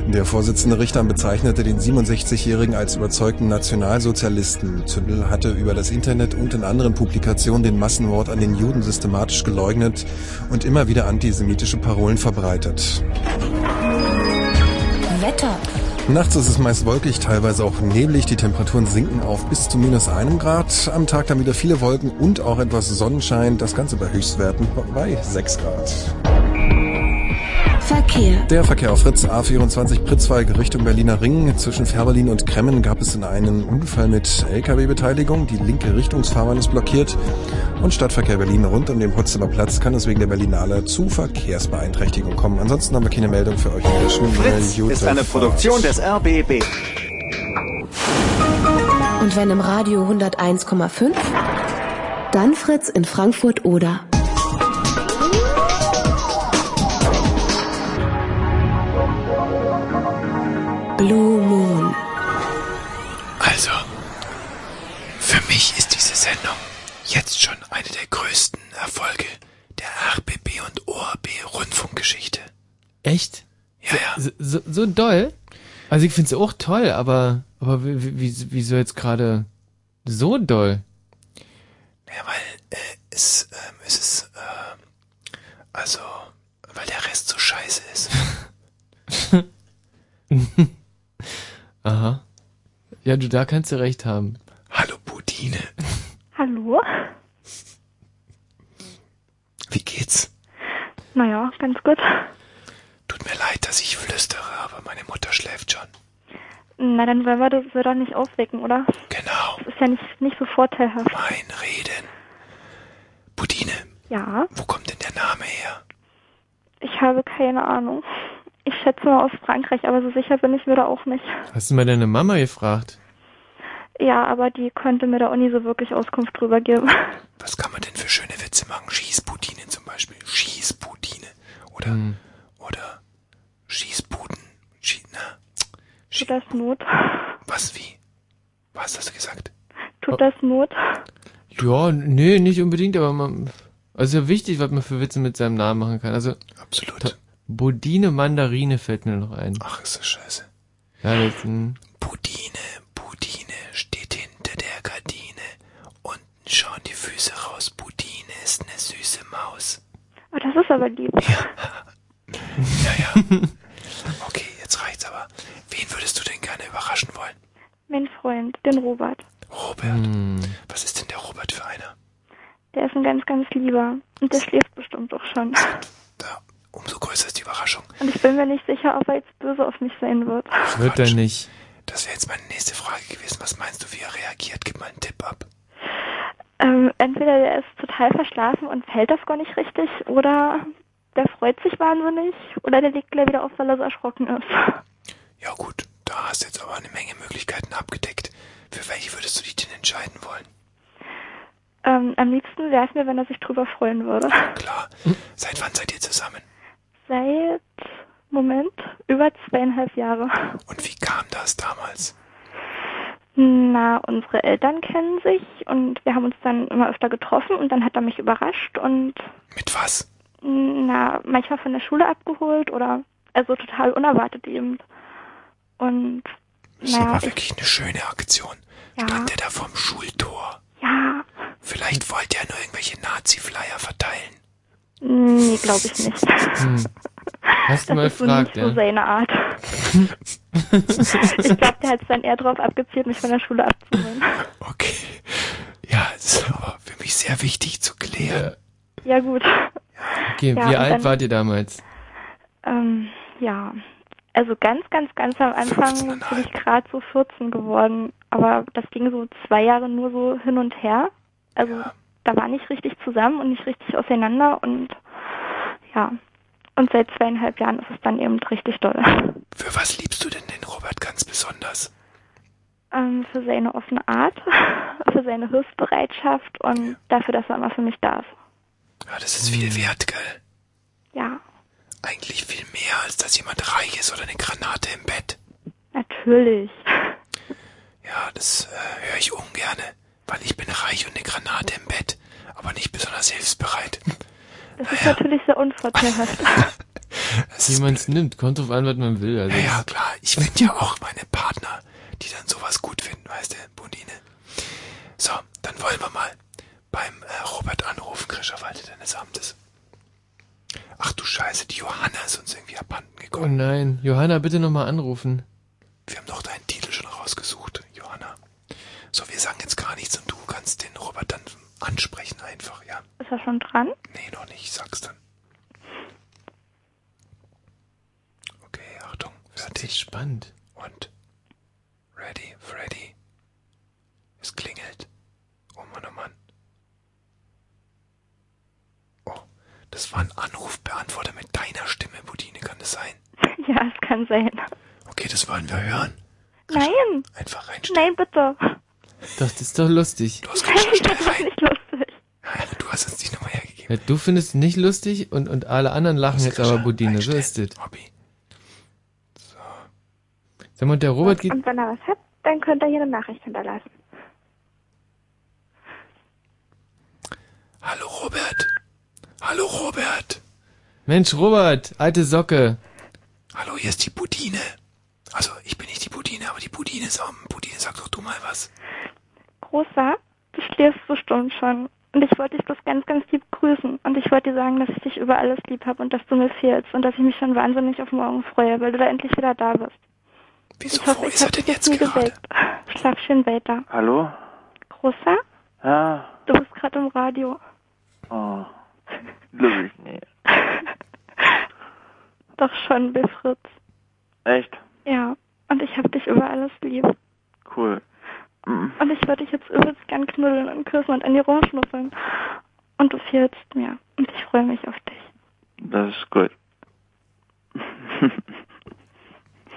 Speaker 4: Der Vorsitzende Richter bezeichnete den 67-Jährigen als überzeugten Nationalsozialisten. Zündel hatte über das Internet und in anderen Publikationen den Massenmord an den Juden systematisch geleugnet und immer wieder antisemitische Parolen verbreitet.
Speaker 21: Wetter.
Speaker 4: Nachts ist es meist wolkig, teilweise auch neblig. Die Temperaturen sinken auf bis zu minus einem Grad. Am Tag dann wieder viele Wolken und auch etwas Sonnenschein. Das Ganze bei Höchstwerten bei 6 Grad.
Speaker 21: Verkehr.
Speaker 4: Der Verkehr auf Fritz A24 Pritzweig Richtung Berliner Ring. Zwischen Färberlin und Kremmen gab es in einen Unfall mit Lkw-Beteiligung. Die linke Richtungsfahrbahn ist blockiert. Und Stadtverkehr Berlin rund um den Potsdamer Platz kann es wegen der Berlinale zu Verkehrsbeeinträchtigung kommen. Ansonsten haben wir keine Meldung für euch.
Speaker 22: Fritz ist eine Produktion
Speaker 4: <laughs>
Speaker 22: des RBB.
Speaker 21: Und wenn im Radio 101,5, dann Fritz in Frankfurt oder. Blue Moon.
Speaker 2: Also, für mich ist diese Sendung jetzt schon eine der größten Erfolge der RBB und ORB Rundfunkgeschichte.
Speaker 3: Echt? Ja, ja. So, so, so doll? Also ich find's auch toll, aber, aber wie- wie- wie- wieso jetzt gerade so doll?
Speaker 2: Ja, weil äh, es, ähm, es ist, äh, also, weil der Rest so scheiße ist.
Speaker 3: <laughs> Aha. Ja, du, da kannst du recht haben. Hallo, Putine.
Speaker 25: Hallo?
Speaker 2: Wie geht's?
Speaker 25: Naja, ganz gut.
Speaker 2: Tut mir leid, dass ich flüstere, aber meine Mutter schläft schon.
Speaker 25: Na, dann wollen wir das wir doch nicht aufwecken, oder?
Speaker 2: Genau.
Speaker 25: Das ist ja nicht, nicht so vorteilhaft.
Speaker 2: Mein Reden. Putine,
Speaker 25: Ja,
Speaker 2: wo kommt denn der Name her?
Speaker 25: ich habe keine Ahnung. Ich schätze mal aus Frankreich, aber so sicher bin ich mir da auch nicht.
Speaker 3: Hast du mal deine Mama gefragt?
Speaker 25: Ja, aber die könnte mir da auch nie so wirklich Auskunft drüber geben. <laughs>
Speaker 2: Was kann man denn für schöne Witze machen? Schießputine zum Beispiel. Schießputine. Oder,
Speaker 3: Hm.
Speaker 2: oder Schießputen. Schie na,
Speaker 25: Tut das Not?
Speaker 2: was wie? Was hast du gesagt?
Speaker 25: Tut das Not?
Speaker 3: Ja, nee, nicht unbedingt, aber man. Also ist ja wichtig, was man für Witze mit seinem Namen machen kann. Also.
Speaker 2: Absolut.
Speaker 3: Bodine Mandarine fällt mir noch ein.
Speaker 2: Ach, ist das scheiße.
Speaker 3: Ja, das ist ein.
Speaker 2: Schauen die Füße raus. Putine ist eine süße Maus.
Speaker 25: Oh, das ist aber lieb.
Speaker 2: Ja,
Speaker 3: Hm.
Speaker 25: <laughs>
Speaker 2: ja. Okay, jetzt reicht's aber. Wen würdest du denn gerne überraschen wollen?
Speaker 25: Mein Freund, den Robert.
Speaker 2: Robert. Was ist denn der Robert für einer?
Speaker 25: Der ist ein ganz, ganz lieber. Und der schläft bestimmt auch schon.
Speaker 2: Umso größer ist die Überraschung.
Speaker 25: Und ich bin mir nicht sicher, ob er jetzt böse auf mich sein wird.
Speaker 3: Wird er nicht.
Speaker 2: Das wäre jetzt meine nächste Frage gewesen. Was meinst du, wie er reagiert? Gib mal einen Tipp ab.
Speaker 25: Ähm, entweder der ist total verschlafen und fällt das gar nicht richtig, oder der freut sich wahnsinnig, oder der legt gleich wieder auf, weil er so erschrocken ist.
Speaker 2: Ja gut, da hast du jetzt aber eine Menge Möglichkeiten abgedeckt. Für welche würdest du dich denn entscheiden wollen?
Speaker 25: Ähm, am liebsten wäre es mir, wenn er sich drüber freuen würde.
Speaker 2: Klar. Seit wann seid ihr zusammen?
Speaker 25: Seit, Moment, über zweieinhalb Jahre.
Speaker 2: Und wie kam das damals?
Speaker 25: Na, unsere Eltern kennen sich und wir haben uns dann immer öfter getroffen und dann hat er mich überrascht und
Speaker 2: Mit was?
Speaker 25: na, manchmal von der Schule abgeholt oder also total unerwartet eben. Und
Speaker 2: Das ist aber
Speaker 25: naja, ich,
Speaker 2: wirklich eine schöne Aktion.
Speaker 25: ja,
Speaker 2: Stand er da vorm Schultor?
Speaker 25: ja,
Speaker 2: Vielleicht wollte er nur irgendwelche Nazi-Flyer verteilen.
Speaker 25: nee, glaube ich nicht.
Speaker 2: Hast
Speaker 25: Das ist so nicht so seine
Speaker 2: <laughs>
Speaker 25: Art. ich glaube, der hat es dann eher darauf abgezielt, mich von der Schule abzuholen.
Speaker 2: Ja, Das ist aber für mich sehr wichtig zu klären.
Speaker 25: Ja, gut.
Speaker 3: Okay,
Speaker 25: Ja,
Speaker 3: wie
Speaker 25: und
Speaker 3: alt
Speaker 25: dann-
Speaker 3: wart ihr damals?
Speaker 25: Ähm, ja. Also ganz, ganz, ganz am Anfang bin ich gerade so 14 geworden, aber das ging so zwei Jahre nur so hin und her. Also da war nicht richtig zusammen und nicht richtig auseinander und ja. Und seit zweieinhalb Jahren ist es dann eben richtig doll.
Speaker 2: Für was liebst du denn den Robert ganz besonders?
Speaker 25: Ähm, für seine offene Art, <laughs> für seine Hilfsbereitschaft und dafür, dass er immer für mich da ist.
Speaker 2: Ja, das ist viel wert, gell?
Speaker 25: Ja,
Speaker 2: Eigentlich viel mehr, als dass jemand reich ist oder eine Granate im Bett.
Speaker 25: natürlich.
Speaker 2: Ja, das äh, höre ich ungerne, weil ich bin reich und eine Granate im Bett, aber nicht besonders hilfsbereit.
Speaker 25: Das ist natürlich sehr
Speaker 2: <laughs>
Speaker 25: unvorteilhaft.
Speaker 3: Wie man es nimmt, kommt drauf an, was man will. Also
Speaker 2: Ja, klar, ich finde ja auch meine Partner, die dann sowas gut finden, weißt du, Bundine. So, dann wollen wir mal beim äh, Robert anrufen, Grischerwalde deines Amtes. Ach du Scheiße, die Johanna ist uns irgendwie abhanden gekommen.
Speaker 3: Oh nein, Johanna, bitte nochmal anrufen.
Speaker 2: Wir haben doch deinen Titel schon rausgesucht, Johanna. So, wir sagen jetzt gar nichts und du kannst den Robert dann ansprechen einfach, ja?
Speaker 25: Ist er schon dran? <laughs>
Speaker 2: Nee, noch nicht, ich sag's dann. Okay, Achtung, fertig.
Speaker 3: Spannend.
Speaker 2: Und ready, Freddy. Es klingelt. Oh Mann, oh Mann. Oh, das war ein Anrufbeantworter mit deiner Stimme, Budine, kann das sein?
Speaker 25: Ja, es kann sein.
Speaker 2: Okay, das wollen wir hören.
Speaker 25: Nein.
Speaker 2: Einfach rein.
Speaker 25: Nein, bitte.
Speaker 3: Das ist doch lustig.
Speaker 2: Du hast,
Speaker 25: Nein, <laughs> das ist nicht lustig.
Speaker 2: du hast uns die Nummer hergegeben.
Speaker 3: Ja, du findest es nicht lustig und, und alle anderen lachen jetzt aber Budine, so ist es. Sag mal, und der Robert geht.
Speaker 8: Und wenn er was hat, dann könnt ihr hier eine Nachricht hinterlassen.
Speaker 2: Hallo Robert. Hallo Robert.
Speaker 3: Mensch, Robert, alte Socke.
Speaker 2: Hallo, hier ist die Budine. Also, ich bin nicht die Budine, aber die Budine ist am. Budine, sag doch du mal was.
Speaker 25: Großer, du schläfst so stumm schon. Und ich wollte dich bloß ganz, ganz lieb grüßen. Und ich wollte dir sagen, dass ich dich über alles lieb habe und dass du mir fehlst. Und dass ich mich schon wahnsinnig auf morgen freue, weil du da endlich wieder da bist.
Speaker 2: Wieso
Speaker 25: ich hoffe, ich habe dich jetzt nie geweckt. Schlaf schön weiter.
Speaker 19: Hallo?
Speaker 25: Großer,
Speaker 19: Ja.
Speaker 25: du bist gerade im Radio.
Speaker 19: Oh. <laughs> Glaube ich nicht.
Speaker 25: Doch schon, Bill Fritz.
Speaker 19: Echt?
Speaker 25: Ja. Und ich habe dich über alles lieb.
Speaker 19: Cool. Mhm.
Speaker 25: Und ich würde dich jetzt übelst gern knuddeln und küssen und an die rumschnuffeln. Und du fehlst mir. Und ich freue mich auf dich.
Speaker 19: Das ist gut.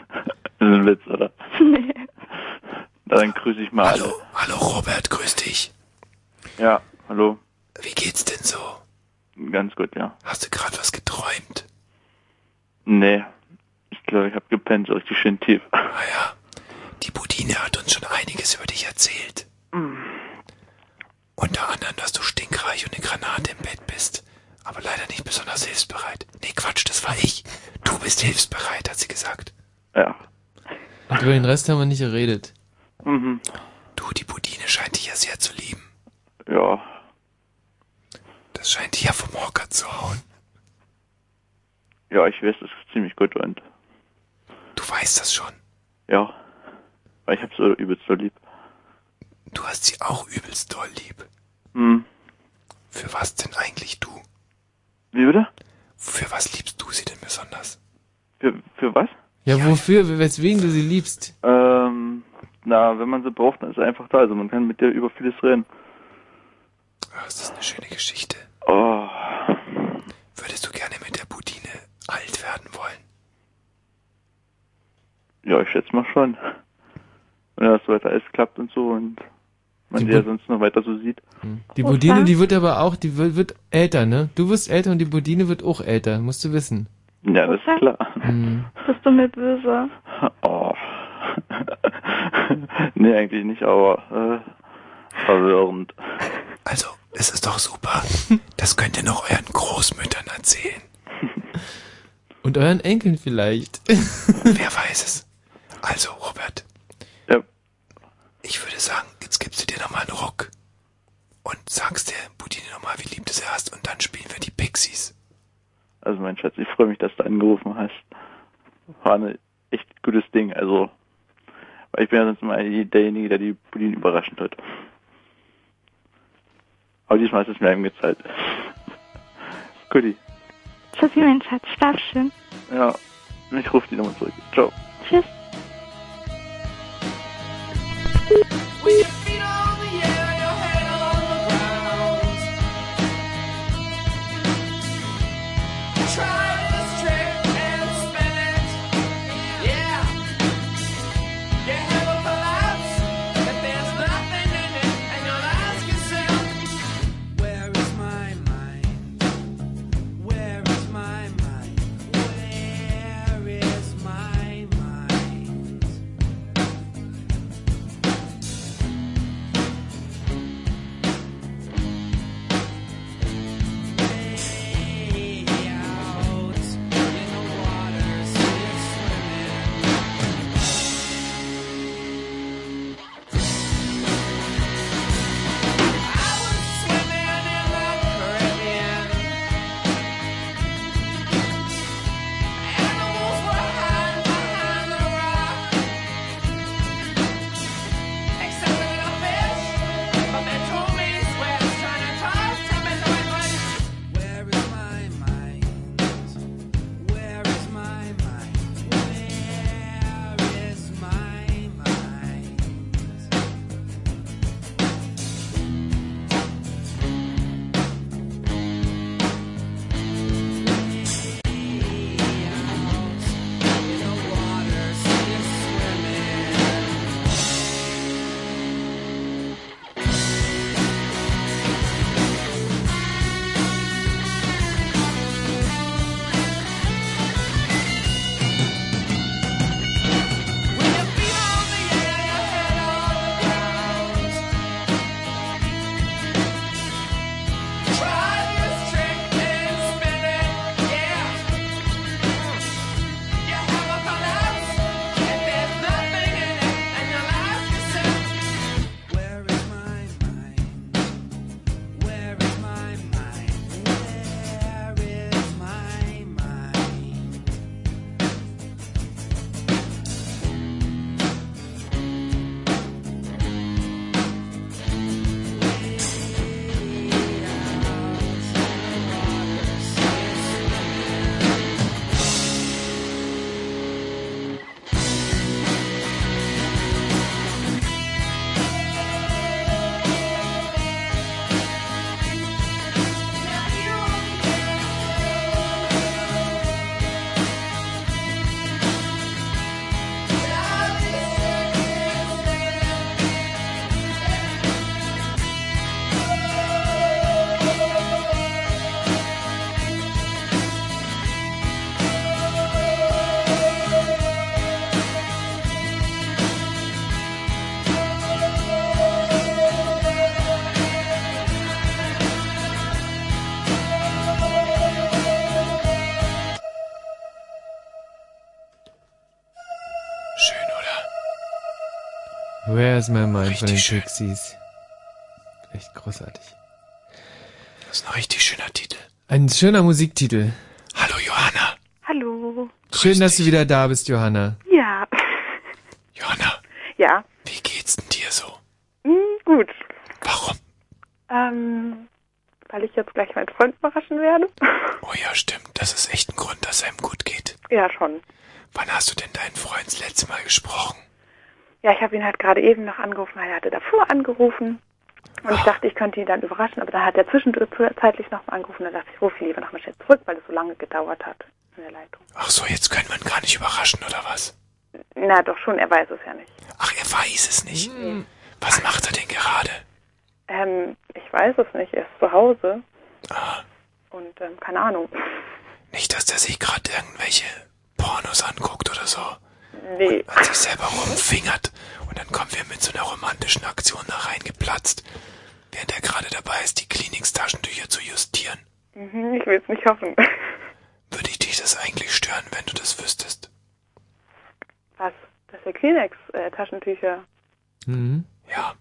Speaker 19: das ist ein Witz, oder?
Speaker 25: <laughs> Nee.
Speaker 19: Dann grüße ich mal hallo,
Speaker 2: Hallo Robert, grüß dich.
Speaker 19: Ja, hallo.
Speaker 2: Wie geht's denn so?
Speaker 19: Ganz gut, ja.
Speaker 2: Hast du gerade was geträumt?
Speaker 19: Nee, ich glaube, ich habe gepennt, so richtig schön tief.
Speaker 2: Ah Die Budine hat uns schon einiges über dich erzählt.
Speaker 19: Mm.
Speaker 2: Unter anderem, dass du stinkreich und eine Granate im Bett bist, aber leider nicht besonders hilfsbereit. Nee, Quatsch, das war ich. Du bist hilfsbereit, hat sie gesagt.
Speaker 3: Und über den Rest haben wir nicht geredet.
Speaker 19: Mhm.
Speaker 2: Du, die Budine scheint dich ja sehr zu lieben.
Speaker 19: Ja.
Speaker 2: Das scheint dich ja vom Hocker zu hauen.
Speaker 19: Ja, ich weiß, das ist ziemlich gut und
Speaker 2: Du weißt das schon.
Speaker 19: ja. Weil ich hab's so übelst so lieb.
Speaker 2: Du hast sie auch übelst doll lieb.
Speaker 19: Hm.
Speaker 2: Für was denn eigentlich du?
Speaker 19: Wie bitte?
Speaker 2: Für was liebst du sie denn besonders?
Speaker 19: Für, für was?
Speaker 3: Ja, wofür? Weswegen du sie liebst?
Speaker 19: Ähm, na, wenn man sie braucht, dann ist sie einfach da. Also man kann mit dir über vieles reden.
Speaker 2: Ah, Das ist eine schöne Geschichte.
Speaker 19: Oh.
Speaker 2: Würdest du gerne mit der Budine alt werden wollen?
Speaker 19: Ja, ich schätze mal schon. Wenn das weiter alles klappt und so und man
Speaker 3: Die
Speaker 19: sie ja
Speaker 3: Bu-
Speaker 19: sonst noch weiter so sieht.
Speaker 3: Die Budine, die wird aber auch, die wird, wird älter, ne? Du wirst älter und die Budine wird auch älter, musst du wissen.
Speaker 19: Ja, das ist klar. <laughs>
Speaker 3: Hm.
Speaker 25: Bist du mir böse?
Speaker 19: Oh. nee, eigentlich nicht, aber äh, verwirrend.
Speaker 2: Also, es ist doch super. Das könnt ihr noch euren Großmüttern erzählen.
Speaker 3: Und euren Enkeln vielleicht. <laughs>
Speaker 2: Wer weiß es. Also, Robert.
Speaker 19: Ja.
Speaker 2: Ich würde sagen, jetzt gibst du dir nochmal einen Ruck und sagst der Budine nochmal, wie lieb du sie hast und dann spielen wir die Pixies.
Speaker 19: Also mein Schatz, ich freue mich, dass du angerufen hast. War ein echt gutes Ding, also weil ich bin ja sonst immer derjenige, der die Budin überraschen wird. Aber diesmal ist es mir angezeigt. <laughs> Guti.
Speaker 29: Tschüss, mein Schatz. Schlaf schön.
Speaker 19: Ja. Ich rufe die Nummer zurück. Ciao.
Speaker 29: Tschüss.
Speaker 11: Try this trick and spin it. Yeah. You have a collapse, but there's nothing in it, and you'll ask yourself, Where is my mind? Where is my mind? Where is my mind? Try this trick and spin it, yeah. You have a collapse, and there's nothing in it, and you'll ask yourself, Where is my mind? Where is my mind? Where is my mind?
Speaker 2: Schön, oder?
Speaker 3: Where is my mind von den
Speaker 2: Richtig schön.
Speaker 3: Pixies? Echt großartig.
Speaker 2: Das ist ein richtig schöner Titel.
Speaker 3: Ein schöner Musiktitel.
Speaker 2: Hallo Johanna.
Speaker 29: Hallo.
Speaker 3: Schön, dass du wieder da bist, Johanna.
Speaker 29: Ja.
Speaker 2: Johanna.
Speaker 29: Ja.
Speaker 2: Wie geht's denn dir so?
Speaker 29: Hm, gut.
Speaker 2: Warum?
Speaker 29: Ähm, weil ich jetzt gleich meinen Freund überraschen werde.
Speaker 2: Oh ja, stimmt. Das ist echt ein Grund, dass es einem gut geht.
Speaker 29: Ja, schon.
Speaker 2: Wann hast du denn deinen Freund das letzte Mal gesprochen?
Speaker 29: Ja, ich habe ihn halt gerade eben noch angerufen, weil er hatte davor angerufen. Und
Speaker 2: Oh.
Speaker 29: ich dachte, ich könnte ihn dann überraschen, aber dann hat er zwischenzeitlich nochmal angerufen. Dann dachte ich, ich rufe ihn lieber nochmal schnell zurück, weil es so lange gedauert hat in der Leitung.
Speaker 2: Ach so, jetzt können wir ihn gar nicht überraschen, oder was?
Speaker 29: Na doch schon, er weiß es ja nicht.
Speaker 2: Ach, er weiß es nicht. Hm. Was macht er denn gerade?
Speaker 29: Ähm, ich weiß es nicht, er ist zu Hause.
Speaker 2: Ah.
Speaker 29: Und ähm, keine Ahnung.
Speaker 2: Nicht, dass der sich gerade irgendwelche Pornos anguckt oder so.
Speaker 29: Nee.
Speaker 2: Hat sich selber rumfingert. Und dann kommen wir mit so einer romantischen Aktion da reingeplatzt. Während er gerade dabei ist, die Klinikstaschentücher zu justieren.
Speaker 29: Mhm, Ich will es nicht hoffen. <laughs>
Speaker 2: Würde ich dich das eigentlich stören, wenn du das wüsstest?
Speaker 29: Was? Dass er äh, Kleenex-Taschentücher,
Speaker 3: Mhm.
Speaker 2: Ja,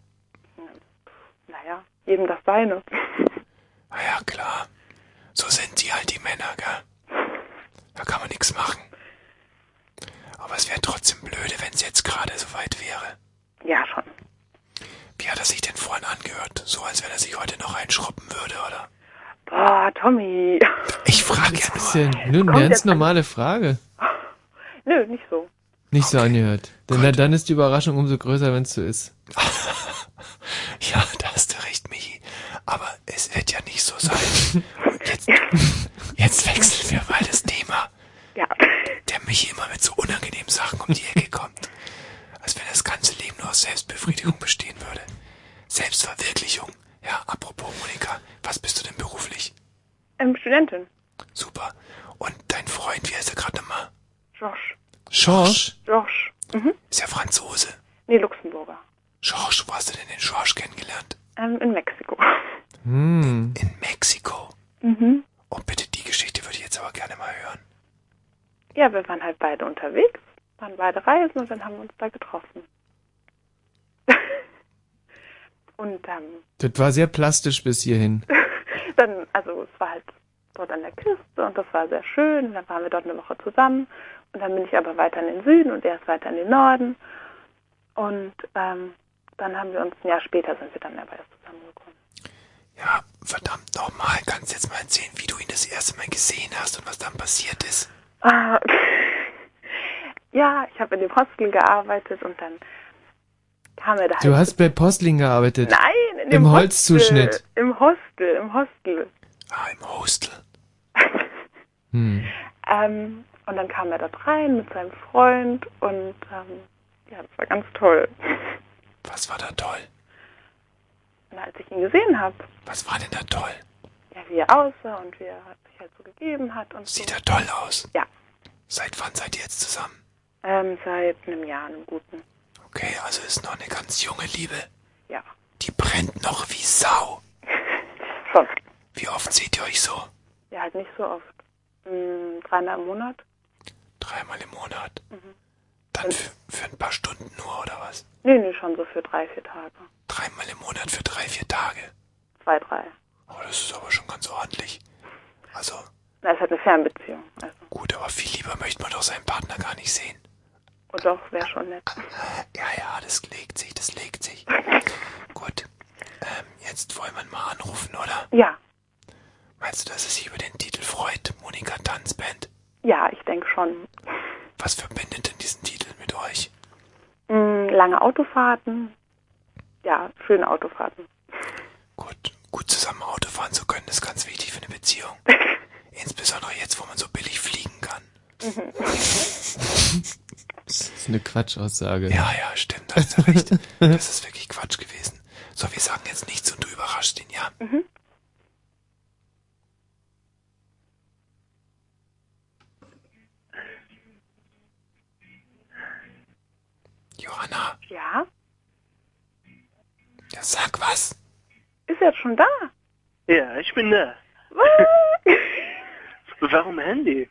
Speaker 29: naja, jedem das seine. <laughs>
Speaker 2: na Ah ja, klar. So sind die halt die Männer, gell? Da kann man nichts machen. Aber es wäre trotzdem blöde, wenn es jetzt gerade so weit wäre.
Speaker 29: Ja, schon. <laughs>
Speaker 2: Wie hat er sich denn vorhin angehört? So als wenn er sich heute noch einschruppen würde, oder?
Speaker 29: Boah, Tommy.
Speaker 2: Ich frage ja
Speaker 3: Das ist ja nur eine ganz normale Frage.
Speaker 29: Nö, nicht so.
Speaker 3: Nicht so angehört. Denn dann- dann ist die Überraschung umso größer, wenn es so ist.
Speaker 2: <laughs> Ja, da hast du recht, Michi. Aber es wird ja nicht so sein. Jetzt, jetzt wechseln wir mal das Thema.
Speaker 29: Ja.
Speaker 2: Der Michi immer mit so unangenehmen Sachen um die Ecke kommt. Als wenn das ganze Leben nur aus Selbstbefriedigung bestehen würde. Selbstverwirklichung. Ja, apropos Monika, was bist du denn beruflich?
Speaker 29: Ähm, Studentin.
Speaker 2: Super. Und dein Freund, wie heißt er gerade nochmal?
Speaker 29: Josh.
Speaker 2: Georges.
Speaker 29: Josh. Mhm.
Speaker 2: Ist ja Franzose.
Speaker 29: Nee, Luxemburger.
Speaker 2: Georges, wo hast du denn den Georges kennengelernt?
Speaker 29: Ähm, in Mexiko.
Speaker 3: Hm.
Speaker 2: In Mexiko.
Speaker 29: Mhm.
Speaker 2: Oh, bitte, die Geschichte würde ich jetzt aber gerne mal hören.
Speaker 29: Ja, wir waren halt beide unterwegs, waren beide reisen und dann haben wir uns da getroffen. <laughs> und ähm, <laughs>
Speaker 3: Das war sehr plastisch bis hierhin.
Speaker 29: dann, also es war halt dort an der Küste und das war sehr schön. Und dann waren wir dort eine Woche zusammen und dann bin ich aber weiter in den Süden und er ist weiter in den Norden. Und ähm, dann haben wir uns ein Jahr später sind wir dann aber erst zusammengekommen.
Speaker 2: Ja, verdammt nochmal, kannst du jetzt mal erzählen, wie du ihn das erste Mal gesehen hast und was dann passiert ist?
Speaker 29: Ah, <laughs> ja, ich habe in dem Hostel gearbeitet und dann kam er da
Speaker 3: Du
Speaker 29: halt
Speaker 3: hast bei Postling gearbeitet.
Speaker 29: Nein, in dem
Speaker 3: Im
Speaker 29: Hostel.
Speaker 3: Holzzuschnitt.
Speaker 29: Im Hostel, im Hostel.
Speaker 2: Ah, im
Speaker 29: <laughs>
Speaker 2: Hostel.
Speaker 3: Hm.
Speaker 29: Ähm, und dann kam er dort rein mit seinem Freund und ähm, ja, das war ganz toll.
Speaker 2: Was war da toll?
Speaker 29: Und als ich ihn gesehen habe,
Speaker 2: Was war denn da toll?
Speaker 29: ja, wie er aussah und wie er sich halt so gegeben hat und
Speaker 2: Sieht
Speaker 29: so.
Speaker 2: er toll aus?
Speaker 29: Ja.
Speaker 2: Seit wann seid ihr jetzt zusammen?
Speaker 29: Ähm, seit einem Jahr, einem guten.
Speaker 2: Okay, also ist noch eine ganz junge Liebe.
Speaker 29: Ja.
Speaker 2: Die brennt noch wie Sau.
Speaker 29: <laughs> Schon.
Speaker 2: Wie oft seht ihr euch so?
Speaker 29: Ja, halt nicht so oft. Hm, dreimal im Monat.
Speaker 2: Dreimal im Monat.
Speaker 29: Mhm.
Speaker 2: Dann für, für ein paar Stunden nur, oder was?
Speaker 29: Nee, nee, schon so für drei, vier Tage.
Speaker 2: Dreimal im Monat für drei, vier Tage.
Speaker 29: Zwei, drei.
Speaker 2: Oh, das ist aber schon ganz ordentlich. Also,
Speaker 29: Na, ist halt eine Fernbeziehung. Also,
Speaker 2: gut, aber viel lieber möchte man doch seinen Partner gar nicht sehen.
Speaker 29: und Oh, doch, wäre schon nett.
Speaker 2: <laughs> Ja, ja, das legt sich, das legt sich.
Speaker 29: <laughs>
Speaker 2: Gut, ähm, jetzt wollen wir ihn mal anrufen, oder?
Speaker 29: Ja,
Speaker 2: Meinst du, dass er sich über den Titel freut, Monika Tanzband?
Speaker 29: ja, ich denke schon.
Speaker 2: Was verbindet denn diesen Titel mit euch?
Speaker 29: Hm, lange Autofahrten. Ja, schöne Autofahrten.
Speaker 2: Gut zusammen Auto fahren zu können, ist ganz wichtig für eine
Speaker 29: <laughs>
Speaker 2: Beziehung. Insbesondere jetzt, wo man so billig fliegen kann.
Speaker 3: Das ist eine Quatschaussage.
Speaker 2: Ja, ja, stimmt, da hast du recht. Das ist wirklich Quatsch gewesen. So, wir sagen jetzt nichts und du überraschst ihn, ja?
Speaker 29: Mhm.
Speaker 2: Johanna,
Speaker 29: Ja,
Speaker 2: ja, sag was.
Speaker 29: ist jetzt schon da.
Speaker 17: Ja, ich bin
Speaker 19: <laughs>
Speaker 17: da. Warum Handy?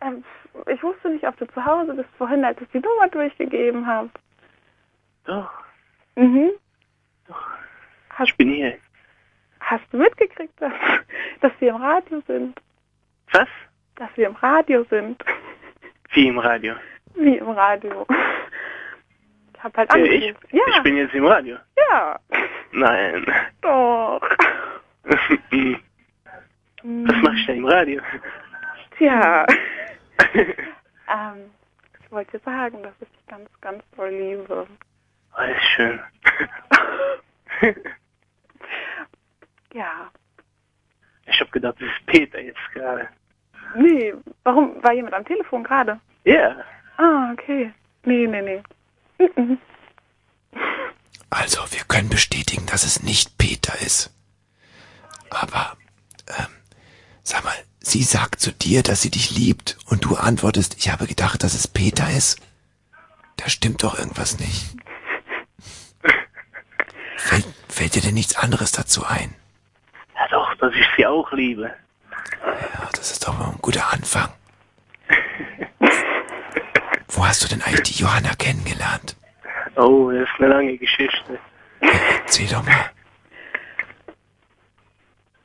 Speaker 29: Ähm, ich wusste nicht, ob du zu Hause bist vorhin, als ich die Nummer durchgegeben habe.
Speaker 17: Doch,
Speaker 29: Mhm.
Speaker 17: ich bin hier.
Speaker 29: Hast du mitgekriegt, dass, <laughs> dass wir im Radio sind?
Speaker 17: Was?
Speaker 29: Dass wir im Radio sind.
Speaker 17: Wie im Radio.
Speaker 29: Wie im Radio. <laughs> Ich hab halt
Speaker 17: Äh, ich,
Speaker 29: angerufen. ja,
Speaker 17: ich bin jetzt im Radio.
Speaker 29: ja,
Speaker 17: Nein.
Speaker 29: doch.
Speaker 17: Was mach ich denn im Radio?
Speaker 29: Tja. ähm, ich wollte dir sagen, dass ich dich ganz, ganz doll liebe. <laughs>
Speaker 17: Alles schön.
Speaker 29: Ja.
Speaker 17: Ich hab gedacht, das ist Peter jetzt gerade.
Speaker 29: Nee, warum war jemand am Telefon gerade?
Speaker 17: Ja.
Speaker 29: Ah, okay. Nee, nee, nee. Mhm.
Speaker 2: Also, wir können bestätigen, dass es nicht Peter ist. Aber, ähm, sag mal, sie sagt zu dir, dass sie dich liebt und du antwortest, ich habe gedacht, dass es Peter ist. Da stimmt doch irgendwas nicht. Fällt, fällt dir denn nichts anderes dazu ein?
Speaker 17: Ja doch, dass ich sie auch liebe.
Speaker 2: Ja, das ist doch mal ein guter Anfang. Wo hast du denn eigentlich die Johanna kennengelernt?
Speaker 17: Oh, das ist eine lange Geschichte.
Speaker 2: Erzähl doch mal.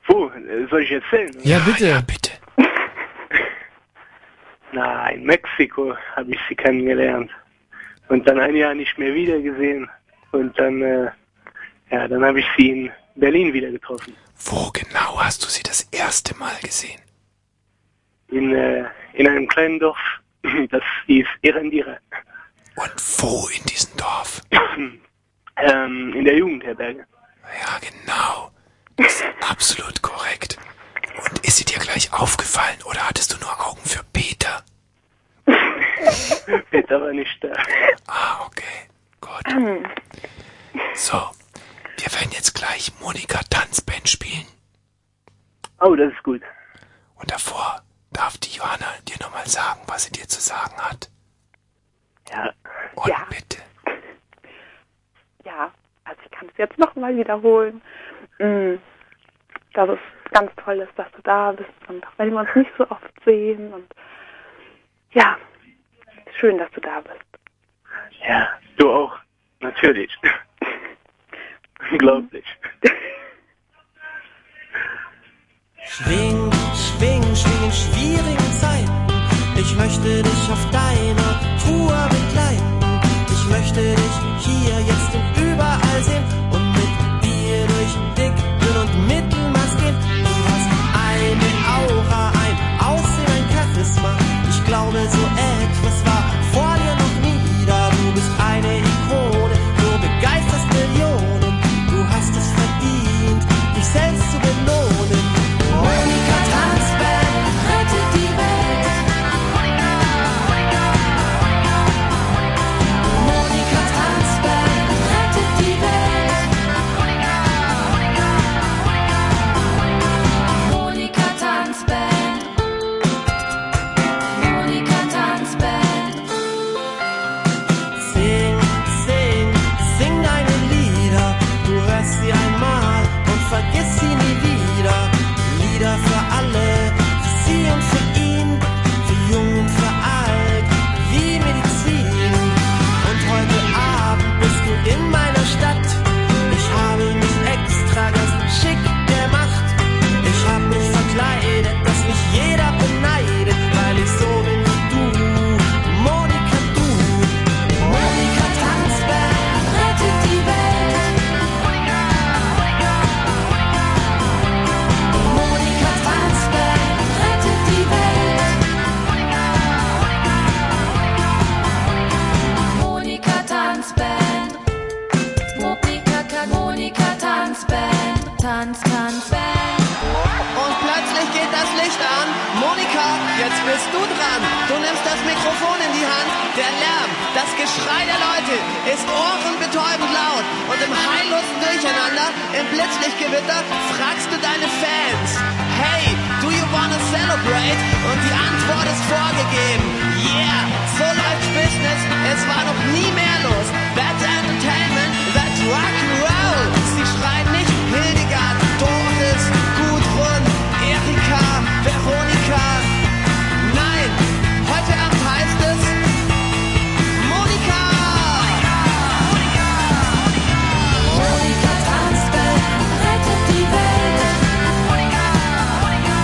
Speaker 17: Wo? Äh, Soll ich erzählen?
Speaker 3: Ja, bitte. Ja,
Speaker 2: bitte.
Speaker 17: Na, in Mexiko habe ich sie kennengelernt. Und dann ein Jahr nicht mehr wiedergesehen. Und dann äh,
Speaker 14: Ja, dann habe ich sie in Berlin wieder getroffen.
Speaker 2: Wo genau hast du sie das erste Mal gesehen?
Speaker 14: In, äh, in einem kleinen Dorf, <clears throat> das hieß Irendira.
Speaker 2: Und wo in diesem Dorf?
Speaker 14: <clears throat> ähm, in der Jugendherberge.
Speaker 2: Ja, genau. Das ist absolut korrekt. Und ist sie dir gleich aufgefallen oder hattest du nur Augen für Peter?
Speaker 14: Peter war nicht da.
Speaker 2: Ah, okay. Gut.
Speaker 29: Ähm.
Speaker 2: So, wir werden jetzt gleich Monika Tanzband spielen.
Speaker 14: Oh, das ist gut.
Speaker 2: Und davor darf die Johanna dir nochmal sagen, was sie dir zu sagen hat.
Speaker 14: Ja.
Speaker 2: Und bitte.
Speaker 23: ja, also ich kann es jetzt nochmal wiederholen. Mm, Dass es ganz toll ist, dass du da bist und auch wenn wir uns nicht so oft sehen und ja, schön, dass du da bist.
Speaker 14: Ja, du auch.
Speaker 16: <laughs>
Speaker 14: Natürlich. Unglaublich.
Speaker 11: Schwing, schwing, schwing in schwierigen Zeiten. Ich möchte dich auf deiner Tour begleiten. Ich möchte dich hier, jetzt und überall sehen und mit dir durch dick, dünn und mittelmaß gehen. Du hast eine Aura, ein Aussehen, ein Charisma. Ich glaube, so etwas war vor dir noch nie da. Du bist eine Ikone, du begeisterst Millionen. Du hast es verdient, dich selbst zu belohnen. Monika Tanzband rettet die Welt. Monika, Monika, Monika. Monika Tanzband rettet die Welt. Monika, Monika, Monika. Monika Tanzband. Monika Tanzband. Sing, sing, sing deine Lieder. Du hörst sie einmal und vergiss sie nie wieder. Lieder für alle, für sie und für ihn, für jung und für alt, wie Medizin. Und heute Abend bist du in meiner Stadt. Ich habe mich extra ganz schick gemacht. Ich hab mich verkleidet, dass mich jeder beneidet, weil ich so bin wie du. Monika, du. Monika Tanzband rettet die Welt. Monika, Monika, Monika. Monika Tanzband rettet die Welt. Monika, Monika, Monika. Monika Tanzband. Monika, Ka- Monika Tanzband. Tanz, Tanzband.
Speaker 30: Und plötzlich geht das Licht an. Monika, jetzt bist du dran. Du nimmst das Mikrofon in die Hand. Der Lärm, das Geschrei der Leute ist ohrenbetäubend laut. Und im heillosen Durcheinander, im Blitzlichtgewitter, fragst du deine Fans. Hey, do you wanna celebrate? Und die Antwort ist vorgegeben. Yeah, so läuft Business. Es war noch nie mehr los. That's Entertainment, that's Rock'n'Roll. Sie schreien nicht Hildegard, Doris, Gudrun, Erika, Veronika. Nein, heute Abend heißt es Monika.
Speaker 11: Monika Tanzband rettet die Welt. Monika, Monika,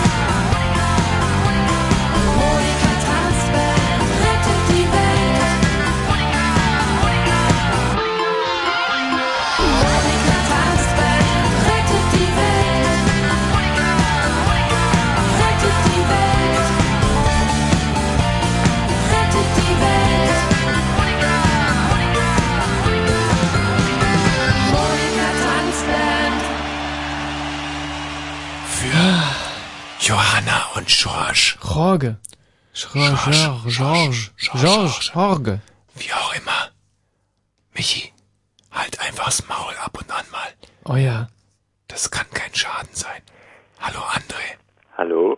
Speaker 11: Monika. Monika Tanzband rettet die Welt. Monika, Monika, Monika. Monika Tanzband rettet die Welt. Monika, Monika, rettet die Welt. Rettet die Welt. Monika, Monika, Monika. Monika Tanzband.
Speaker 2: Für Johanna und George.
Speaker 3: Jorge. Jorge. George. George. Jorge.
Speaker 2: Wie auch immer. Michi, halt einfach das Maul ab und an mal.
Speaker 3: Oh ja.
Speaker 2: Das kann kein Schaden sein. Hallo André.
Speaker 15: Hallo?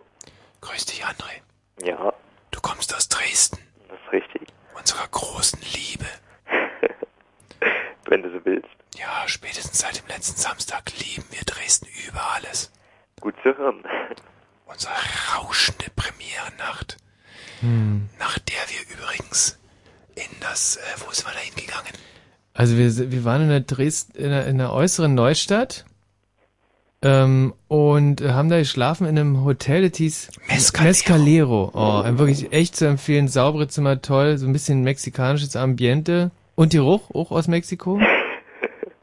Speaker 2: Grüß dich André.
Speaker 15: Ja,
Speaker 2: Du kommst aus Dresden.
Speaker 15: das ist richtig.
Speaker 2: Unserer großen Liebe.
Speaker 15: <laughs> Wenn du so willst.
Speaker 2: Ja, spätestens seit dem letzten Samstag lieben wir Dresden über alles.
Speaker 15: Gut zu hören. <laughs>
Speaker 2: Unsere rauschende Premierennacht.
Speaker 3: Hm.
Speaker 2: Nach der wir übrigens in das, äh, wo sind wir da hingegangen?
Speaker 3: Also wir, si- wir waren in der Dresden, in der, in der äußeren Neustadt ähm, und haben da geschlafen in einem Hotel, das hieß Mescalero. Oh, ein wirklich echt zu empfehlen, saubere Zimmer, toll, so ein bisschen
Speaker 2: <laughs>
Speaker 3: mexikanisches Ambiente und die Ruch, auch aus Mexiko.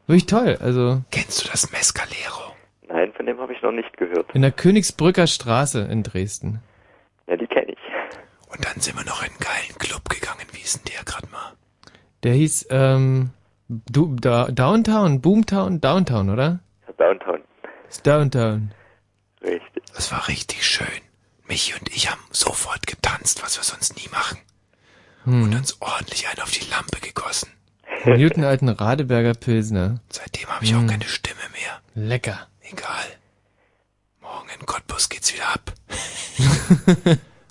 Speaker 3: Wirklich toll, also.
Speaker 2: Kennst du das Mescalero?
Speaker 16: Nein, von dem habe ich noch nicht gehört.
Speaker 3: In der Königsbrücker Straße in Dresden.
Speaker 16: Ja, die kenne ich.
Speaker 2: Und dann sind wir noch in einen geilen Club gegangen. Wie ist denn der gerade mal?
Speaker 3: Der hieß ähm, du, da, Downtown, Boomtown, Downtown, oder?
Speaker 16: Downtown.
Speaker 3: Ist Downtown.
Speaker 16: Richtig.
Speaker 2: Das war richtig schön. Michi und ich haben sofort getanzt, was wir sonst nie machen.
Speaker 3: Hm.
Speaker 2: Und uns ordentlich einen auf die Lampe gegossen.
Speaker 3: Einen guten alten Radeberger Pilsner. Hm.
Speaker 2: Seitdem habe ich auch keine Stimme mehr.
Speaker 3: Lecker.
Speaker 2: Egal. Morgen in Cottbus geht's wieder ab.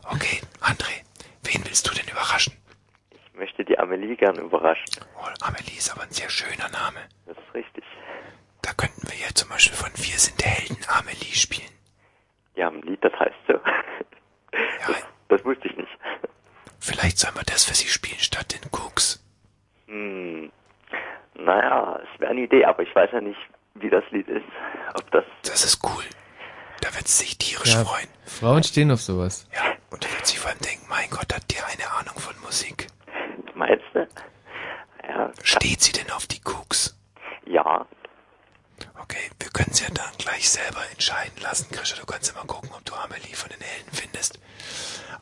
Speaker 2: okay, André, wen willst du denn überraschen?
Speaker 16: Ich möchte die Amelie gern überraschen.
Speaker 2: Oh, Amelie ist aber ein sehr schöner Name.
Speaker 16: Das ist richtig.
Speaker 2: Da könnten wir ja zum Beispiel von Wir sind Helden Amelie spielen.
Speaker 16: Die haben ein Lied, das heißt so. Das, das wusste ich nicht.
Speaker 2: Vielleicht sollen wir das für sie spielen statt den Cooks.
Speaker 16: Hm. Naja, es wäre eine Idee, aber ich weiß ja nicht, wie das Lied ist. Ob das.
Speaker 2: Das ist cool. Da wird sie sich tierisch
Speaker 3: Ja,
Speaker 2: freuen.
Speaker 3: Frauen stehen auf sowas.
Speaker 2: Ja. Und da wird sie vor allem denken, mein Gott, hat der eine Ahnung von Musik.
Speaker 16: Meinst du? Ja.
Speaker 2: Steht sie denn auf die Cooks?
Speaker 16: Ja.
Speaker 2: Okay, wir können es ja dann gleich selber entscheiden lassen. Krischer, du kannst ja mal gucken, ob du Amelie von den Helden findest.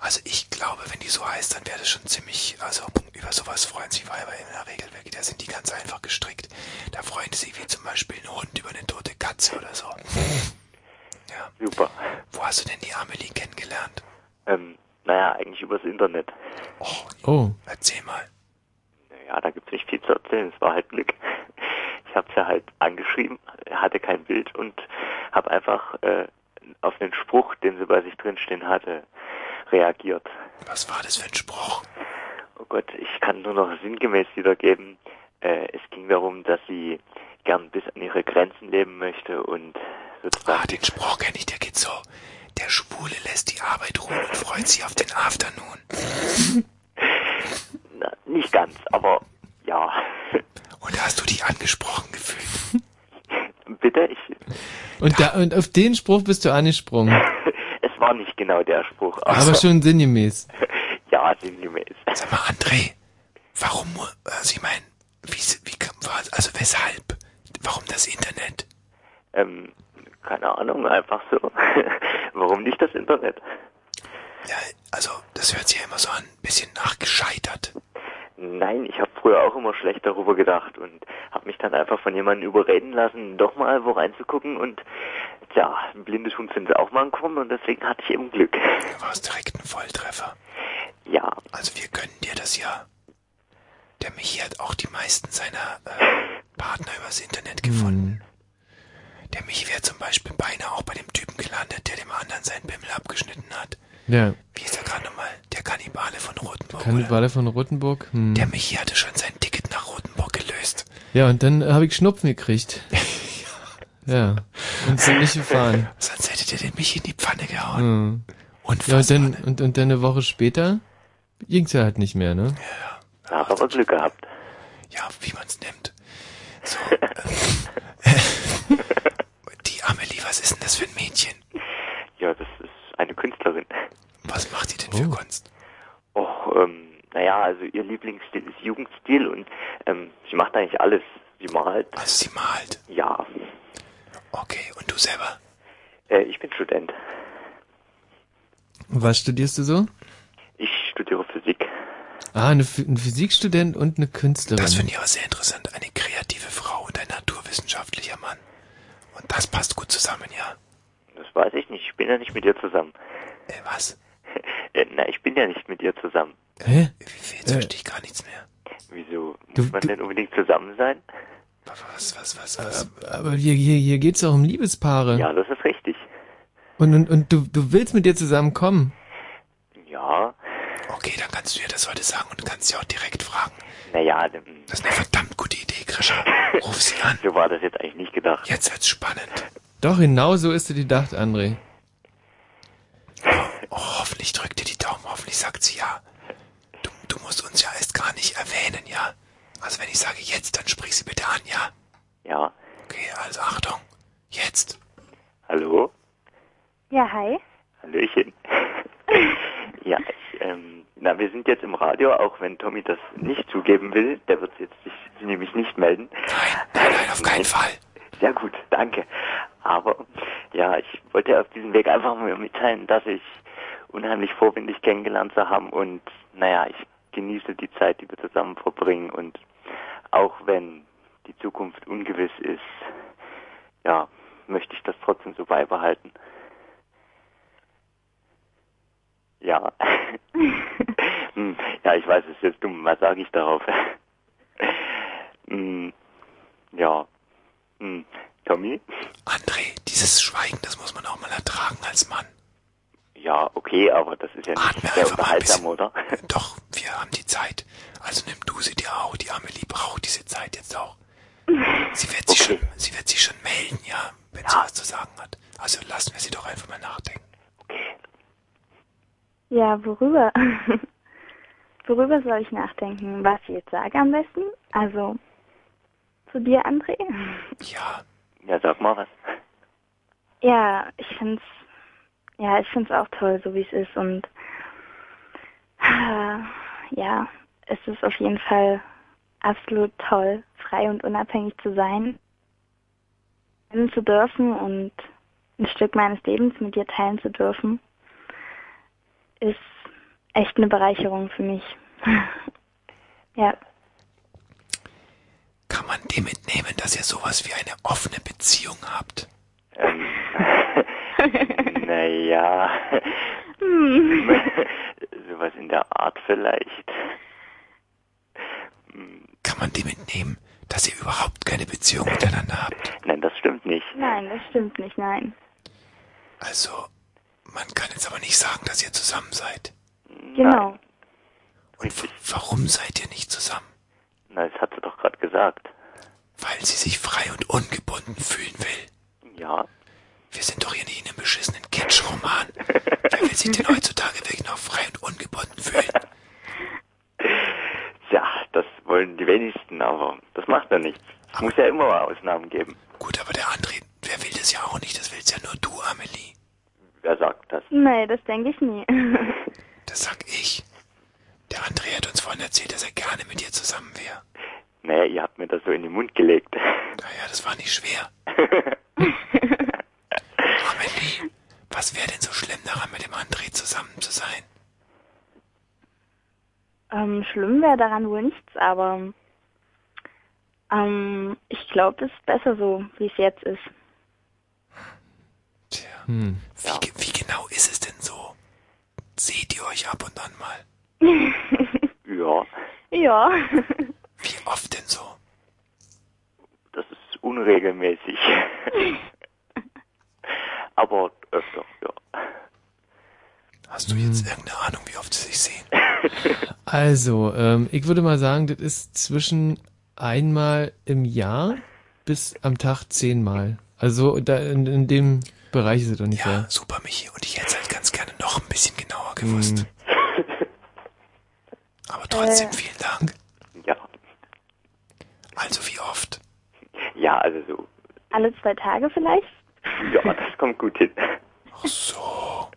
Speaker 2: Also ich glaube, wenn die so heißt, dann wäre das schon ziemlich, also über sowas freuen sich Weiber in der Regel wirklich. Da sind die ganz einfach gestrickt. Da freuen sie sich wie zum Beispiel ein Hund über eine tote Katze oder so. Ja.
Speaker 16: Super.
Speaker 2: Wo hast du denn die Amelie kennengelernt?
Speaker 16: Ähm, naja, eigentlich übers Internet.
Speaker 3: Oh.
Speaker 2: Erzähl mal.
Speaker 16: Naja, da gibt's nicht viel zu erzählen. Es war halt Glück. Ich habe ja halt angeschrieben, hatte kein Bild und habe einfach äh, auf den Spruch, den sie bei sich drinstehen hatte, reagiert.
Speaker 2: Was war das für ein Spruch?
Speaker 16: Oh Gott, ich kann nur noch sinngemäß wiedergeben. Äh, es ging darum, dass sie gern bis an ihre Grenzen leben möchte und sozusagen...
Speaker 2: Ah, den Spruch kenne ich, der geht so. Der Schwule lässt die Arbeit ruhen und freut sich auf den Afternoon.
Speaker 16: <laughs> Na, nicht ganz, aber ja.
Speaker 2: Und hast du dich angesprochen gefühlt?
Speaker 16: <laughs> Bitte? Ich,
Speaker 3: Und, da, und auf den Spruch bist du angesprungen.
Speaker 16: es war nicht genau der Spruch.
Speaker 3: Aber schon sinngemäß.
Speaker 16: Ja, sinngemäß.
Speaker 2: Sag mal, André, warum, mu- also ich meine, wie, wie, kam- war- also weshalb? Warum das Internet?
Speaker 16: Ähm, keine Ahnung, einfach so. <laughs> Warum nicht das Internet?
Speaker 2: Also, das hört sich ja immer so an, ein bisschen nachgescheitert.
Speaker 16: Nein, ich habe früher auch immer schlecht darüber gedacht und habe mich dann einfach von jemandem überreden lassen, doch mal wo reinzugucken und tja, blinde Schuhe sind auch mal gekommen und deswegen hatte ich eben
Speaker 2: <laughs>
Speaker 16: Glück.
Speaker 2: Du warst direkt ein Volltreffer.
Speaker 16: Ja.
Speaker 2: Also wir gönnen dir das ja. Der Michi hat auch die meisten seiner äh,
Speaker 16: <laughs>
Speaker 2: Partner übers Internet gefunden. Der Michi wäre zum Beispiel beinahe auch bei dem Typen gelandet, der dem anderen seinen Pimmel abgeschnitten hat.
Speaker 3: Ja.
Speaker 2: Wie ist er gerade nochmal? Der Kannibale von Rotenburg.
Speaker 3: Kannibale von Rottenburg. Hm.
Speaker 2: Der Michi hatte schon sein Ticket nach Rotenburg gelöst.
Speaker 3: Ja, und dann habe ich Schnupfen
Speaker 2: <laughs>
Speaker 3: gekriegt. ja. Und sind nicht gefahren.
Speaker 2: <laughs> Sonst hättet ihr den Michi in die Pfanne gehauen.
Speaker 3: Hm. Ja, und, dann, und, und dann eine Woche später ging's ja halt nicht mehr, ne?
Speaker 16: Da hab aber Glück gehabt.
Speaker 2: Ja, wie man's nimmt. So. äh, <laughs> die Amelie, was ist denn das für ein Mädchen?
Speaker 16: Ja, das ist eine Künstlerin.
Speaker 2: Was macht sie denn für Kunst?
Speaker 16: Och, ähm, naja, also ihr Lieblingsstil ist Jugendstil und ähm, sie macht eigentlich alles. Sie malt.
Speaker 2: Also sie malt?
Speaker 16: Ja.
Speaker 2: Okay, und du selber?
Speaker 16: Äh, ich bin Student.
Speaker 3: Was studierst du so?
Speaker 16: Ich studiere Physik.
Speaker 3: Ah, eine, Phy- ein Physikstudent und eine Künstlerin.
Speaker 2: Das finde ich aber sehr interessant. Eine kreative Frau und ein naturwissenschaftlicher Mann. Und das passt gut zusammen, ja.
Speaker 16: Das weiß ich nicht. Ich bin ja nicht mit ihr zusammen.
Speaker 2: Äh, was?
Speaker 16: Äh, na, ich bin ja nicht mit ihr zusammen.
Speaker 3: Hä?
Speaker 2: Jetzt verstehe ich gar nichts mehr.
Speaker 16: Wieso? Muss man denn unbedingt zusammen sein?
Speaker 2: Was, was, was, was?
Speaker 3: Äh, Aber hier, hier, hier geht's doch um Liebespaare.
Speaker 16: Ja, das ist richtig.
Speaker 3: Und, und, und du, du willst mit dir zusammenkommen.
Speaker 16: Ja.
Speaker 2: Okay, dann kannst du ihr das heute sagen und kannst sie auch direkt fragen.
Speaker 16: Naja,
Speaker 2: das ist eine verdammt gute Idee, Krischer. Ruf sie an.
Speaker 16: <laughs> So war das jetzt eigentlich nicht gedacht.
Speaker 2: Jetzt wird's spannend.
Speaker 3: Doch, genau so ist dir die Dacht, André.
Speaker 2: Oh, hoffentlich drückt ihr die Daumen, hoffentlich sagt sie ja. Du, du musst uns ja erst gar nicht erwähnen, ja? Also wenn ich sage jetzt, dann sprich sie bitte an, ja?
Speaker 16: Ja.
Speaker 2: Okay, also Achtung. Jetzt.
Speaker 16: Hallo?
Speaker 8: Ja, hi.
Speaker 2: <laughs>
Speaker 16: Hallöchen. ja, ich, ähm, na, wir sind jetzt im Radio, auch wenn Tommy das nicht zugeben will. Der wird jetzt sich nämlich nicht melden. Äh,
Speaker 2: Nein, nein, auf keinen Fall.
Speaker 16: Sehr gut, danke. Aber ja, ich wollte auf diesem Weg einfach mal mitteilen, dass ich unheimlich froh bin, dich kennengelernt zu haben und naja, ich genieße die Zeit, die wir zusammen verbringen und auch wenn die Zukunft ungewiss ist, ja, möchte ich das trotzdem so beibehalten.
Speaker 2: <laughs>
Speaker 16: Ja. Hm, ja, ich weiß, es ist jetzt dumm. Was sage ich darauf? Hm, ja. Hm, Tommy?
Speaker 2: André, dieses Schweigen, das muss man auch mal ertragen als Mann.
Speaker 16: Ja, okay, aber das ist ja nicht sehr unterhaltsam, oder?
Speaker 2: <laughs>
Speaker 16: <laughs>
Speaker 2: Doch, wir haben die Zeit. Also nimm du sie dir auch. Die Amelie braucht diese Zeit jetzt auch. Sie wird sich, schon, sie wird sich schon melden, ja, wenn sie was zu sagen hat. Also lassen wir sie doch einfach mal nachdenken.
Speaker 8: Ja, worüber? <laughs> worüber soll ich nachdenken? Was ich jetzt sage am besten? Also, zu dir, André? <laughs>
Speaker 2: Ja.
Speaker 16: Ja, sag mal was.
Speaker 8: Ja, ich find's, ja, ich find's auch toll, so wie es ist und äh, ja, es ist auf jeden Fall absolut toll, frei und unabhängig zu sein, sein zu dürfen und ein Stück meines Lebens mit dir teilen zu dürfen, ist echt eine Bereicherung für mich. <laughs> ja,
Speaker 2: Kann man dem entnehmen, dass ihr sowas wie eine offene Beziehung habt?
Speaker 16: Ähm,
Speaker 2: <laughs>
Speaker 16: naja. Sowas in der Art vielleicht.
Speaker 2: Kann man dem entnehmen, dass ihr überhaupt keine Beziehung miteinander habt?
Speaker 16: Nein, das stimmt nicht.
Speaker 8: nein, das stimmt nicht, nein.
Speaker 2: Also, man kann jetzt aber nicht sagen, dass ihr zusammen seid.
Speaker 8: Genau.
Speaker 2: Und w- warum seid ihr nicht zusammen?
Speaker 16: Na, das hat sie doch gerade gesagt.
Speaker 2: Weil sie sich frei und ungebunden fühlen will.
Speaker 16: Ja.
Speaker 2: Wir sind doch hier nicht in einem beschissenen Kitsch-Roman. Wer will sich denn heutzutage wirklich noch frei und ungebunden
Speaker 16: <laughs>
Speaker 2: fühlen?
Speaker 16: Ja, das wollen die wenigsten, aber das macht ja nichts. Es muss ja immer mal Ausnahmen geben.
Speaker 2: Gut, aber der André, wer will das ja auch nicht? Das willst ja nur du, Amelie.
Speaker 16: Wer sagt das?
Speaker 8: Nee, das denke ich nie. <laughs>
Speaker 2: Das sag ich. Der André hat uns vorhin erzählt, dass er gerne mit dir zusammen wäre.
Speaker 16: Naja, ihr habt mir das so in den Mund gelegt.
Speaker 2: Naja, das war nicht schwer.
Speaker 16: <laughs>
Speaker 2: Amelie, was wäre denn so schlimm daran, mit dem André zusammen zu sein?
Speaker 8: Ähm, schlimm wäre daran wohl nichts, aber ähm, ich glaube, es ist besser so, wie es jetzt ist.
Speaker 3: Hm.
Speaker 2: Wie, ge- wie genau ist es denn so? Seht ihr euch ab und an mal?
Speaker 16: Ja,
Speaker 11: <laughs>
Speaker 8: ja.
Speaker 2: Wie oft denn so?
Speaker 16: das ist
Speaker 2: <laughs>
Speaker 16: unregelmäßig. aber äh, öfter, ja.
Speaker 2: Hast du
Speaker 3: Mhm.
Speaker 2: jetzt irgendeine Ahnung, wie oft sie sich
Speaker 16: <laughs>
Speaker 2: sehen?
Speaker 3: Also, ähm, ich würde mal sagen, das ist zwischen einmal im Jahr bis am Tag zehnmal. Also da in, in dem Bereich ist es doch nicht ja,
Speaker 2: super, Michi. Und ich hätte es halt ganz gerne noch ein bisschen genauer
Speaker 3: Mhm.
Speaker 2: gewusst. Aber trotzdem
Speaker 16: Äh.
Speaker 2: vielen Dank.
Speaker 16: Ja.
Speaker 2: Also wie oft?
Speaker 16: Ja, also so.
Speaker 8: Alle zwei Tage vielleicht?
Speaker 16: Ja, das kommt gut hin.
Speaker 2: Ach so.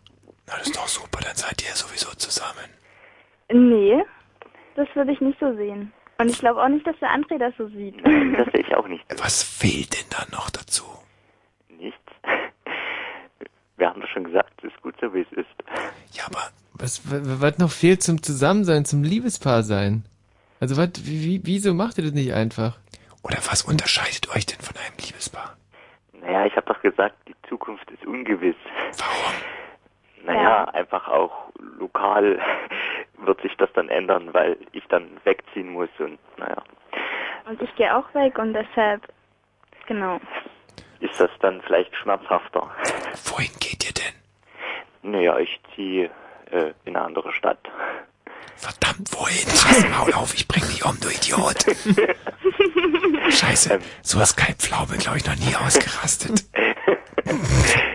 Speaker 2: Na, das ist doch super, dann seid ihr ja sowieso zusammen.
Speaker 8: Nee, das würde ich nicht so sehen. Und ich glaube auch nicht, dass der André das so
Speaker 3: <laughs>
Speaker 8: sieht.
Speaker 16: Das sehe ich auch nicht.
Speaker 2: Was fehlt denn da noch dazu?
Speaker 16: Nichts. <laughs> Wir haben doch schon gesagt, es ist gut so, wie es ist.
Speaker 2: Ja, aber
Speaker 3: Was, wa- wa- was noch fehlt zum Zusammensein, zum Liebespaar sein? Also was, wie, wieso macht ihr das nicht einfach?
Speaker 2: Oder was unterscheidet euch denn von einem Liebespaar?
Speaker 16: Naja, ich habe doch gesagt, die Zukunft ist ungewiss. Warum? Naja, einfach auch lokal <laughs> wird sich das dann ändern, weil ich dann wegziehen muss und naja,
Speaker 8: Und ich gehe auch weg und deshalb, genau.
Speaker 16: ist das dann vielleicht schmerzhafter. <laughs>
Speaker 2: Wohin geht ihr denn?
Speaker 16: Naja, ich ziehe äh, in eine andere Stadt.
Speaker 2: Verdammt, wohin? Scheiß Maul auf, ich bring dich um,
Speaker 16: <laughs>
Speaker 2: du Idiot.
Speaker 16: Ähm.
Speaker 2: Scheiße, so ist kein Pflaume, glaube ich, noch nie ausgerastet.
Speaker 16: <laughs>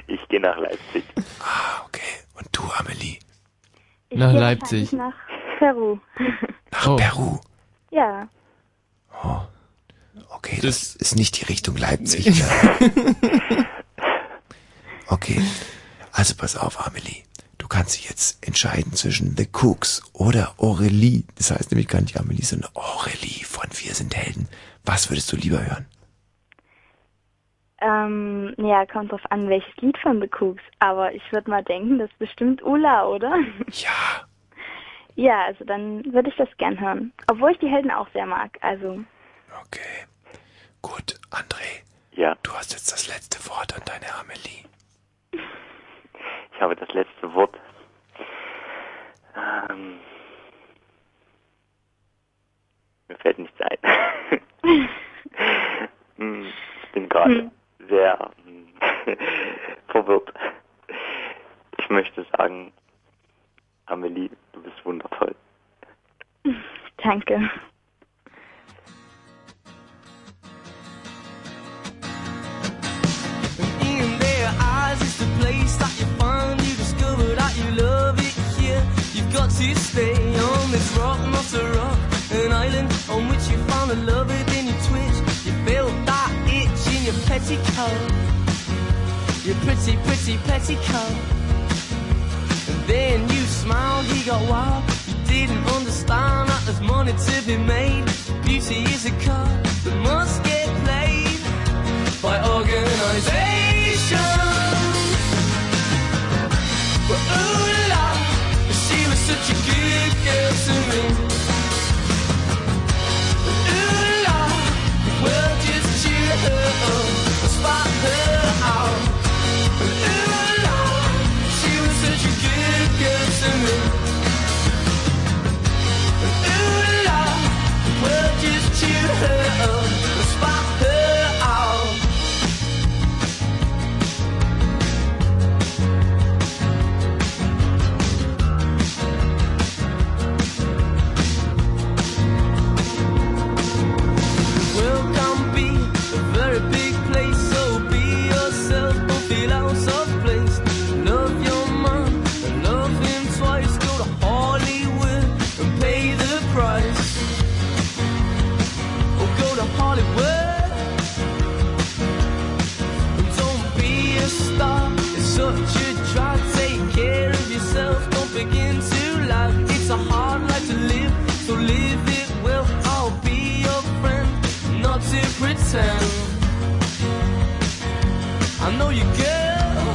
Speaker 16: Ich gehe nach Leipzig.
Speaker 2: Ah, okay. Und du, Amelie?
Speaker 8: Ich
Speaker 3: Nach
Speaker 8: gehe
Speaker 3: Leipzig.
Speaker 8: wahrscheinlich Nach Peru. <laughs>
Speaker 2: Nach Peru.
Speaker 8: ja.
Speaker 2: Okay, das, ist nicht die Richtung Leipzig.
Speaker 16: <laughs>
Speaker 2: ne? okay, also pass auf, Amelie. Du kannst dich jetzt entscheiden zwischen The Cooks oder Aurelie. Das heißt nämlich gar nicht Amelie, sondern Aurelie von Wir sind Helden. Was würdest du lieber hören?
Speaker 8: Ähm, ja, kommt drauf an, welches Lied von The Cooks. Aber ich würde mal denken, das ist bestimmt Ula, oder? <laughs>
Speaker 2: Ja.
Speaker 8: Ja, also dann würde ich das gern hören. Obwohl ich die Helden auch sehr mag. Also,
Speaker 2: Okay. Gut, André.
Speaker 15: Ja.
Speaker 2: Du hast jetzt das letzte Wort an deine Amelie.
Speaker 15: Ich habe das letzte Wort. Ähm, mir fällt nichts
Speaker 16: <laughs>
Speaker 15: ein. Hm, ich bin gerade
Speaker 8: Hm.
Speaker 15: sehr <laughs> hm, verwirrt. Ich möchte sagen, Amelie, du bist wundervoll.
Speaker 8: <laughs> danke.
Speaker 11: In their eyes, it's the place that you find. You discover that you love it here. You've got to stay on this rock, not a rock, an island on which you found a love it. Then you twitch, you feel that itch in your petticoat. Your pretty, pretty petticoat. And then you smiled, he got wild. You didn't understand that there's money to be made. Beauty is a card that must get played by organization. But ooh la, la, she was such a good girl to me. But ooh la, la, the world just cheer her on, spot her out. But ooh la, la, she was such a good girl to me. But ooh la, la, the world just cheer her on, spot her out. World can be a very big place, so be yourself, don't feel out of place. Love your man, and love him twice. Go to Hollywood and pay the price. Or go to Hollywood and don't be a star. It's such a drag. Take care of yourself, don't begin to lag. It's a hard life to live, so live it well. I'll be your friend not to pretend. I know you girl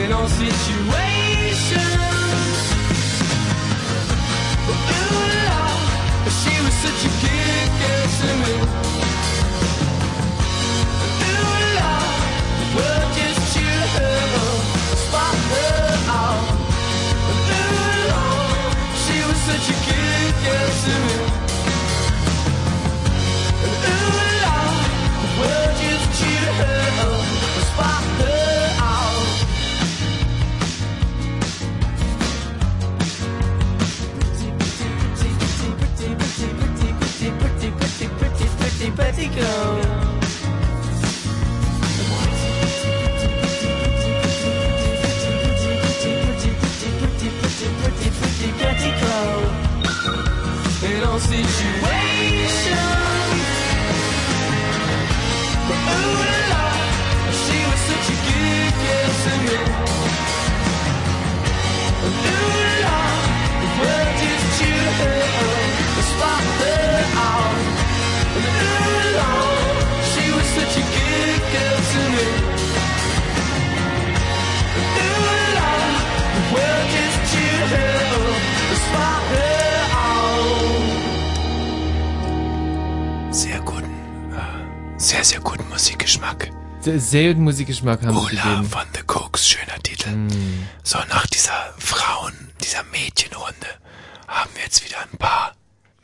Speaker 11: in all situations. But ooh la, she was such a good girl to me. Ooh la, the world just cheered her on, spot her out. Ooh la, she was such a good girl to me. Pretty girl. Pretty girl. In all situations. But ooh la, she was such a good girl to me. And ooh la, the world just cheered her on, and spot her out. And ooh la, she was such a good girl to me. And ooh la, the world just cheered her on, and spot her out.
Speaker 2: Sehr guten, äh, sehr, sehr guten Musikgeschmack.
Speaker 3: Sehr- Sehr guten Musikgeschmack haben sie
Speaker 2: Ula
Speaker 3: gegeben. Hm.
Speaker 2: von The Cooks, schöner Titel. So, nach dieser Frauen, dieser Mädchenrunde haben wir jetzt wieder ein paar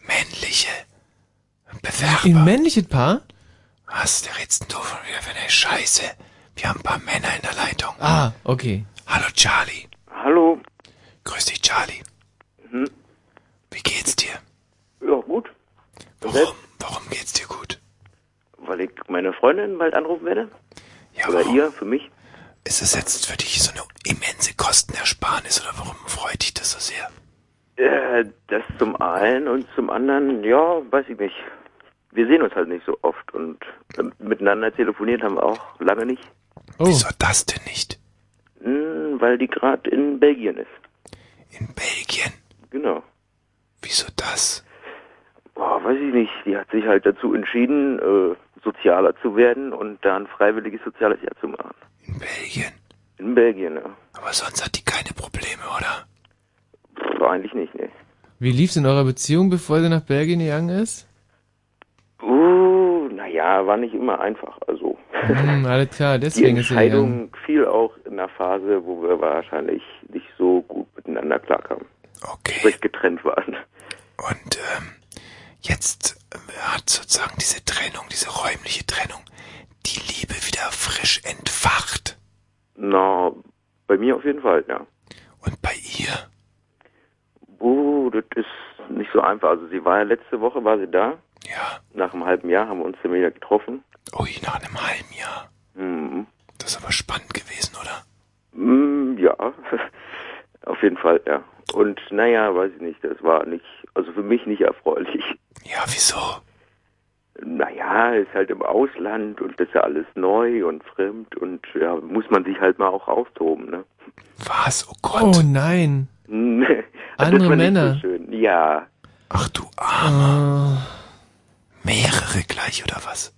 Speaker 2: männliche Bewerber.
Speaker 3: Ein männliches Paar?
Speaker 2: Was, der redst du von wieder für eine Scheiße? Wir haben ein paar Männer in der Leitung.
Speaker 3: Ah, okay.
Speaker 2: Hallo Charlie.
Speaker 16: Hallo.
Speaker 2: Grüß dich, Charlie.
Speaker 16: Mhm.
Speaker 2: Wie geht's dir?
Speaker 16: Ja, gut.
Speaker 2: Warum, warum geht's dir gut?
Speaker 16: Weil ich meine Freundin bald anrufen werde.
Speaker 2: Ja,
Speaker 16: Oder ihr, für mich.
Speaker 2: Ist es jetzt für dich so eine immense Kostenersparnis oder warum freut dich das so sehr?
Speaker 16: Äh, das zum einen und zum anderen, ja, weiß ich nicht. Wir sehen uns halt nicht so oft und ähm, miteinander telefoniert haben wir auch lange nicht.
Speaker 2: Wieso das denn nicht?
Speaker 16: Hm, weil die gerade in Belgien ist.
Speaker 2: In Belgien?
Speaker 16: Genau.
Speaker 2: Wieso das?
Speaker 16: Boah, weiß ich nicht. Die hat sich halt dazu entschieden, äh, sozialer zu werden und da ein freiwilliges soziales Jahr zu machen. In Belgien? In Belgien, ja.
Speaker 2: Aber sonst hat die keine Probleme, oder?
Speaker 16: Pff, eigentlich nicht, ne.
Speaker 3: Wie lief's in eurer Beziehung, bevor sie nach Belgien gegangen ist?
Speaker 16: Uh, naja, war nicht immer einfach. Also
Speaker 3: Hm, alles klar,
Speaker 16: die
Speaker 3: deswegen ist sie gegangen.
Speaker 16: Entscheidung fiel auch in einer Phase, wo wir wahrscheinlich nicht so gut miteinander klarkamen.
Speaker 2: Okay.
Speaker 16: Sprich getrennt waren.
Speaker 2: Und ähm, jetzt äh, hat sozusagen diese Trennung, diese räumliche Trennung, die Liebe wieder frisch entfacht.
Speaker 16: Na, bei mir auf jeden Fall, ja.
Speaker 2: Und bei ihr?
Speaker 16: Uh, das ist nicht so einfach. Also sie war ja letzte Woche, war sie da.
Speaker 2: Ja.
Speaker 16: Nach einem halben Jahr haben wir uns dann wieder getroffen.
Speaker 2: Ui, nach einem halben Jahr.
Speaker 16: Mhm.
Speaker 2: Das ist aber spannend gewesen, oder?
Speaker 16: Mm, ja, <laughs> auf jeden Fall, ja. Und naja, weiß ich nicht, das war nicht, also für mich nicht erfreulich.
Speaker 2: Ja, wieso?
Speaker 16: Naja, ist halt im Ausland und das ist ja alles neu und fremd und ja, muss man sich halt mal auch austoben, ne?
Speaker 2: Was? Oh
Speaker 3: Gott. Oh
Speaker 16: <laughs>
Speaker 3: nein.
Speaker 16: Nee, Also das
Speaker 3: Andere
Speaker 16: war nicht
Speaker 3: Männer. Ah,
Speaker 16: So schön. Ja,
Speaker 2: Arme. Mehrere gleich, oder was?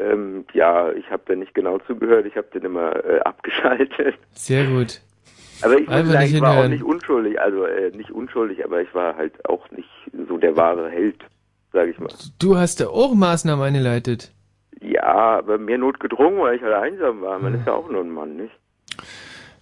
Speaker 16: ähm, ja, ich habe da nicht genau zugehört, ich habe den immer äh, abgeschaltet. <laughs>
Speaker 3: Sehr gut.
Speaker 16: Aber ich muss
Speaker 3: Einfach
Speaker 16: sagen,
Speaker 3: nicht
Speaker 16: ich war auch
Speaker 3: hinhören.
Speaker 16: nicht unschuldig, also äh, nicht unschuldig, aber ich war halt auch nicht so der wahre Held, sage ich mal.
Speaker 3: Du hast ja auch Maßnahmen eingeleitet.
Speaker 16: Ja, aber mir Not gedrungen, weil ich halt einsam war.
Speaker 3: Hm.
Speaker 16: Man ist ja auch nur ein Mann, nicht?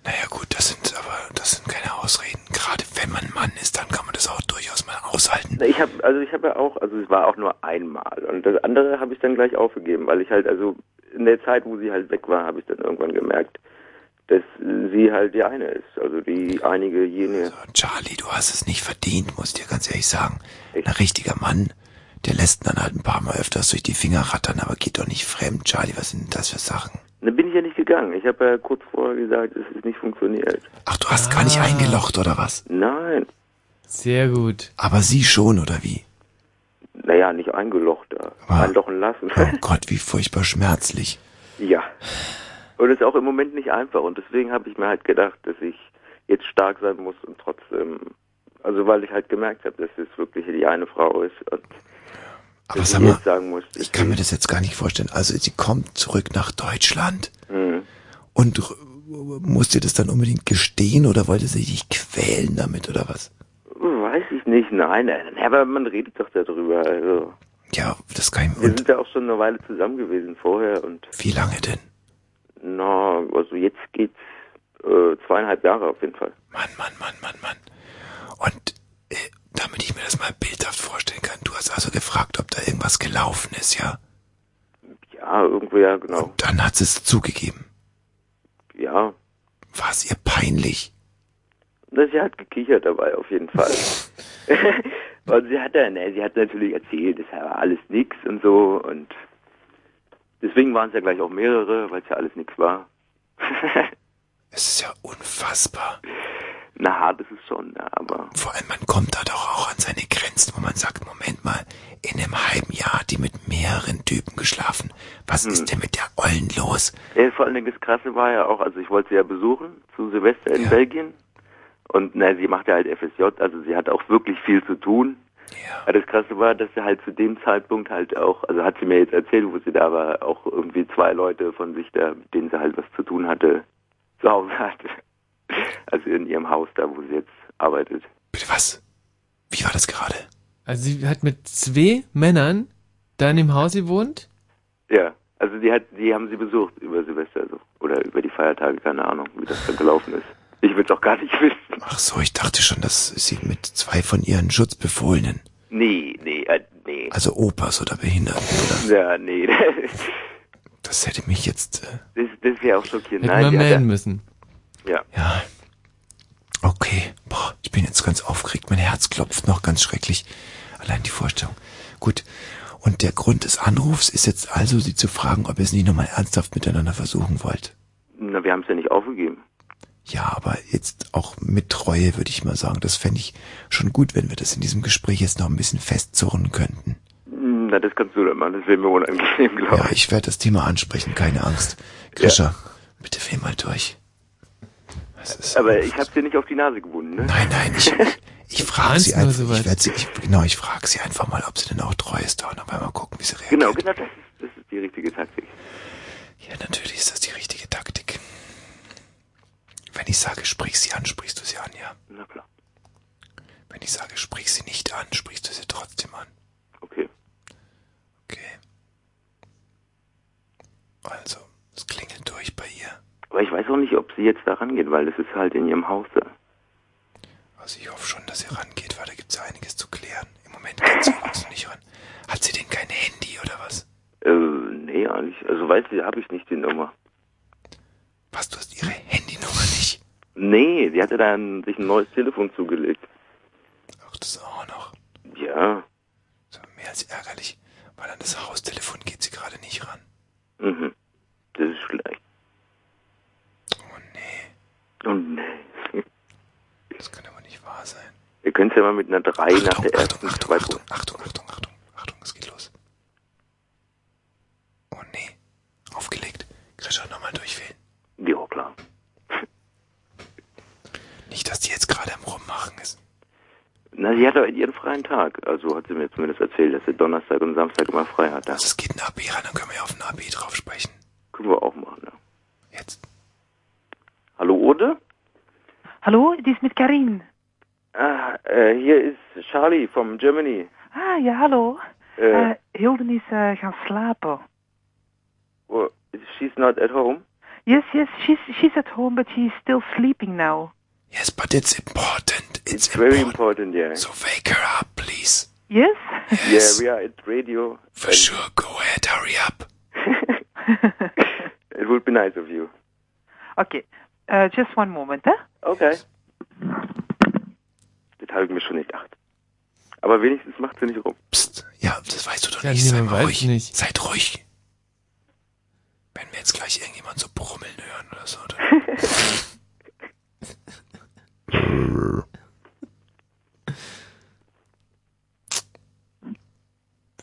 Speaker 2: Naja gut, das sind aber das sind keine Ausreden. Gerade wenn man Mann ist, dann kann man das auch durchaus mal aushalten.
Speaker 16: Na, Ich habe also ich habe ja auch, also es war auch nur einmal und das andere habe ich dann gleich aufgegeben, weil ich halt also in der Zeit, wo sie halt weg war, habe ich dann irgendwann gemerkt, dass sie halt die eine ist, also die einige jene.
Speaker 2: Charlie, du hast es nicht verdient, muss ich dir ganz ehrlich sagen. Ein richtiger Mann, der lässt dann halt ein paar Mal öfters durch die Finger rattern, aber geht doch nicht fremd. Charlie, was sind denn das für Sachen?
Speaker 16: Da bin ich ja nicht gegangen. Ich habe ja kurz vorher gesagt, es ist nicht funktioniert.
Speaker 2: Ach, du hast gar nicht eingelocht, oder was?
Speaker 16: Nein,
Speaker 3: Ah. Sehr gut.
Speaker 2: Aber sie schon, oder wie?
Speaker 16: naja, nicht eingelocht, da einlochen lassen.
Speaker 2: <laughs> Oh Gott, wie furchtbar schmerzlich.
Speaker 16: Ja. Und es ist auch im Moment nicht einfach. Und deswegen habe ich mir halt gedacht, dass ich jetzt stark sein muss und trotzdem, also weil ich halt gemerkt habe, dass es wirklich die eine Frau ist und
Speaker 2: Aber
Speaker 16: dass
Speaker 2: sag
Speaker 16: ich
Speaker 2: mal,
Speaker 16: jetzt sagen muss,
Speaker 2: ich kann mir das jetzt gar nicht vorstellen. Also sie kommt zurück nach Deutschland
Speaker 16: hm,
Speaker 2: und r- muss dir das dann unbedingt gestehen oder wollte sie dich quälen damit oder was?
Speaker 16: weiß ich nicht, nein, nein, aber man redet doch darüber. Also.
Speaker 2: Ja, das kann ich
Speaker 16: Wir sind ja auch schon eine Weile zusammen gewesen vorher und.
Speaker 2: Wie lange denn?
Speaker 16: Na, also jetzt geht's äh, zweieinhalb Jahre auf jeden Fall.
Speaker 2: äh, Damit ich mir das mal bildhaft vorstellen kann. Du hast also gefragt, ob da irgendwas gelaufen ist, ja?
Speaker 16: Ja, irgendwo ja, genau.
Speaker 2: Dann hat sie es zugegeben.
Speaker 16: Ja.
Speaker 2: War es ihr peinlich?
Speaker 16: Na, sie hat gekichert dabei, auf jeden Fall. und sie hat dann, ne, sie hat natürlich erzählt, das war alles nix und so und deswegen waren es ja gleich auch mehrere, weil es ja alles nix war.
Speaker 2: es ist ja unfassbar.
Speaker 16: Na, hart ist es schon, ja, aber.
Speaker 2: Vor allem, man kommt da doch auch an seine Grenzen, wo man sagt, Moment mal, in einem halben Jahr hat die mit mehreren Typen geschlafen. Was
Speaker 16: Hm.
Speaker 2: ist denn mit der Ollen los?
Speaker 16: Ja, Äh, vor allen Dingen das Krasse war ja auch, also ich wollte sie ja besuchen zu Silvester in Belgien. Und na, sie macht ja halt FSJ, also sie hat auch wirklich viel zu tun. Aber das Krasse war, dass sie halt zu dem Zeitpunkt halt auch, also hat sie mir jetzt erzählt, wo sie da war, auch irgendwie zwei Leute von sich da, mit denen sie halt was zu tun hatte, zu Hause hatte. Also in ihrem Haus da, wo sie jetzt arbeitet.
Speaker 2: Bitte was? Wie war das gerade?
Speaker 3: Also sie hat mit zwei Männern da in dem Haus gewohnt.
Speaker 16: Ja, also die hat, die haben sie besucht über Silvester, also, oder über die Feiertage, keine Ahnung, wie das dann gelaufen ist. Ich will's auch gar nicht <laughs> wissen.
Speaker 2: Ach so, ich dachte schon, dass sie mit zwei von ihren Schutzbefohlenen,
Speaker 16: Nee, nee, äh, nee.
Speaker 2: also Opas oder Behinderten, oder?
Speaker 16: Ja, nee. <laughs> Das,
Speaker 2: Das hätte mich jetzt... Äh,
Speaker 16: das wäre auch schockierend.
Speaker 3: Hätten wir
Speaker 16: Nein, die hat
Speaker 3: melden
Speaker 16: ja-
Speaker 3: müssen.
Speaker 16: Ja.
Speaker 2: Ja. Okay. Boah, ich bin jetzt ganz aufgeregt. Mein Herz klopft noch ganz schrecklich. Allein die Vorstellung. Gut. Und der Grund des Anrufs ist jetzt also, Sie zu fragen, ob ihr es nicht nochmal ernsthaft miteinander versuchen wollt.
Speaker 16: Na, wir haben es ja nicht aufgegeben.
Speaker 2: Ja, aber jetzt auch mit Treue, würde ich mal sagen. Das fände ich schon gut, wenn wir das in diesem Gespräch jetzt noch ein bisschen festzurren könnten.
Speaker 16: Na, das kannst du dann machen. Das wäre mir unangenehm, glaube
Speaker 2: Ja, ich werde das Thema ansprechen, keine Angst. Grisha, bitte fehl mal durch.
Speaker 16: ich. Aber ich habe dir nicht auf die Nase gewunden, ne? <laughs>
Speaker 2: Nein, nein, ich, Ich frage
Speaker 3: ahnst
Speaker 2: sie
Speaker 3: nur
Speaker 2: einfach.
Speaker 3: sowas.
Speaker 2: Ich werd sie, ich, genau, ich frage sie einfach mal, ob sie denn auch treu ist da und dann mal gucken, wie sie reagiert.
Speaker 16: Genau, genau, das ist, das ist die richtige Taktik.
Speaker 2: Ja, natürlich ist das die richtige Taktik. Wenn ich sage, sprich sie an, sprichst du sie an, ja.
Speaker 16: Na klar.
Speaker 2: Wenn ich sage, sprich sie nicht an, sprichst du sie trotzdem an.
Speaker 16: Okay.
Speaker 2: Okay. Also, es klingelt durch bei ihr.
Speaker 16: Aber ich weiß auch nicht, ob sie jetzt da rangeht, weil das ist halt in ihrem Haus da.
Speaker 2: Also ich hoffe schon, dass sie rangeht, weil da gibt's ja einiges zu klären. Im Moment geht sie auch noch nicht ran. Hat sie denn kein Handy oder was?
Speaker 16: Äh, nee, eigentlich. Also weißt du, habe ich nicht die Nummer.
Speaker 2: Was, du hast ihre Handynummer nicht?
Speaker 16: Nee, die hatte dann sich ein neues Telefon zugelegt.
Speaker 2: Ach, das auch noch.
Speaker 16: Ja.
Speaker 2: Oh, Mehr als ärgerlich, weil an das Haustelefon geht sie gerade nicht ran.
Speaker 16: Mhm. Das ist schlecht. Oh nee. Oh nee.
Speaker 2: Das kann aber nicht wahr sein.
Speaker 16: Ihr könnt ja mal mit einer 3 nach der ersten Achtung, Achtung,
Speaker 2: Achtung, Achtung, Achtung, Achtung, es geht los. Oh nee, aufgelegt. Grisha nochmal durchwählen.
Speaker 16: Ja, klar.
Speaker 2: Nicht, dass die jetzt gerade am Rummachen ist.
Speaker 16: Na, sie hatte ihren freien Tag. Also hat sie mir zumindest erzählt, dass sie Donnerstag und Samstag immer frei hatte.
Speaker 2: Also es geht ein AB ran, dann können wir ja auf ein AB drauf sprechen.
Speaker 16: Können wir auch machen, ne?
Speaker 2: Jetzt.
Speaker 16: Hallo, Ode?
Speaker 1: Hallo, dies mit Karin.
Speaker 16: Ah, äh, hier ist Charlie vom Germany.
Speaker 1: Ah, ja, hallo.
Speaker 16: Äh,
Speaker 29: Ah.
Speaker 1: Eh, Hilden is eh, gaan slapen.
Speaker 16: oh, she's not at home.
Speaker 1: Yes, yes, she's, she's at home, but she's still sleeping now.
Speaker 2: Yes, but it's important.
Speaker 16: It's, very important, yeah.
Speaker 2: So wake her up, Ah, please.
Speaker 1: Yes?
Speaker 16: Yeah, we are at radio.
Speaker 2: For sure, go ahead, hurry up.
Speaker 16: It would be nice of you.
Speaker 1: <laughs> Okay, eh, just one moment, hè?
Speaker 16: Okay. Das habe ich mir schon gedacht. Aber wenigstens macht sie nicht rum.
Speaker 2: Psst, ja, das weißt du doch
Speaker 3: Ja,
Speaker 2: nicht. Sei
Speaker 3: niemand
Speaker 2: mal
Speaker 3: weiß
Speaker 2: ruhig.
Speaker 3: nicht.
Speaker 2: Seid ruhig. Wenn wir jetzt gleich irgendjemand so brummeln hören oder so.
Speaker 16: <laughs>
Speaker 2: Dann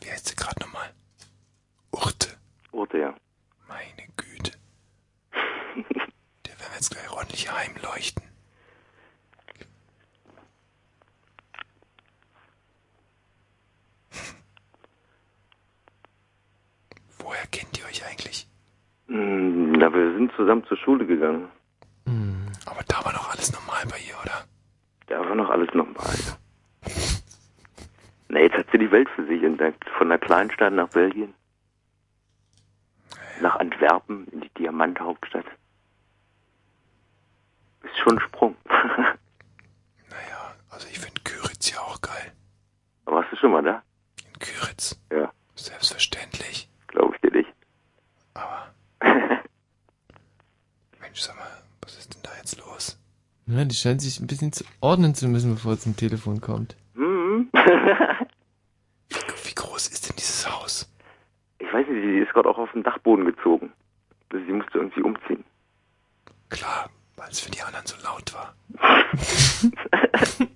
Speaker 2: Wie heißt sie gerade nochmal? Urte.
Speaker 16: Urte, ja.
Speaker 2: Meine
Speaker 16: <laughs>
Speaker 2: Güte. Der werden wir jetzt gleich ordentlich heimleuchten. Woher kennt ihr euch eigentlich?
Speaker 16: Hm, Na, wir sind zusammen zur Schule gegangen.
Speaker 2: Mm, Aber da war noch alles normal bei ihr, oder?
Speaker 16: Da war noch alles normal. Na, jetzt hat sie die Welt für sich entdeckt. Von der kleinen Stadt nach Belgien. Nach Antwerpen, in die Diamanthauptstadt. Ist schon ein Sprung. <laughs>
Speaker 2: Also ich finde Küritz ja auch geil.
Speaker 16: Aber warst du schon mal da?
Speaker 2: In Küritz.
Speaker 16: Ja.
Speaker 2: Selbstverständlich.
Speaker 16: Glaube ich dir nicht. <laughs>
Speaker 2: Mensch, sag mal, was ist denn da jetzt los?
Speaker 3: Ja, die scheint sich ein bisschen zu ordnen zu müssen, bevor es zum Telefon kommt.
Speaker 16: <laughs> Mhm.
Speaker 2: <laughs> Wie groß ist denn dieses Haus?
Speaker 16: Ich weiß nicht, die ist gerade auch auf den Dachboden gezogen. Also Sie musste irgendwie umziehen.
Speaker 2: Klar, weil es für die anderen so laut war.
Speaker 16: <laughs>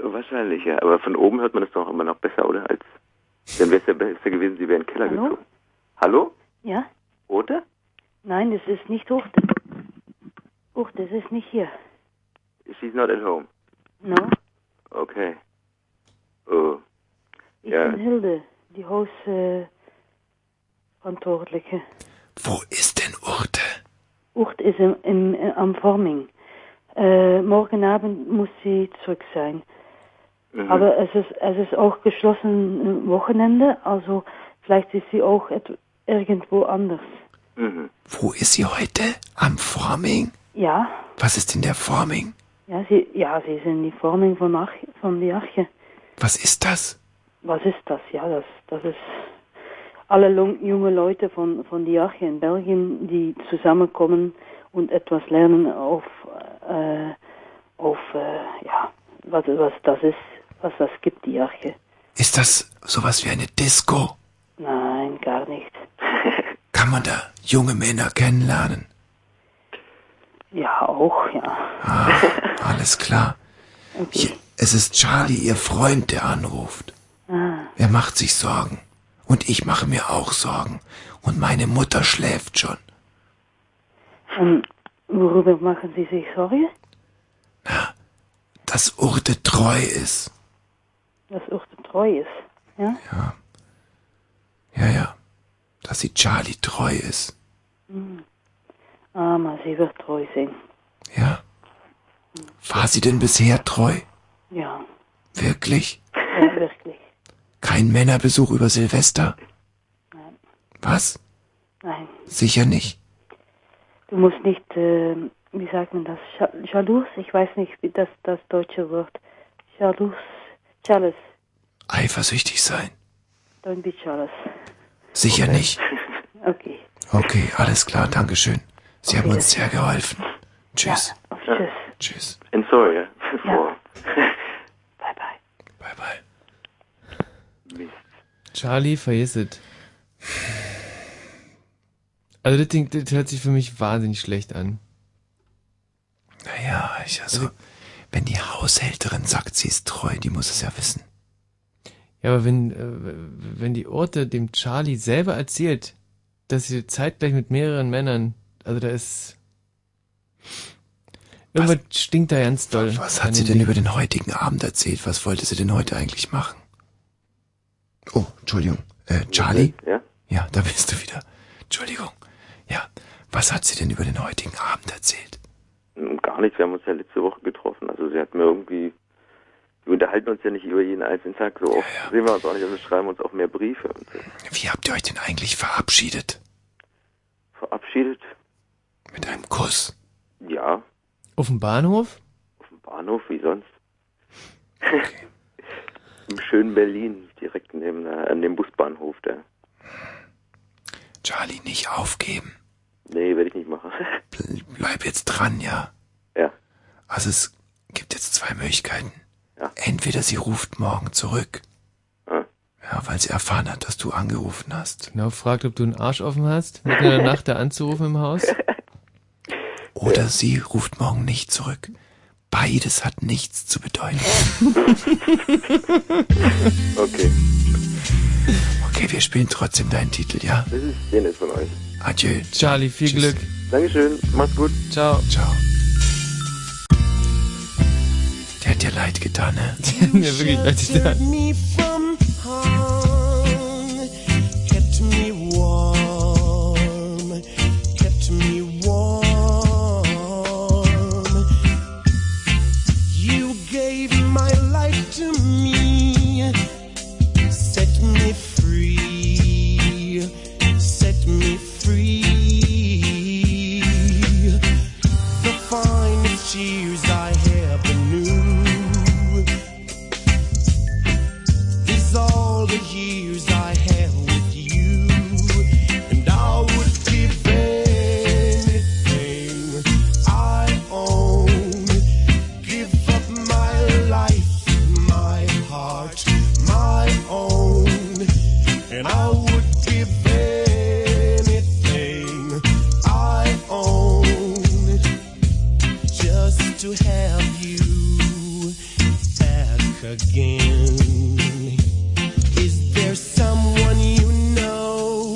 Speaker 16: Wahrscheinlich, ja. Aber von oben hört man das doch immer noch besser, oder? Als dann wäre es ja besser gewesen, sie wäre in den Keller
Speaker 12: Hallo?
Speaker 16: gezogen. Hallo?
Speaker 12: <laughs> Ja?
Speaker 16: Oder?
Speaker 12: Nein, das ist nicht Urte. Urte, das ist nicht hier.
Speaker 16: She's not at home.
Speaker 12: No?
Speaker 16: Okay. Oh.
Speaker 12: Ich
Speaker 16: Ja.
Speaker 12: bin Hilde, die Hausverantwortliche.
Speaker 2: Wo ist denn Urte?
Speaker 12: Urte ist im, im, äh, am Forming. Äh, morgen Abend muss sie zurück sein.
Speaker 16: Mhm.
Speaker 12: Aber es ist, es ist auch geschlossen äh, Wochenende, also vielleicht ist sie auch et- irgendwo anders.
Speaker 2: Wo ist sie heute? Am Forming?
Speaker 12: Ja,
Speaker 2: Was ist denn der Forming?
Speaker 12: ja, sie, ja, sie ist in die Forming von, Arch, von die Arche.
Speaker 2: Was ist das?
Speaker 12: Was ist das? Ja, das, das ist alle lung- junge Leute von, von die Arche in Belgien, die zusammenkommen und etwas lernen auf, äh, auf äh, ja, was, was das ist, was das gibt, die Arche.
Speaker 2: Ist das sowas wie eine Disco?
Speaker 12: Nein, gar nicht.
Speaker 2: Kann man da junge Männer kennenlernen?
Speaker 12: Ja, auch, ja.
Speaker 16: <laughs>
Speaker 2: Ah, alles klar. Hier, es ist Charlie, ihr Freund, der anruft.
Speaker 12: Ah,
Speaker 2: Er macht sich Sorgen. Und ich mache mir auch Sorgen. Und meine Mutter schläft schon.
Speaker 12: Und worüber machen Sie sich Sorge?
Speaker 2: dass Urte treu ist.
Speaker 12: dass Urte treu ist. Ja?
Speaker 2: Ja. Ja, ja. Dass sie Charlie treu ist.
Speaker 12: Hm. Aber sie wird treu sein.
Speaker 2: Ja. War sie denn bisher treu?
Speaker 12: Ja,
Speaker 2: Wirklich?
Speaker 12: ja wirklich.
Speaker 2: Kein Männerbesuch über Silvester?
Speaker 12: Nein.
Speaker 2: Was?
Speaker 12: Nein,
Speaker 2: Sicher nicht.
Speaker 12: du musst nicht, äh, wie sagt man das, Ja- Jalous? Ich weiß nicht, wie das, das deutsche Wort. Jalous, jealous,
Speaker 2: Eifersüchtig sein.
Speaker 12: don't be jealous.
Speaker 2: Sicher nicht.
Speaker 12: Okay.
Speaker 2: Okay, alles klar, Dankeschön. Sie haben uns sehr geholfen. Tschüss.
Speaker 12: Tschüss.
Speaker 2: Tschüss.
Speaker 16: And sorry <laughs> for.
Speaker 3: Charlie, vergiss es. Also das Ding, das hört sich für mich wahnsinnig schlecht an.
Speaker 2: Naja, ich also, wenn die Haushälterin sagt, sie ist treu, die muss es ja wissen.
Speaker 3: Ja, aber wenn, äh, wenn die Orte dem Charlie selber erzählt, dass sie zeitgleich mit mehreren Männern, also da ist... Irgendwas stinkt da ganz doll.
Speaker 2: Was hat sie denn über den heutigen Abend erzählt? Was wollte sie denn heute eigentlich machen? Oh, Entschuldigung. Äh, Charlie?
Speaker 16: Ja?
Speaker 2: Ja, da bist du wieder. Entschuldigung. Ja, was hat sie denn über den heutigen Abend erzählt?
Speaker 16: Nun, Gar nichts, wir haben uns ja letzte Woche getroffen. Also sie hat mir irgendwie, wir unterhalten uns ja nicht über jeden einzelnen Tag so oft. Sehen wir uns auch nicht, also schreiben uns auch mehr Briefe und so.
Speaker 2: Wie habt ihr euch denn eigentlich verabschiedet?
Speaker 16: Verabschiedet?
Speaker 2: Mit einem Kuss?
Speaker 16: Ja,
Speaker 3: Auf dem Bahnhof?
Speaker 16: Bahnhof, wie sonst. <laughs> Im schönen Berlin, direkt neben der, an dem Busbahnhof da.
Speaker 2: Charlie, nicht aufgeben.
Speaker 16: Nee, werde ich nicht machen. <laughs>
Speaker 2: Bl- Bleib jetzt dran, ja?
Speaker 16: Ja.
Speaker 2: Also es gibt jetzt zwei Möglichkeiten. Entweder sie ruft morgen zurück. Ja, weil sie erfahren hat, dass du angerufen hast.
Speaker 3: Genau, fragt, ob du einen Arsch offen hast, mitten in der Nacht da anzurufen im Haus.
Speaker 2: Oder sie ruft morgen nicht zurück. Beides hat nichts zu bedeuten.
Speaker 16: <laughs> okay.
Speaker 2: Okay, wir spielen trotzdem deinen Titel, ja?
Speaker 16: Das ist sehr nett von euch.
Speaker 2: Adieu.
Speaker 3: Charlie, viel Glück.
Speaker 16: Dankeschön, macht's gut.
Speaker 3: Ciao.
Speaker 2: Ciao. Der hat dir leid
Speaker 3: <laughs>
Speaker 2: getan, <laughs> ne?
Speaker 3: Mir wirklich leid
Speaker 31: Sheltered me from harm, kept me warm, kept me warm. You gave my life to me, set me free, set me free. The finest years I ever knew. These all the years I have with you, and I would give anything I own. Give up my life, my heart, my own, and I would give anything I own just to have you back again. Is there someone you know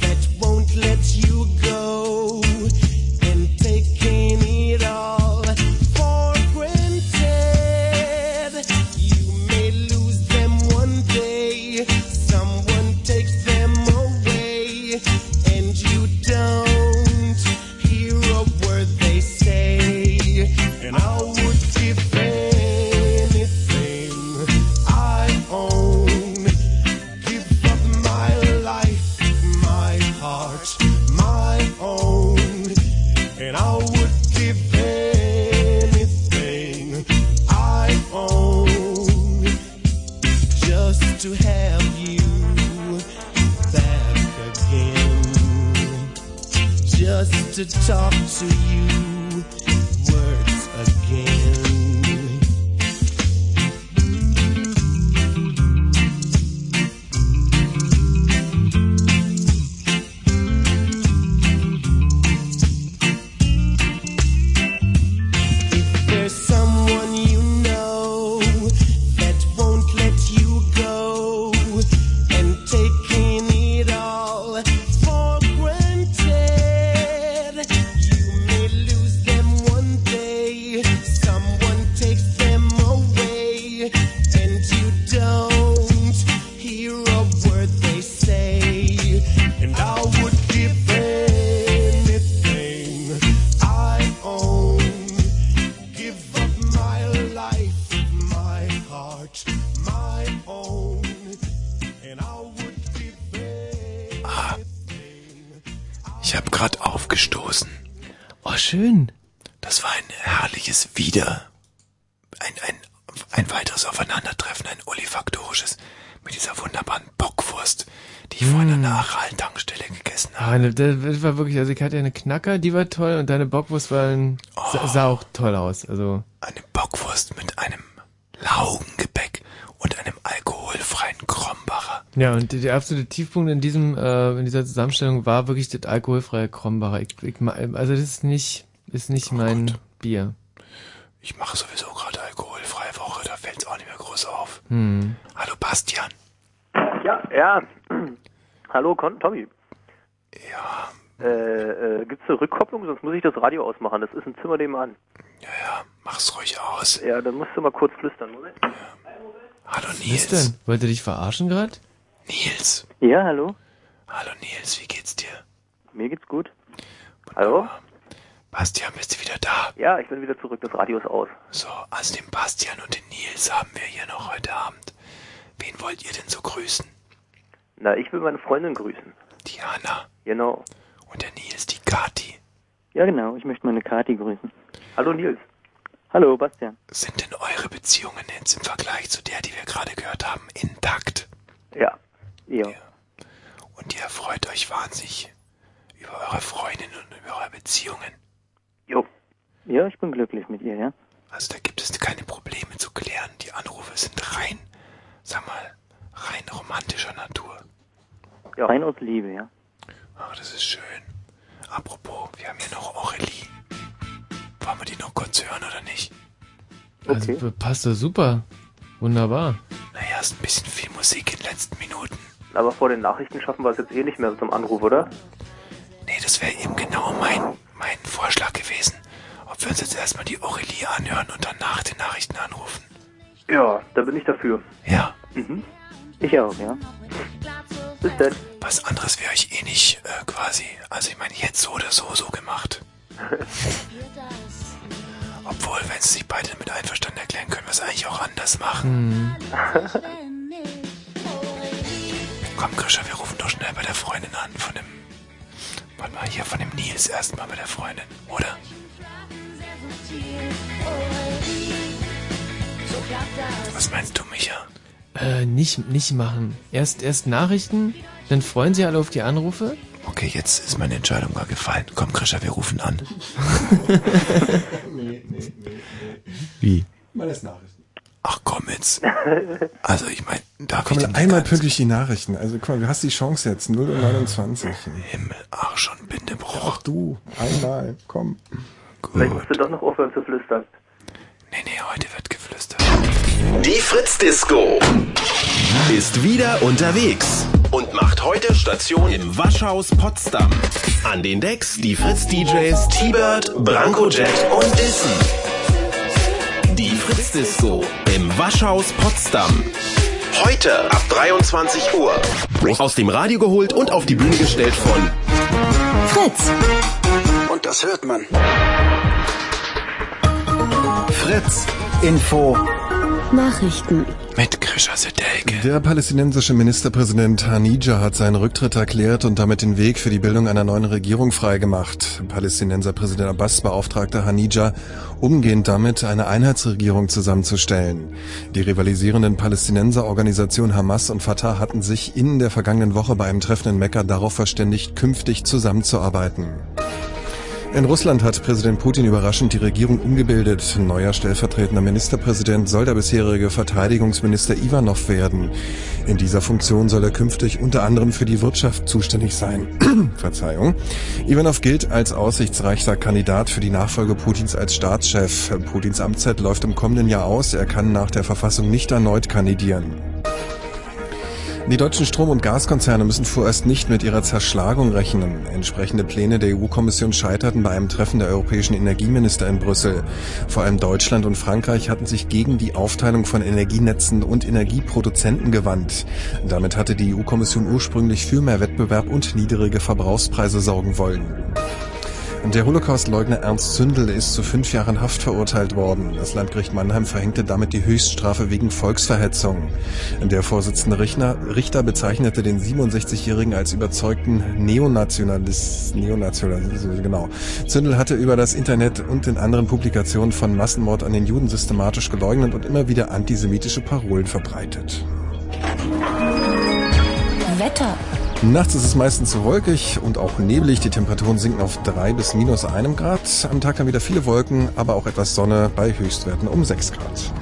Speaker 31: that won't let you go and taking it all for granted? You may lose them one day, someone takes them away, and you don't hear a word they say. And I would give anything I own. Give up my life, my heart, my own. And I would give anything I own just to have you back again. Just to talk to you words again. There's someone you know that won't let you go and taking it all for granted. You may lose
Speaker 2: Ich habe gerade aufgestoßen.
Speaker 3: Oh, schön.
Speaker 2: Das war ein herrliches Wieder. Ein, ein, ein weiteres Aufeinandertreffen, ein olifaktorisches. Mit dieser wunderbaren Bockwurst, die ich vor einer nachhaltigen Tankstelle gegessen habe.
Speaker 3: Hm. Ah, ne, das war wirklich, also ich hatte ja eine Knacker, die war toll und deine Bockwurst war ein, sa- sah auch toll aus. Also
Speaker 2: Oh. Eine Bockwurst mit einem Laugengebäck und einem alkoholfreien Krombacher.
Speaker 3: ja, und der- der absolute Tiefpunkt in diesem äh, in dieser Zusammenstellung war wirklich das alkoholfreie Krombacher. Ich, ich, ma- also das ist nicht ist nicht
Speaker 2: Oh
Speaker 3: mein Bier.
Speaker 2: Ich mache sowieso gerade alkoholfreie Woche, da fällt's auch nicht mehr groß auf.
Speaker 3: Hm.
Speaker 2: Hallo Bastian.
Speaker 16: Ja, ja. <clears throat> Hallo, Con Tommy. Ja. Äh, äh, gibt's eine Rückkopplung? Sonst muss ich das Radio ausmachen. Das ist ein Zimmer nebenan.
Speaker 2: Mach's ruhig aus.
Speaker 16: Ja, dann musst du mal kurz flüstern. Moment.
Speaker 2: Hallo
Speaker 3: Nils. Was denn? Wollt ihr dich verarschen gerade?
Speaker 2: Nils.
Speaker 16: Ja, hallo.
Speaker 2: Hallo Nils, wie geht's dir?
Speaker 16: Mir geht's gut. Hallo?
Speaker 2: Bastian, bist du wieder da?
Speaker 16: Ja, ich bin wieder zurück. Das Radio ist aus.
Speaker 2: So, also den Bastian und den Nils haben wir hier noch heute Abend. Wen wollt ihr denn so grüßen?
Speaker 16: Na, ich will meine Freundin grüßen.
Speaker 2: Die Anna.
Speaker 16: Genau.
Speaker 2: Und der Nils, die Kati.
Speaker 7: Ja, genau. Ich möchte meine Kati grüßen.
Speaker 16: Hallo Nils.
Speaker 7: Hallo, Bastian.
Speaker 2: Sind denn eure Beziehungen jetzt im Vergleich zu der, die wir gerade gehört haben, intakt?
Speaker 16: Ja.
Speaker 7: Ja.
Speaker 2: Und ihr freut euch wahnsinnig über eure Freundin und über eure Beziehungen.
Speaker 7: Jo. Ja, ich bin glücklich mit ihr, ja?
Speaker 2: Also da gibt es keine Probleme zu klären. Die Anrufe sind rein, sag mal, rein romantischer Natur.
Speaker 7: ja. Rein aus Liebe, ja?
Speaker 2: Ach, das ist schön. Apropos, wir haben hier noch Aurelie. Wollen wir die noch kurz hören oder nicht?
Speaker 3: Also passt das super. Wunderbar.
Speaker 2: Naja, ist ein bisschen viel Musik in den letzten Minuten.
Speaker 16: Aber vor den Nachrichten schaffen wir es jetzt eh nicht mehr zum Anruf, oder?
Speaker 2: Nee, das wäre eben genau mein, mein Vorschlag gewesen. Ob wir uns jetzt erstmal die Aurelie anhören und danach die Nachrichten anrufen.
Speaker 16: Ja, da bin ich dafür.
Speaker 2: Ja.
Speaker 16: Mhm.
Speaker 7: Ich auch, ja?
Speaker 16: Bis dann.
Speaker 2: Was anderes wäre ich eh nicht äh, quasi. Also ich meine, jetzt so oder so so <laughs> gemacht. Obwohl, wenn sie sich beide mit einverstanden erklären, können wir es eigentlich auch anders machen. Hm. Komm, Grisha, wir rufen doch schnell bei der Freundin an. Von dem. Warte mal, hier von dem Nils erstmal bei der Freundin, oder? Was meinst du, Micha?
Speaker 3: Äh, nicht, nicht machen. Erst, erst Nachrichten, dann freuen sie alle auf die Anrufe.
Speaker 2: Okay, jetzt ist meine Entscheidung mal gefallen. Komm, Grisha, wir rufen an.
Speaker 4: nee, nee, nee.
Speaker 2: Wie?
Speaker 4: Mal
Speaker 32: <laughs>
Speaker 4: das Nachrichten.
Speaker 2: Ach komm jetzt. <laughs> Also ich meine, darf ich
Speaker 4: Komm,
Speaker 2: den
Speaker 4: einmal pünktlich die Nachrichten. Also guck mal, du hast die Chance jetzt. 0 und 29.
Speaker 2: Himmel, Arsch und Bindebruch.
Speaker 4: Ach du, einmal, komm.
Speaker 16: Vielleicht musst du doch noch aufhören zu flüstern.
Speaker 17: Die Fritz Disco ist wieder unterwegs und macht heute Station im Waschhaus Potsdam. An den Decks die Fritz DJs T-Bird, Brankojet und Dissen. Die Fritz Disco im Waschhaus Potsdam. Heute ab 23 Uhr. Aus dem Radio geholt und auf die Bühne gestellt von
Speaker 29: Fritz.
Speaker 22: Und das hört man. Fritz, Info.
Speaker 32: Hm.
Speaker 29: Nachrichten.
Speaker 2: Mit Grisha Sedelke.
Speaker 4: Der palästinensische Ministerpräsident Hanija hat seinen Rücktritt erklärt und damit den Weg für die Bildung einer neuen Regierung freigemacht. Palästinenser Präsident Abbas beauftragte Hanija umgehend damit, eine Einheitsregierung zusammenzustellen. Die rivalisierenden Palästinenserorganisationen Hamas und Fatah hatten sich in der vergangenen Woche bei einem Treffen in Mekka darauf verständigt, künftig zusammenzuarbeiten. In Russland hat Präsident Putin überraschend die Regierung umgebildet. Neuer stellvertretender Ministerpräsident soll der bisherige Verteidigungsminister Ivanov werden. In dieser Funktion soll er künftig unter anderem für die Wirtschaft zuständig sein. <clears throat> Verzeihung. Ivanov gilt als aussichtsreichster Kandidat für die Nachfolge Putins als Staatschef. Putins Amtszeit läuft im kommenden Jahr aus. Er kann nach der Verfassung nicht erneut kandidieren. Die deutschen Strom- und Gaskonzerne müssen vorerst nicht mit ihrer Zerschlagung rechnen. Entsprechende Pläne der EU-Kommission scheiterten bei einem Treffen der europäischen Energieminister in Brüssel. Vor allem Deutschland und Frankreich hatten sich gegen die Aufteilung von Energienetzen und Energieproduzenten gewandt. Damit hatte die E EU-Kommission ursprünglich für mehr Wettbewerb und niedrige Verbrauchspreise sorgen wollen. Der Holocaustleugner Ernst Zündel ist zu fünf Jahren Haft verurteilt worden. Das Landgericht Mannheim verhängte damit die Höchststrafe wegen Volksverhetzung. Der Vorsitzende Richter, Richter bezeichnete den 67-Jährigen als überzeugten Neonationalist, Neonationalist, genau. Zündel hatte über das Internet und in anderen Publikationen von Massenmord an den Juden systematisch geleugnet und immer wieder antisemitische Parolen verbreitet.
Speaker 21: Wetter.
Speaker 4: Nachts ist es meistens wolkig und auch neblig. Die Temperaturen sinken auf 3 bis minus 1 Grad. Am Tag dann wieder viele Wolken, aber auch etwas Sonne bei Höchstwerten um 6 Grad.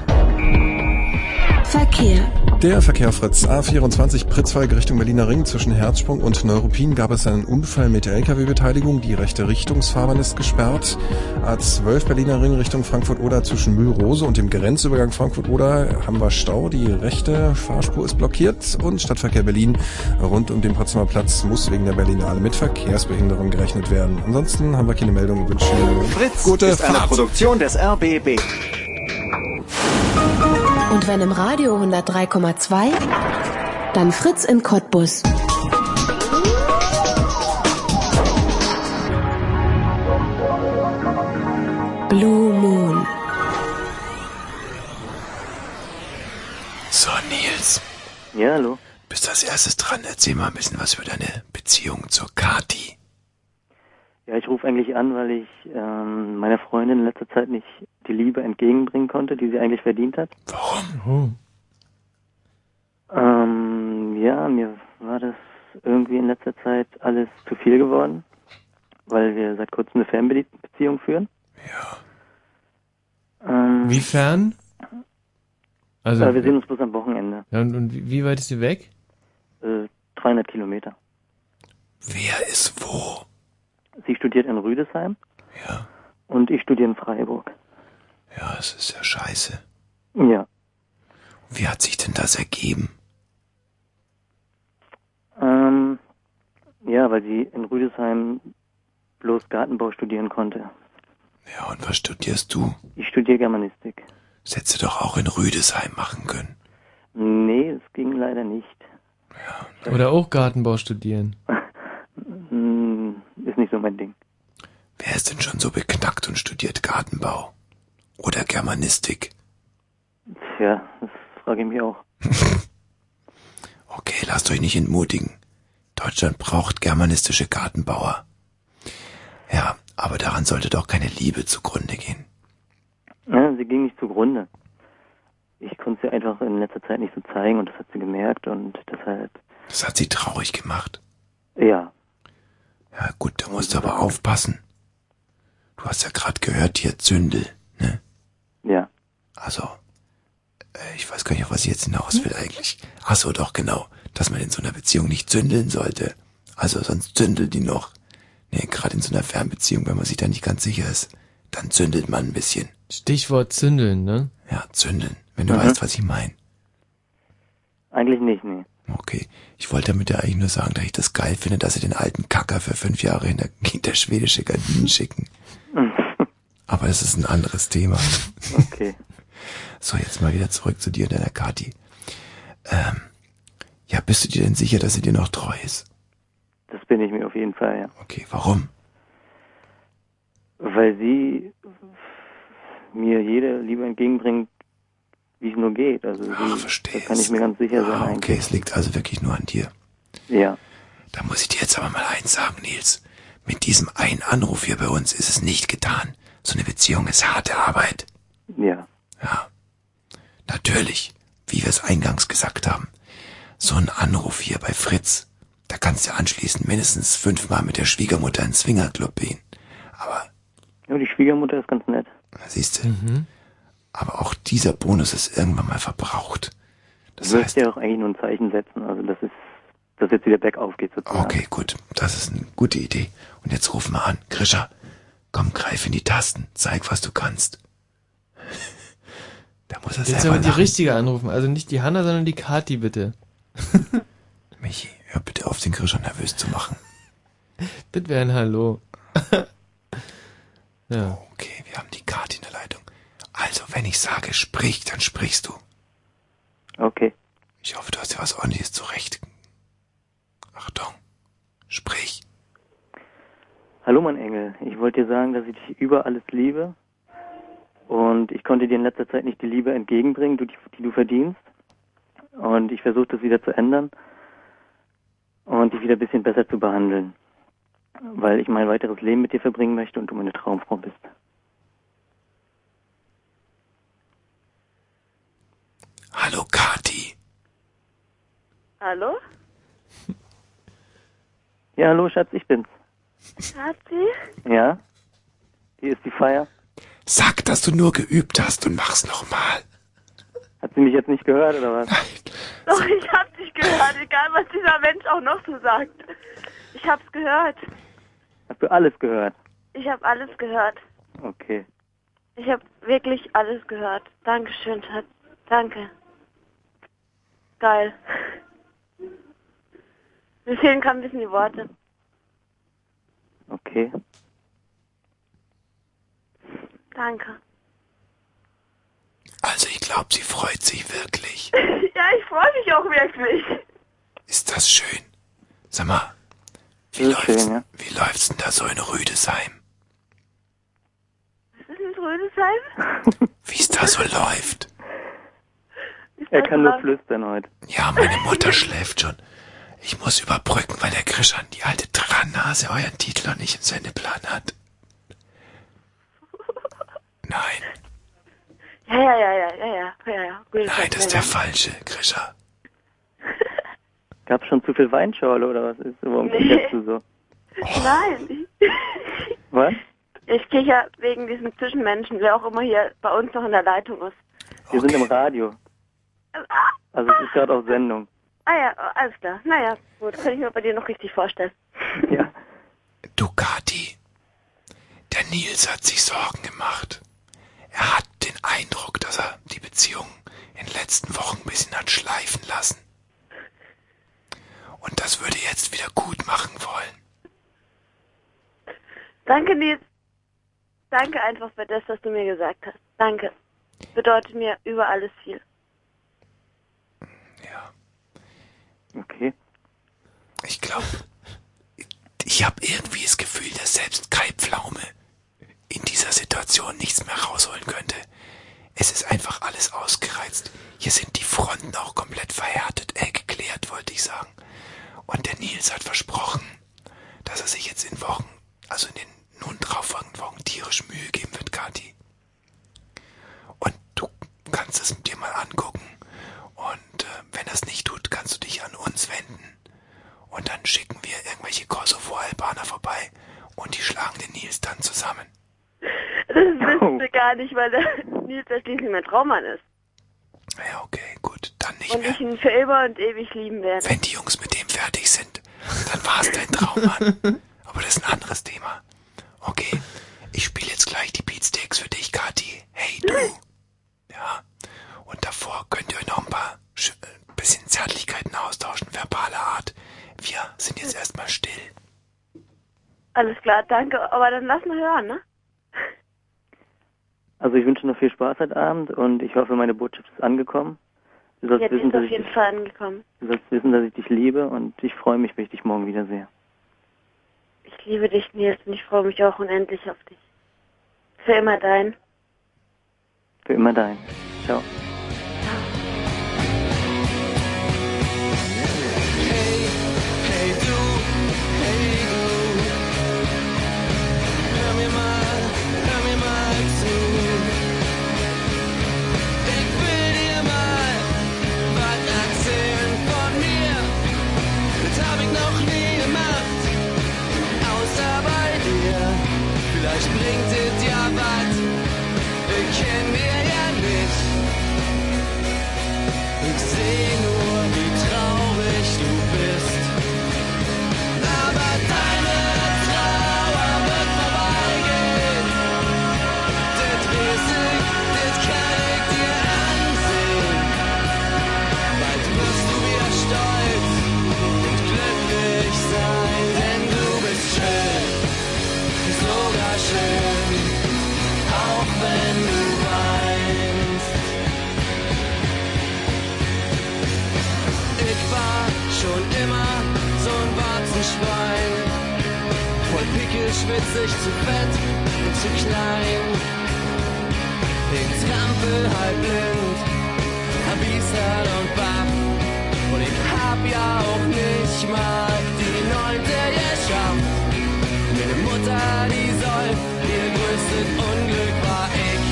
Speaker 21: Verkehr.
Speaker 4: Der Verkehr Fritz A24 Pritzwalk Richtung Berliner Ring zwischen Herzsprung und Neuruppin gab es einen Unfall mit Lkw-Beteiligung. Die rechte Richtungsfahrbahn ist gesperrt. A12 Berliner Ring Richtung Frankfurt-Oder zwischen Mühlrose und dem Grenzübergang Frankfurt-Oder haben wir Stau. Die rechte Fahrspur ist blockiert und Stadtverkehr Berlin rund um den Potsdamer Platz muss wegen der Berlinale mit Verkehrsbehinderung gerechnet werden. Ansonsten haben wir keine Meldung. Wünschen
Speaker 33: Fritz
Speaker 4: gute
Speaker 33: ist eine
Speaker 4: Fahrt.
Speaker 33: Produktion des RBB.
Speaker 21: Und wenn im Radio 103,2, dann Fritz in Cottbus. Blue Moon.
Speaker 2: So, Nils.
Speaker 32: Ja, hallo.
Speaker 2: Bist als erstes dran. Erzähl mal ein bisschen was über deine Beziehung zur Kati.
Speaker 32: Ja, ich rufe eigentlich an, weil ich ähm, meiner Freundin in letzter Zeit nicht die Liebe entgegenbringen konnte, die sie eigentlich verdient hat.
Speaker 2: Warum?
Speaker 32: Ähm, ja, mir war das irgendwie in letzter Zeit alles zu viel geworden, weil wir seit kurzem eine Fernbeziehung führen. Ähm,
Speaker 3: Wie fern? Also,
Speaker 32: Aber wir sehen uns bloß am Wochenende,
Speaker 3: ja, und, und wie- wie weit ist sie weg?
Speaker 32: äh, 300 Kilometer.
Speaker 2: Wer ist wo?
Speaker 32: Sie studiert in Rüdesheim.
Speaker 2: Ja.
Speaker 32: Und ich studiere in Freiburg.
Speaker 2: Ja, es ist ja scheiße.
Speaker 32: Ja.
Speaker 2: Wie hat sich denn das ergeben?
Speaker 32: Ähm, ja, weil sie in Rüdesheim bloß Gartenbau studieren konnte.
Speaker 2: Ja, und was studierst du?
Speaker 32: Ich studiere Germanistik.
Speaker 2: Das hättest du doch auch in Rüdesheim machen können.
Speaker 32: Nee, es ging leider nicht.
Speaker 3: Oder auch Gartenbau studieren?
Speaker 32: Hm, Ist nicht so mein Ding.
Speaker 2: Wer ist denn schon so beknackt und studiert Gartenbau? Oder Germanistik?
Speaker 32: Tja, das frage ich mich auch.
Speaker 2: Okay, lasst euch nicht entmutigen. Deutschland braucht germanistische Gartenbauer. Ja, aber daran sollte doch keine Liebe zugrunde gehen.
Speaker 32: Ja, Ne, sie ging nicht zugrunde. Ich konnte sie einfach in letzter Zeit nicht so zeigen und das hat sie gemerkt und deshalb,
Speaker 2: Das hat sie traurig gemacht.
Speaker 32: ja,
Speaker 2: Ja gut, du musst aber aufpassen. Du hast ja gerade gehört, hier Zündel, ne?
Speaker 32: Ja.
Speaker 2: Also, äh, ich weiß gar nicht, auf was ich jetzt hinaus will eigentlich. Ach so, doch, genau. Dass man in so einer Beziehung nicht zündeln sollte. Also, sonst zündelt die noch. Nee, gerade in so einer Fernbeziehung, wenn man sich da nicht ganz sicher ist, dann zündelt man ein bisschen.
Speaker 3: Stichwort zündeln, ne?
Speaker 2: Ja, zündeln. Wenn du
Speaker 3: Mhm.
Speaker 2: weißt, was ich meine.
Speaker 32: eigentlich nicht, nee.
Speaker 2: Okay. Ich wollte damit ja eigentlich nur sagen, dass ich das geil finde, dass sie den alten Kacker für fünf Jahre <laughs> hinter, hinter schwedische Gardinen schicken. Aber das ist ein anderes Thema.
Speaker 32: Okay.
Speaker 2: So, jetzt mal wieder zurück zu dir und deiner Kati. Ähm, ja, bist du dir denn sicher, dass sie dir noch treu ist?
Speaker 32: Das bin ich mir auf jeden Fall, ja.
Speaker 2: Okay, warum?
Speaker 32: Weil sie mir jede Liebe entgegenbringt, wie es nur geht. Also sie, da kann ich Ah, mir ganz sicher sein eigentlich.
Speaker 2: Okay, es liegt also wirklich nur an dir.
Speaker 32: Ja.
Speaker 2: Da muss ich dir jetzt aber mal eins sagen, Nils. Mit diesem einen Anruf hier bei uns ist es nicht getan. So eine Beziehung ist harte Arbeit.
Speaker 32: Ja.
Speaker 2: Ja. Natürlich, wie wir es eingangs gesagt haben. So ein Anruf hier bei Fritz. Da kannst du anschließend mindestens fünfmal mit der Schwiegermutter ins Swingerclub gehen.
Speaker 32: Ja, die Schwiegermutter ist ganz nett.
Speaker 2: Siehst du? Aber auch dieser Bonus ist irgendwann mal verbraucht.
Speaker 32: Das du heißt ja auch eigentlich nur ein Zeichen setzen. Also das ist, dass jetzt wieder bergauf geht sozusagen.
Speaker 2: Okay, gut. Das ist eine gute Idee. Und jetzt ruf mal an. Grisha, komm, greif in die Tasten. Zeig, was du kannst. <laughs> da muss er
Speaker 3: Jetzt
Speaker 2: selber
Speaker 3: aber die
Speaker 2: lachen.
Speaker 3: richtige anrufen. Also nicht die Hanna, sondern die Kati, bitte.
Speaker 2: Michi, hör bitte auf, den Grisha nervös zu machen.
Speaker 3: Das wäre ein Hallo. ja.
Speaker 2: Okay, wir haben die Kati in der Leitung. Also, wenn ich sage, sprich, dann sprichst du.
Speaker 32: Okay.
Speaker 2: Ich hoffe, du hast dir was ordentliches zurecht. Achtung. Sprich.
Speaker 32: Hallo, mein Engel. Ich wollte dir sagen, dass ich dich über alles liebe. Und ich konnte dir in letzter Zeit nicht die Liebe entgegenbringen, du- die, die du verdienst. Und ich versuche das wieder zu ändern und dich wieder ein bisschen besser zu behandeln. Weil ich mein weiteres Leben mit dir verbringen möchte und du meine Traumfrau bist.
Speaker 2: Hallo, Kati.
Speaker 23: <laughs>
Speaker 1: Hallo?
Speaker 32: Ja, hallo, Schatz, ich bin's.
Speaker 1: Schatzi?
Speaker 32: Ja? Hier ist die Feier.
Speaker 2: Sag, dass du nur geübt hast und mach's nochmal.
Speaker 32: Hat sie mich jetzt nicht gehört, oder was?
Speaker 1: Doch, Oh, ich hab dich gehört, egal was dieser Mensch auch noch so sagt. Ich hab's gehört.
Speaker 32: Hast du alles gehört?
Speaker 1: Ich hab alles gehört.
Speaker 32: Okay.
Speaker 1: Ich hab wirklich alles gehört. Dankeschön, Schatz. Danke. Geil. Mir fehlen gerade ein bisschen die Worte.
Speaker 32: Okay.
Speaker 1: Danke.
Speaker 2: Also ich glaube, sie freut sich
Speaker 1: <laughs>
Speaker 2: wirklich.
Speaker 1: ja, ich freue mich auch wirklich.
Speaker 29: Mm-hmm.
Speaker 2: Ist das schön? Sag mal,
Speaker 32: Das
Speaker 2: wie
Speaker 32: ist
Speaker 2: läuft's,
Speaker 32: schön, ja.
Speaker 2: wie läuft's denn da so in Rüdesheim?
Speaker 1: Was ist denn Rödesheim?
Speaker 23: <laughs>
Speaker 2: Wie es da so läuft?
Speaker 32: Er kann nur flüstern heute.
Speaker 2: Ja, meine Mutter schläft schon. Ich muss überbrücken, weil der Grischan, die alte Trannase, euren Titel noch nicht im Sendeplan hat. Nein,
Speaker 1: Ja, ja, ja, ja, ja, ja, ja, ja. Gute
Speaker 2: nein,
Speaker 1: Zeit,
Speaker 2: das ist
Speaker 1: ja,
Speaker 2: der falsche, Grischa.
Speaker 32: <laughs> Gab's schon zu viel Weinschorle, oder was ist? Warum
Speaker 1: Nee.
Speaker 32: kicherst du so?
Speaker 1: Nein.
Speaker 32: Was?
Speaker 1: Ich kicher wegen diesem Zwischenmenschen, wer auch immer hier bei uns noch in der Leitung ist.
Speaker 32: Wir sind im Radio. Also es ist gerade auf Sendung.
Speaker 1: Ah ja, alles klar. Naja, gut, kann ich mir bei dir noch richtig vorstellen.
Speaker 2: Ducati. Der Nils hat sich Sorgen gemacht. Er hat den Eindruck, dass er die Beziehung in den letzten Wochen ein bisschen hat schleifen lassen. Und das würde er jetzt wieder gut machen wollen.
Speaker 1: Danke, Nils. Danke einfach für das, was du mir gesagt hast. Danke. Bedeutet mir über alles viel.
Speaker 32: Okay.
Speaker 2: Ich glaube, ich habe irgendwie das Gefühl, dass selbst Kai Pflaume in dieser Situation nichts mehr rausholen könnte. Es ist einfach alles ausgereizt. Hier sind die Fronten auch komplett verhärtet, äh, geklärt, wollte ich sagen. Und der Nils hat versprochen, dass er sich jetzt in Wochen, also in den nun darauffolgenden Wochen, tierisch Mühe geben wird, Kathi. Und du kannst es dir mal angucken. Und äh, wenn er es nicht tut, kannst du dich an uns wenden. Und dann schicken wir irgendwelche Kosovo-Albaner vorbei und die schlagen den Nils dann zusammen.
Speaker 1: Das wissen wir gar nicht, weil der Nils ja schließlich mein Traummann ist.
Speaker 2: Ja, okay, gut, dann nicht
Speaker 1: Und
Speaker 2: mehr.
Speaker 1: ich ihn für immer und ewig lieben werde.
Speaker 2: Wenn die Jungs mit dem fertig sind, dann war es dein Traummann. Aber das ist ein anderes Thema. Okay, ich spiele jetzt gleich die Beatsteaks für dich, Kathi. Hey, du. Ja, und davor könnt ihr euch noch ein paar sch- äh, bisschen Zärtlichkeiten austauschen, verbaler Art. Wir sind jetzt erstmal still.
Speaker 1: Alles klar, danke. Aber dann lass mal hören, ne?
Speaker 32: Also ich wünsche noch viel Spaß heute Abend und ich hoffe, meine Botschaft ist angekommen. Du sollst,
Speaker 1: ja, die
Speaker 32: wissen,
Speaker 1: ist
Speaker 32: dass
Speaker 1: auf
Speaker 32: ich,
Speaker 1: jeden Fall angekommen.
Speaker 32: du sollst wissen, dass ich dich liebe und ich freue mich, wenn ich dich morgen wiedersehe.
Speaker 1: Ich liebe dich, Nils, und ich freue mich auch unendlich auf dich. Für immer dein.
Speaker 32: Für immer dein. Ciao.
Speaker 11: Hey du, hey du, hör mir mal, hör mir mal zu. Ich will dir mal was erzählen von mir. Das hab ich noch nie gemacht, außer bei dir. Vielleicht bringt es ja was, wir kennen wir ja nicht. Ich seh nur, wie traurig du bist. Aber deine Trauer wird vorbeigehen. Das weiß ich, das kann ich dir ansehen. Bald wirst du wieder stolz und glücklich sein, denn du bist schön, sogar schön, auch wenn du weinst. Ich war schon immer so ein Warzenschwein. Voll pickisch schwitzig, zu fett und zu klein. Ich trampel halb blind, hab Biester und Bab. Und ich hab ja auch nicht mal die neunte geschafft. Meine Mutter, die soll, ihr größtes Unglück war ich.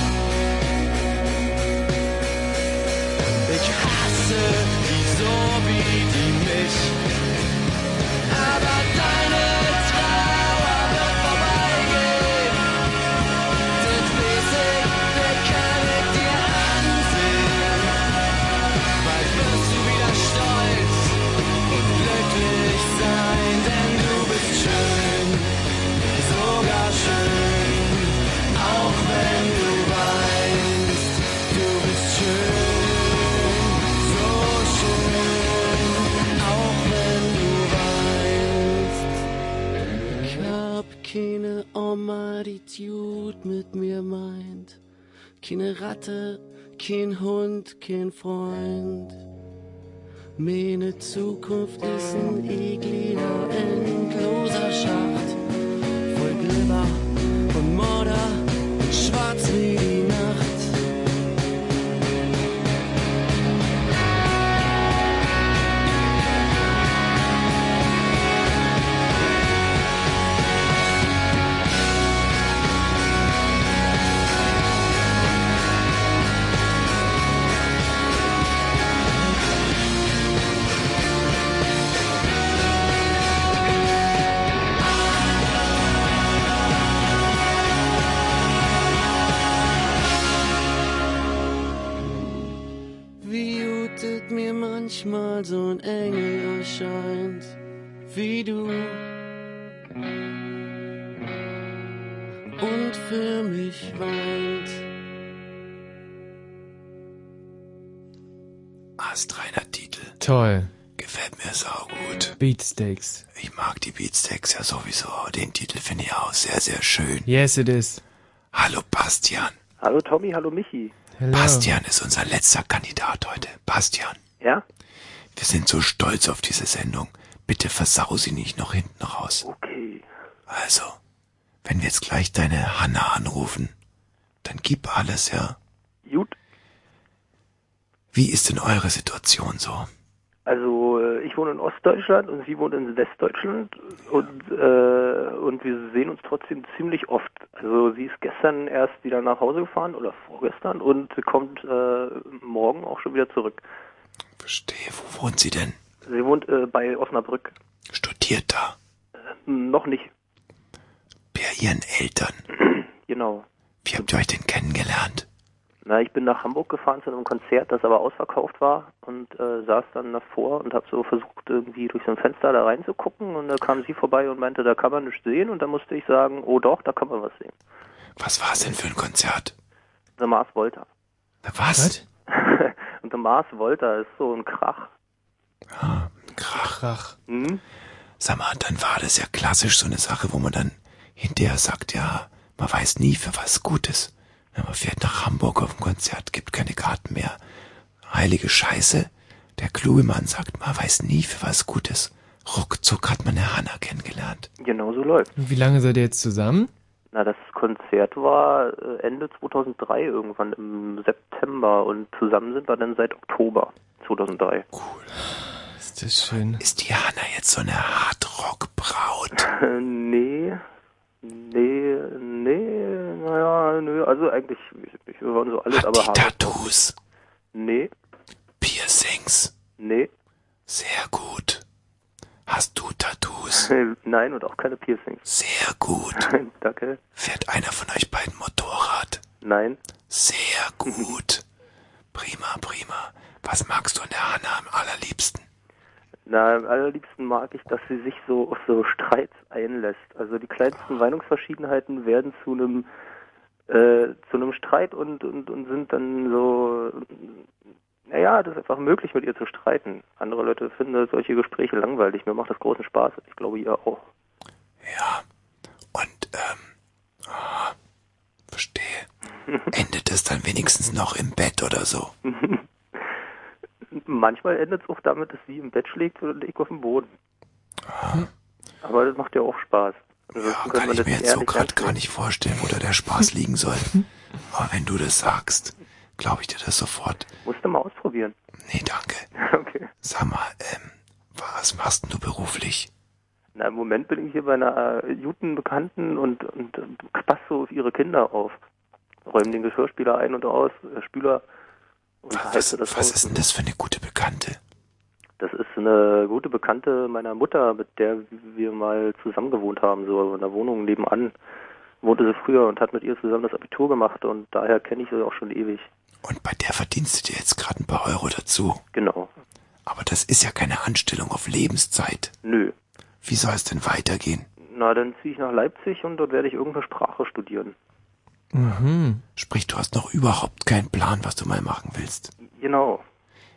Speaker 11: Ich hasse die so wie die mich. Aber deine Trauer wird vorbeigehen. Das Mäßig, das kann ich dir ansehen. Bald wirst du wieder stolz und glücklich sein, denn du bist schön, sogar schön, auch wenn du weinst. Du bist schön, so schön, auch wenn du weinst. Ich hab keine Oma, die Dude mit mir meint. Keine Ratte, kein Hund, kein Freund. Meine Zukunft ist ein ekliger, endloser Schacht. Voll Glibber und Morder und schwarz wie die Nacht. Wie jutet mir manchmal so ein Engel erscheint, wie du. Und für mich weint.
Speaker 2: Astreiner Titel.
Speaker 3: Toll.
Speaker 2: Gefällt mir saugut.
Speaker 3: Beatsteaks.
Speaker 2: Ich mag die Beatsteaks ja sowieso. Den Titel finde ich auch sehr, sehr schön.
Speaker 3: Yes, it is.
Speaker 2: Hallo Bastian.
Speaker 7: Hallo Tommy, hallo Michi.
Speaker 2: Bastian ist unser letzter Kandidat heute. Bastian.
Speaker 7: Ja?
Speaker 2: Wir sind so stolz auf diese Sendung. Bitte versau sie nicht noch hinten raus.
Speaker 7: Okay.
Speaker 2: Also, wenn wir jetzt gleich deine Hanna anrufen, dann gib alles, ja?
Speaker 7: Gut.
Speaker 2: Wie ist denn eure Situation so?
Speaker 7: Also äh, ich wohne in Ostdeutschland und sie wohnt in Westdeutschland und äh, und wir sehen uns trotzdem ziemlich oft. Also sie ist gestern erst wieder nach Hause gefahren oder vorgestern und sie kommt äh, morgen auch schon wieder zurück.
Speaker 2: Verstehe. Wo wohnt sie denn?
Speaker 7: Sie wohnt äh, bei Osnabrück. Äh,
Speaker 2: Studiert da?
Speaker 7: Noch nicht,
Speaker 2: Bei ihren Eltern.
Speaker 7: <clears throat> genau.
Speaker 2: Wie habt ihr euch denn kennengelernt?
Speaker 7: Na, ich bin nach Hamburg gefahren zu einem Konzert, das aber ausverkauft war und äh, saß dann davor und habe so versucht, irgendwie durch so ein Fenster da reinzugucken und da kam sie vorbei und meinte, da kann man nichts sehen und da musste ich sagen, oh doch, da kann man was sehen.
Speaker 2: Was war es denn für ein Konzert?
Speaker 7: The Mars Volta. <laughs>
Speaker 2: Was?
Speaker 7: und The Mars Volta ist so ein Krach.
Speaker 2: Krach.
Speaker 3: Krach.
Speaker 7: Mhm.
Speaker 2: Sag mal, dann war das ja klassisch so eine Sache, wo man dann hinterher sagt, ja, man weiß nie für was Gutes. Ja, man fährt nach Hamburg auf ein Konzert, gibt keine Karten mehr. Heilige Scheiße. Der kluge Mann sagt, man weiß nie für was Gutes. Ruckzuck hat man eine Hanna kennengelernt.
Speaker 7: Genau so läuft.
Speaker 3: Und Wie lange seid ihr jetzt zusammen?
Speaker 7: Na, das Konzert war äh, Ende 2003 irgendwann im September und zusammen sind wir dann seit Oktober 2003.
Speaker 3: Ist das schön.
Speaker 2: Ist die Hanna jetzt so eine Hardrock-Braut?
Speaker 7: <laughs> nee, nee, nee, naja, nö, also eigentlich, ich, ich höre so alles,
Speaker 2: Hat
Speaker 7: aber
Speaker 2: die
Speaker 7: hart.
Speaker 2: Tattoos?
Speaker 7: Nee,
Speaker 2: Piercings?
Speaker 7: nee,
Speaker 2: Sehr gut. Hast du Tattoos?
Speaker 7: <laughs> nein und auch keine Piercings.
Speaker 2: Sehr gut.
Speaker 7: <laughs> Danke.
Speaker 2: Fährt einer von euch beiden Motorrad?
Speaker 7: Nein.
Speaker 2: Sehr gut. Prima, prima. Was magst du an der Hanna am allerliebsten?
Speaker 7: Na, am allerliebsten mag ich, dass sie sich so auf so Streits einlässt. Also die kleinsten Meinungsverschiedenheiten werden zu einem äh, zu einem Streit und, und, und sind dann so, naja, das ist einfach möglich, mit ihr zu streiten. Andere Leute finden solche Gespräche langweilig. Mir macht das großen Spaß. Ich glaube, ihr auch.
Speaker 2: Ah, verstehe. Endet es dann wenigstens noch im Bett oder so?
Speaker 7: <laughs> Manchmal endet es auch damit, dass sie im Bett schlägt und ich auf dem Boden. Aber das macht ja auch Spaß.
Speaker 2: Hm. Ja, kann ich mir jetzt so gerade gar nicht vorstellen, wo da der Spaß liegen soll. Aber wenn du das sagst, glaube ich dir das sofort.
Speaker 7: Musst du mal ausprobieren.
Speaker 2: Nee, danke.
Speaker 7: <laughs> Okay.
Speaker 2: Sag mal, ähm, was machst denn du beruflich?
Speaker 7: Na, im Moment bin ich hier bei einer äh, guten Bekannten und, und äh, passe so auf ihre Kinder auf. Räumen den Geschirrspüler ein und aus, äh, Spüler. Und
Speaker 2: was was ist denn das für eine gute Bekannte?
Speaker 7: Das ist eine gute Bekannte meiner Mutter, mit der wir mal zusammen gewohnt haben, so in der Wohnung nebenan. Wohnte sie früher und hat mit ihr zusammen das Abitur gemacht und daher kenne ich sie auch schon ewig.
Speaker 2: Bei der verdienst du dir jetzt gerade ein paar Euro dazu.
Speaker 7: Genau.
Speaker 2: Aber das ist ja keine Anstellung auf Lebenszeit.
Speaker 7: Nö.
Speaker 2: Wie soll es denn weitergehen?
Speaker 7: Na, dann ziehe ich nach Leipzig und dort werde ich irgendeine Sprache studieren.
Speaker 3: Mhm.
Speaker 2: Sprich, du hast noch überhaupt keinen Plan, was du mal machen willst.
Speaker 7: Genau.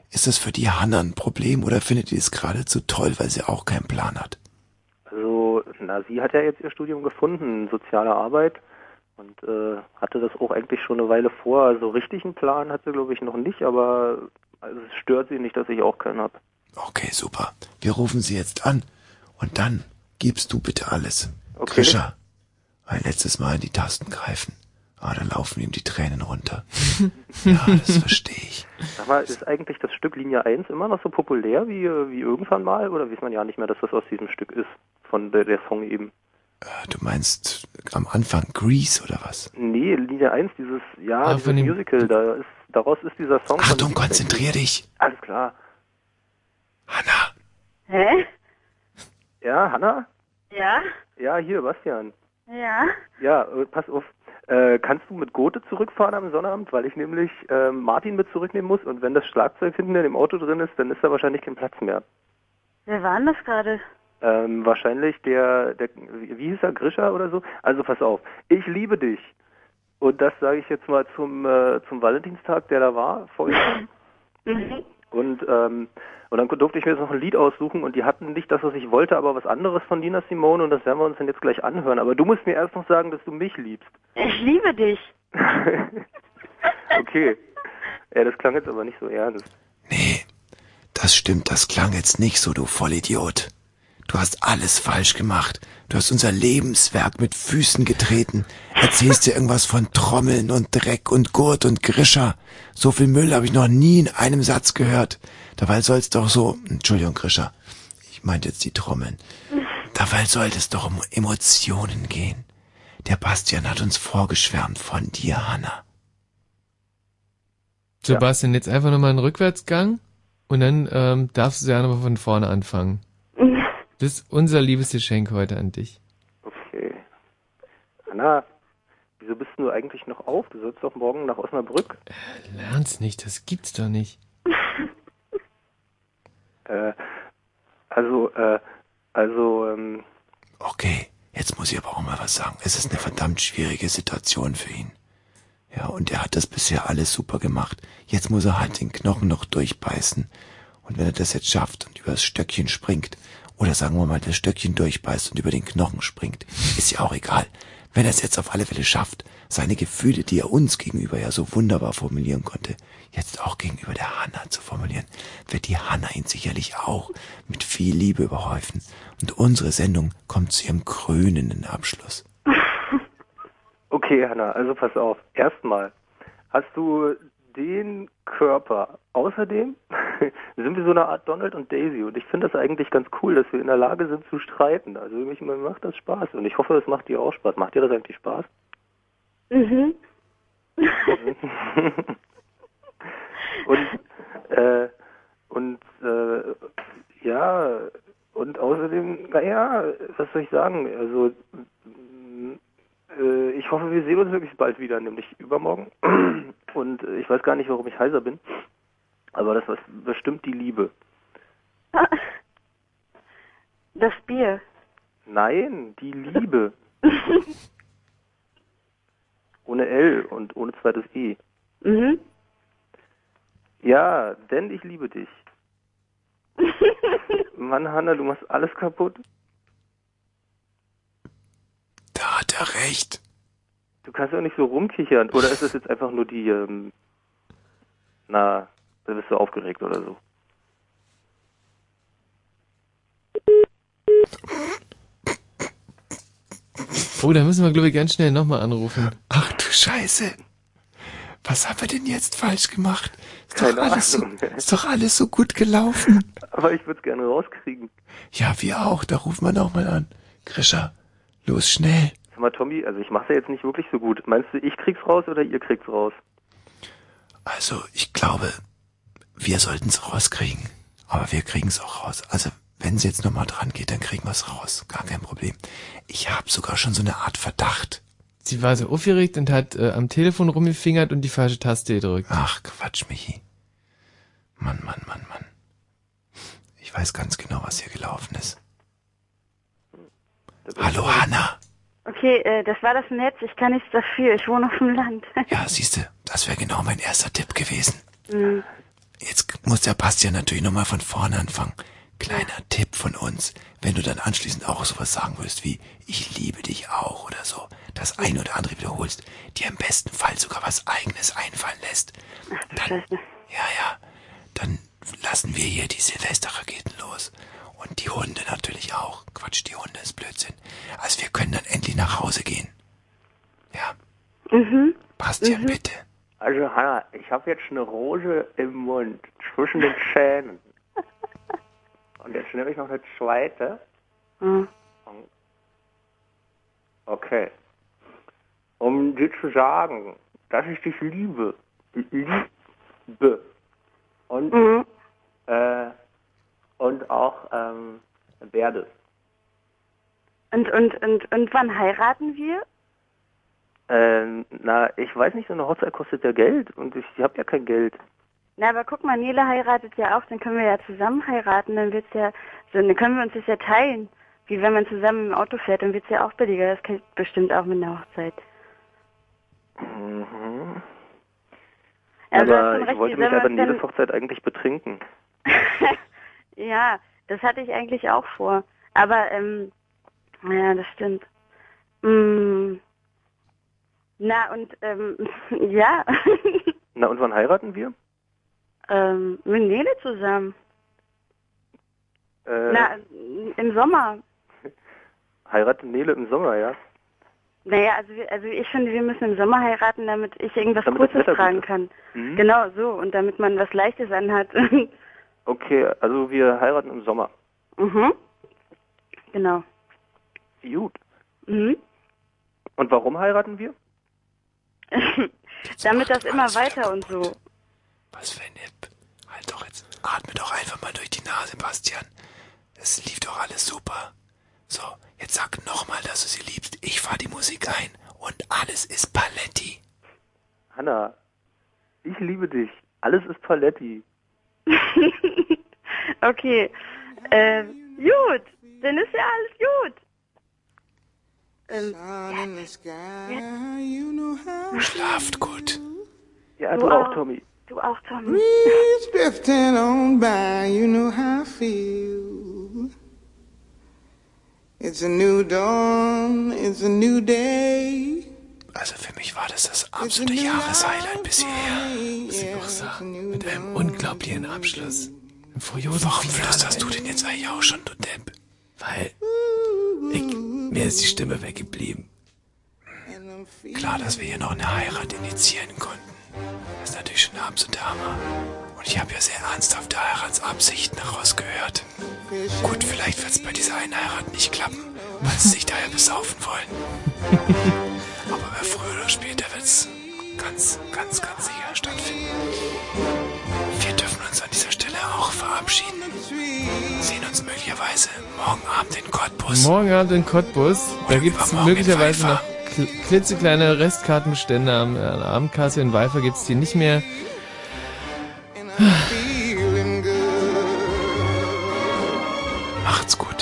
Speaker 2: Ist das für die Hanna ein Problem oder findet ihr es geradezu toll, weil sie auch keinen Plan hat?
Speaker 7: Also, na, sie hat ja jetzt ihr Studium gefunden, soziale Arbeit. Und äh, hatte das auch eigentlich schon eine Weile vor. Also richtig einen Plan hat sie, glaube ich, noch nicht, aber also, es stört sie nicht, dass ich auch keinen habe.
Speaker 2: Okay, super. Wir rufen sie jetzt an und dann gibst du bitte alles. Okay. Grisha, ein letztes Mal in die Tasten greifen. Ah, da laufen ihm die Tränen runter. ja, das verstehe ich.
Speaker 7: Sag mal, ist eigentlich das Stück Linie 1 immer noch so populär wie, äh, wie irgendwann mal? Oder weiß man ja nicht mehr, dass das aus diesem Stück ist? Von der, der Song eben.
Speaker 2: Äh, Du meinst am Anfang Grease oder was?
Speaker 7: Nee, Linie 1, dieses, ja,
Speaker 2: Ah,
Speaker 7: dieses
Speaker 2: von dem-
Speaker 7: Musical, da ist, daraus ist dieser Song. Achtung,
Speaker 2: konzentrier dich!
Speaker 7: Alles klar.
Speaker 5: Hä?
Speaker 7: Ja, Hanna?
Speaker 5: Ja?
Speaker 7: Ja, hier, Bastian.
Speaker 5: Ja?
Speaker 7: Ja, äh, pass auf. Äh, kannst du mit Gote zurückfahren am Sonnabend? Weil ich nämlich ähm, Martin mit zurücknehmen muss und wenn das Schlagzeug hinten in dem Auto drin ist, dann ist da wahrscheinlich kein Platz mehr.
Speaker 5: Wer war denn das gerade?
Speaker 7: Ähm, wahrscheinlich der, der, wie hieß er, Grisha oder so? Also pass auf, ich liebe dich. Und das sage ich jetzt mal zum, äh, zum Valentinstag, der da war, vorhin. Und, ähm, und dann durfte ich mir jetzt noch ein Lied aussuchen und die hatten nicht das, was ich wollte, aber was anderes von Nina Simone und das werden wir uns dann jetzt gleich anhören. Aber du musst mir erst noch sagen, dass du mich liebst.
Speaker 5: Ich liebe dich.
Speaker 7: <laughs> Okay. Ja, das klang jetzt aber nicht so ernst.
Speaker 2: Das stimmt, das klang jetzt nicht so, du Vollidiot. Du hast alles falsch gemacht. Du hast unser Lebenswerk mit Füßen getreten. Erzählst dir irgendwas von Trommeln und Dreck und Gurt und Grischer. So viel Müll habe ich noch nie in einem Satz gehört. Dabei sollst doch so, Entschuldigung, Grischer. Ich meinte jetzt die Trommeln. Dabei sollte es doch um Emotionen gehen. Der Bastian hat uns vorgeschwärmt von dir, Hanna.
Speaker 3: Sebastian, jetzt einfach nochmal einen Rückwärtsgang und dann ähm, darfst du ja nochmal von vorne
Speaker 2: <laughs>
Speaker 3: anfangen. Das ist unser Liebesgeschenk heute an dich.
Speaker 7: Okay. Anna, wieso bist du eigentlich noch auf? Du sollst doch morgen nach Osnabrück.
Speaker 3: Lern's nicht, das gibt's doch nicht.
Speaker 7: Äh, also, äh, also, ähm,
Speaker 2: Okay, jetzt muss ich aber auch mal was sagen. Es ist eine verdammt schwierige Situation für ihn. Ja, und er hat das bisher alles super gemacht. Jetzt muss er halt den Knochen noch durchbeißen. Und wenn er das jetzt schafft und über das Stöckchen springt, oder sagen wir mal, das Stöckchen durchbeißt und über den Knochen springt, ist ja auch egal. Wenn er es jetzt auf alle Fälle schafft, seine Gefühle, die er uns gegenüber ja so wunderbar formulieren konnte, jetzt auch gegenüber der Hanna zu formulieren, wird die Hanna ihn sicherlich auch mit viel Liebe überhäufen. Und unsere Sendung kommt zu ihrem krönenden Abschluss.
Speaker 7: <laughs> okay, Hanna, also pass auf. Erstmal, hast du den Körper. Außerdem <laughs> sind wir so eine Art Donald und Daisy und ich finde das eigentlich ganz cool, dass wir in der Lage sind zu streiten. Also mich mir macht das Spaß und ich hoffe, das macht dir auch Spaß. Macht dir das eigentlich Spaß?
Speaker 5: Mhm.
Speaker 7: und äh, und äh, ja und außerdem naja was soll ich sagen also m, äh, ich hoffe wir sehen uns wirklich bald wieder nämlich übermorgen und äh, ich weiß gar nicht warum ich heiser bin aber das ist bestimmt die Liebe
Speaker 5: Das Bier.
Speaker 7: nein die Liebe ohne L und ohne zweites I
Speaker 5: Mhm.
Speaker 7: ja denn ich liebe dich Mann Hanna du machst alles kaputt
Speaker 2: Da hat er recht.
Speaker 7: Du kannst ja nicht so rumkichern. Oder ist das jetzt einfach nur die, ähm, na, da bist du aufgeregt oder so?
Speaker 3: Oh, da müssen wir, glaube ich, ganz schnell nochmal anrufen.
Speaker 2: Ach du Scheiße. Was haben wir denn jetzt falsch gemacht? Ist doch,
Speaker 34: Keine
Speaker 2: alles so,
Speaker 34: Ahnung.
Speaker 2: ist doch alles so gut gelaufen.
Speaker 34: Aber ich würde es gerne rauskriegen.
Speaker 2: Ja, wir auch. Da rufen wir nochmal an. Grisha, los schnell.
Speaker 7: Sag mal, Tommy, also ich mach's ja jetzt nicht wirklich so gut. Meinst du, ich krieg's raus oder ihr kriegt's raus?
Speaker 2: Also, ich glaube, wir sollten es rauskriegen. Aber wir kriegen es auch raus. Also, wenn sie jetzt nochmal dran geht, dann kriegen wir es raus. Gar kein Problem. Ich habe sogar schon so eine Art Verdacht.
Speaker 3: Sie war so aufgeregt und hat äh, am Telefon rumgefingert und die falsche Taste gedrückt.
Speaker 2: Ach, Quatsch, Michi. Mann, Mann, Mann, Mann. Ich weiß ganz genau, was hier gelaufen ist. Hallo, Hanna.
Speaker 35: Okay, äh, das war das Netz. Ich kann nichts dafür. Ich wohne auf dem Land. <laughs>
Speaker 2: Ja, siehste, das wäre genau mein erster Tipp gewesen.
Speaker 35: Hm.
Speaker 2: Jetzt muss der Bastian natürlich nochmal von vorne anfangen. Kleiner Tipp von uns, wenn du dann anschließend auch sowas sagen würdest wie Ich liebe dich auch oder so, das ein oder andere wiederholst, dir im besten Fall sogar was eigenes einfallen lässt, dann, ja, ja, dann lassen wir hier die Silvesterraketen los. Und die Hunde natürlich auch. Quatsch, die Hunde ist Blödsinn. Also wir können dann endlich nach Hause gehen.
Speaker 35: Mhm.
Speaker 2: Bastian, bitte.
Speaker 16: Also Hanna, ich habe jetzt eine Rose im Mund zwischen den Zähnen. Und jetzt nehme ich noch eine zweite.
Speaker 35: Hm.
Speaker 16: Okay. Um dir zu sagen, dass ich dich liebe. Liebe. Und, äh, und auch ähm, werde.
Speaker 35: Und, und, und, und wann heiraten wir?
Speaker 7: Ähm, na, ich weiß nicht, so eine Hochzeit kostet ja Geld und ich habe ja kein Geld.
Speaker 35: Na, aber guck mal, Nele heiratet ja auch. Dann können wir ja zusammen heiraten. Dann wird's ja, so, dann können wir uns das ja teilen. Wie wenn man zusammen im Auto fährt, dann wird's ja auch billiger. Das kann bestimmt auch mit einer Hochzeit.
Speaker 7: Mhm.
Speaker 35: Ja, du hast
Speaker 7: aber
Speaker 35: schon recht,
Speaker 7: ich wollte
Speaker 35: wie
Speaker 7: mich
Speaker 35: soll
Speaker 7: aber
Speaker 35: man
Speaker 7: Neles
Speaker 35: denn-
Speaker 7: Hochzeit eigentlich betrinken.
Speaker 35: Ja, das hatte ich eigentlich auch vor. Aber, ähm, ja, das stimmt. Mm. Na, und, ähm, <laughs> ja,
Speaker 7: Na und wann heiraten wir?
Speaker 35: ähm, mit Nele zusammen.
Speaker 7: Äh,
Speaker 35: Na, im Sommer.
Speaker 7: heiraten Nele im Sommer, ja.
Speaker 35: Naja, also, wir, also ich finde, wir müssen im Sommer heiraten, damit ich irgendwas
Speaker 7: Damit das
Speaker 35: Kurzes
Speaker 7: Wetter gut
Speaker 35: tragen
Speaker 7: ist.
Speaker 35: kann.
Speaker 7: Mhm.
Speaker 35: Genau, so. Und damit man was Leichtes anhat. <laughs>
Speaker 7: Okay, also wir heiraten im Sommer.
Speaker 35: mhm. Genau.
Speaker 7: Gut.
Speaker 35: Mhm. <laughs>
Speaker 7: Und warum heiraten wir?
Speaker 35: damit das immer weiter und so.
Speaker 2: Was für ein Tipp. Halt doch jetzt, atme doch einfach mal durch die Nase, Bastian. Es lief doch alles super. So, jetzt sag nochmal, dass du sie liebst. Ich fahr die Musik ein und alles ist Paletti.
Speaker 7: Hanna, ich liebe dich. Alles ist Paletti.
Speaker 35: Okay. Äh, gut. Dann ist ja alles gut. Ähm, ja.
Speaker 2: Schlaft gut.
Speaker 7: Ja,
Speaker 35: Du
Speaker 7: du auch,
Speaker 35: auch.
Speaker 7: Tommy.
Speaker 35: Du auch, Tommy.
Speaker 36: Breeze drifting on by, you know how I feel. It's a new dawn, it's a new day.
Speaker 2: Also für mich war das das absolute Jahreshighlight bisher. Silvester. Mit einem unglaublichen Abschluss. Ein furiosen Warum flüsterst du denn jetzt eigentlich auch schon, du Depp? Weil ich, mir ist die Stimme weggeblieben. Klar, dass wir hier noch eine Heirat initiieren konnten. Das ist natürlich schon der absolute Hammer. Und ich habe ja sehr ernsthafte Heiratsabsichten herausgehört. Gut, vielleicht wird es bei dieser einen Heirat nicht klappen, weil sie sich daher besaufen wollen. Aber bei früher oder später wird es ganz, ganz, ganz sicher stattfinden. Wir dürfen uns an dieser Stelle auch verabschieden. Sehen uns möglicherweise morgen Abend in Cottbus.
Speaker 3: Morgen Abend in Cottbus, da gibt's möglicherweise noch kl- klitzekleine Restkartenbestände am, äh, an der Abendkasse. In Weifer gibt's die nicht mehr.
Speaker 2: Macht's gut.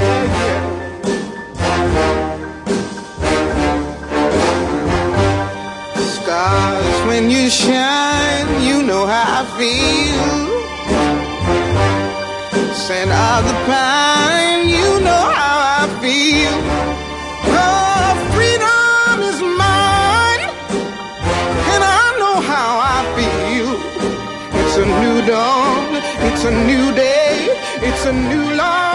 Speaker 36: Yeah, yeah. Cause when you shine, you know how I feel. Scent of the pine, you know how I feel. Oh, freedom is mine, and I know how I feel. It's a new dawn, it's a new day, it's a new life.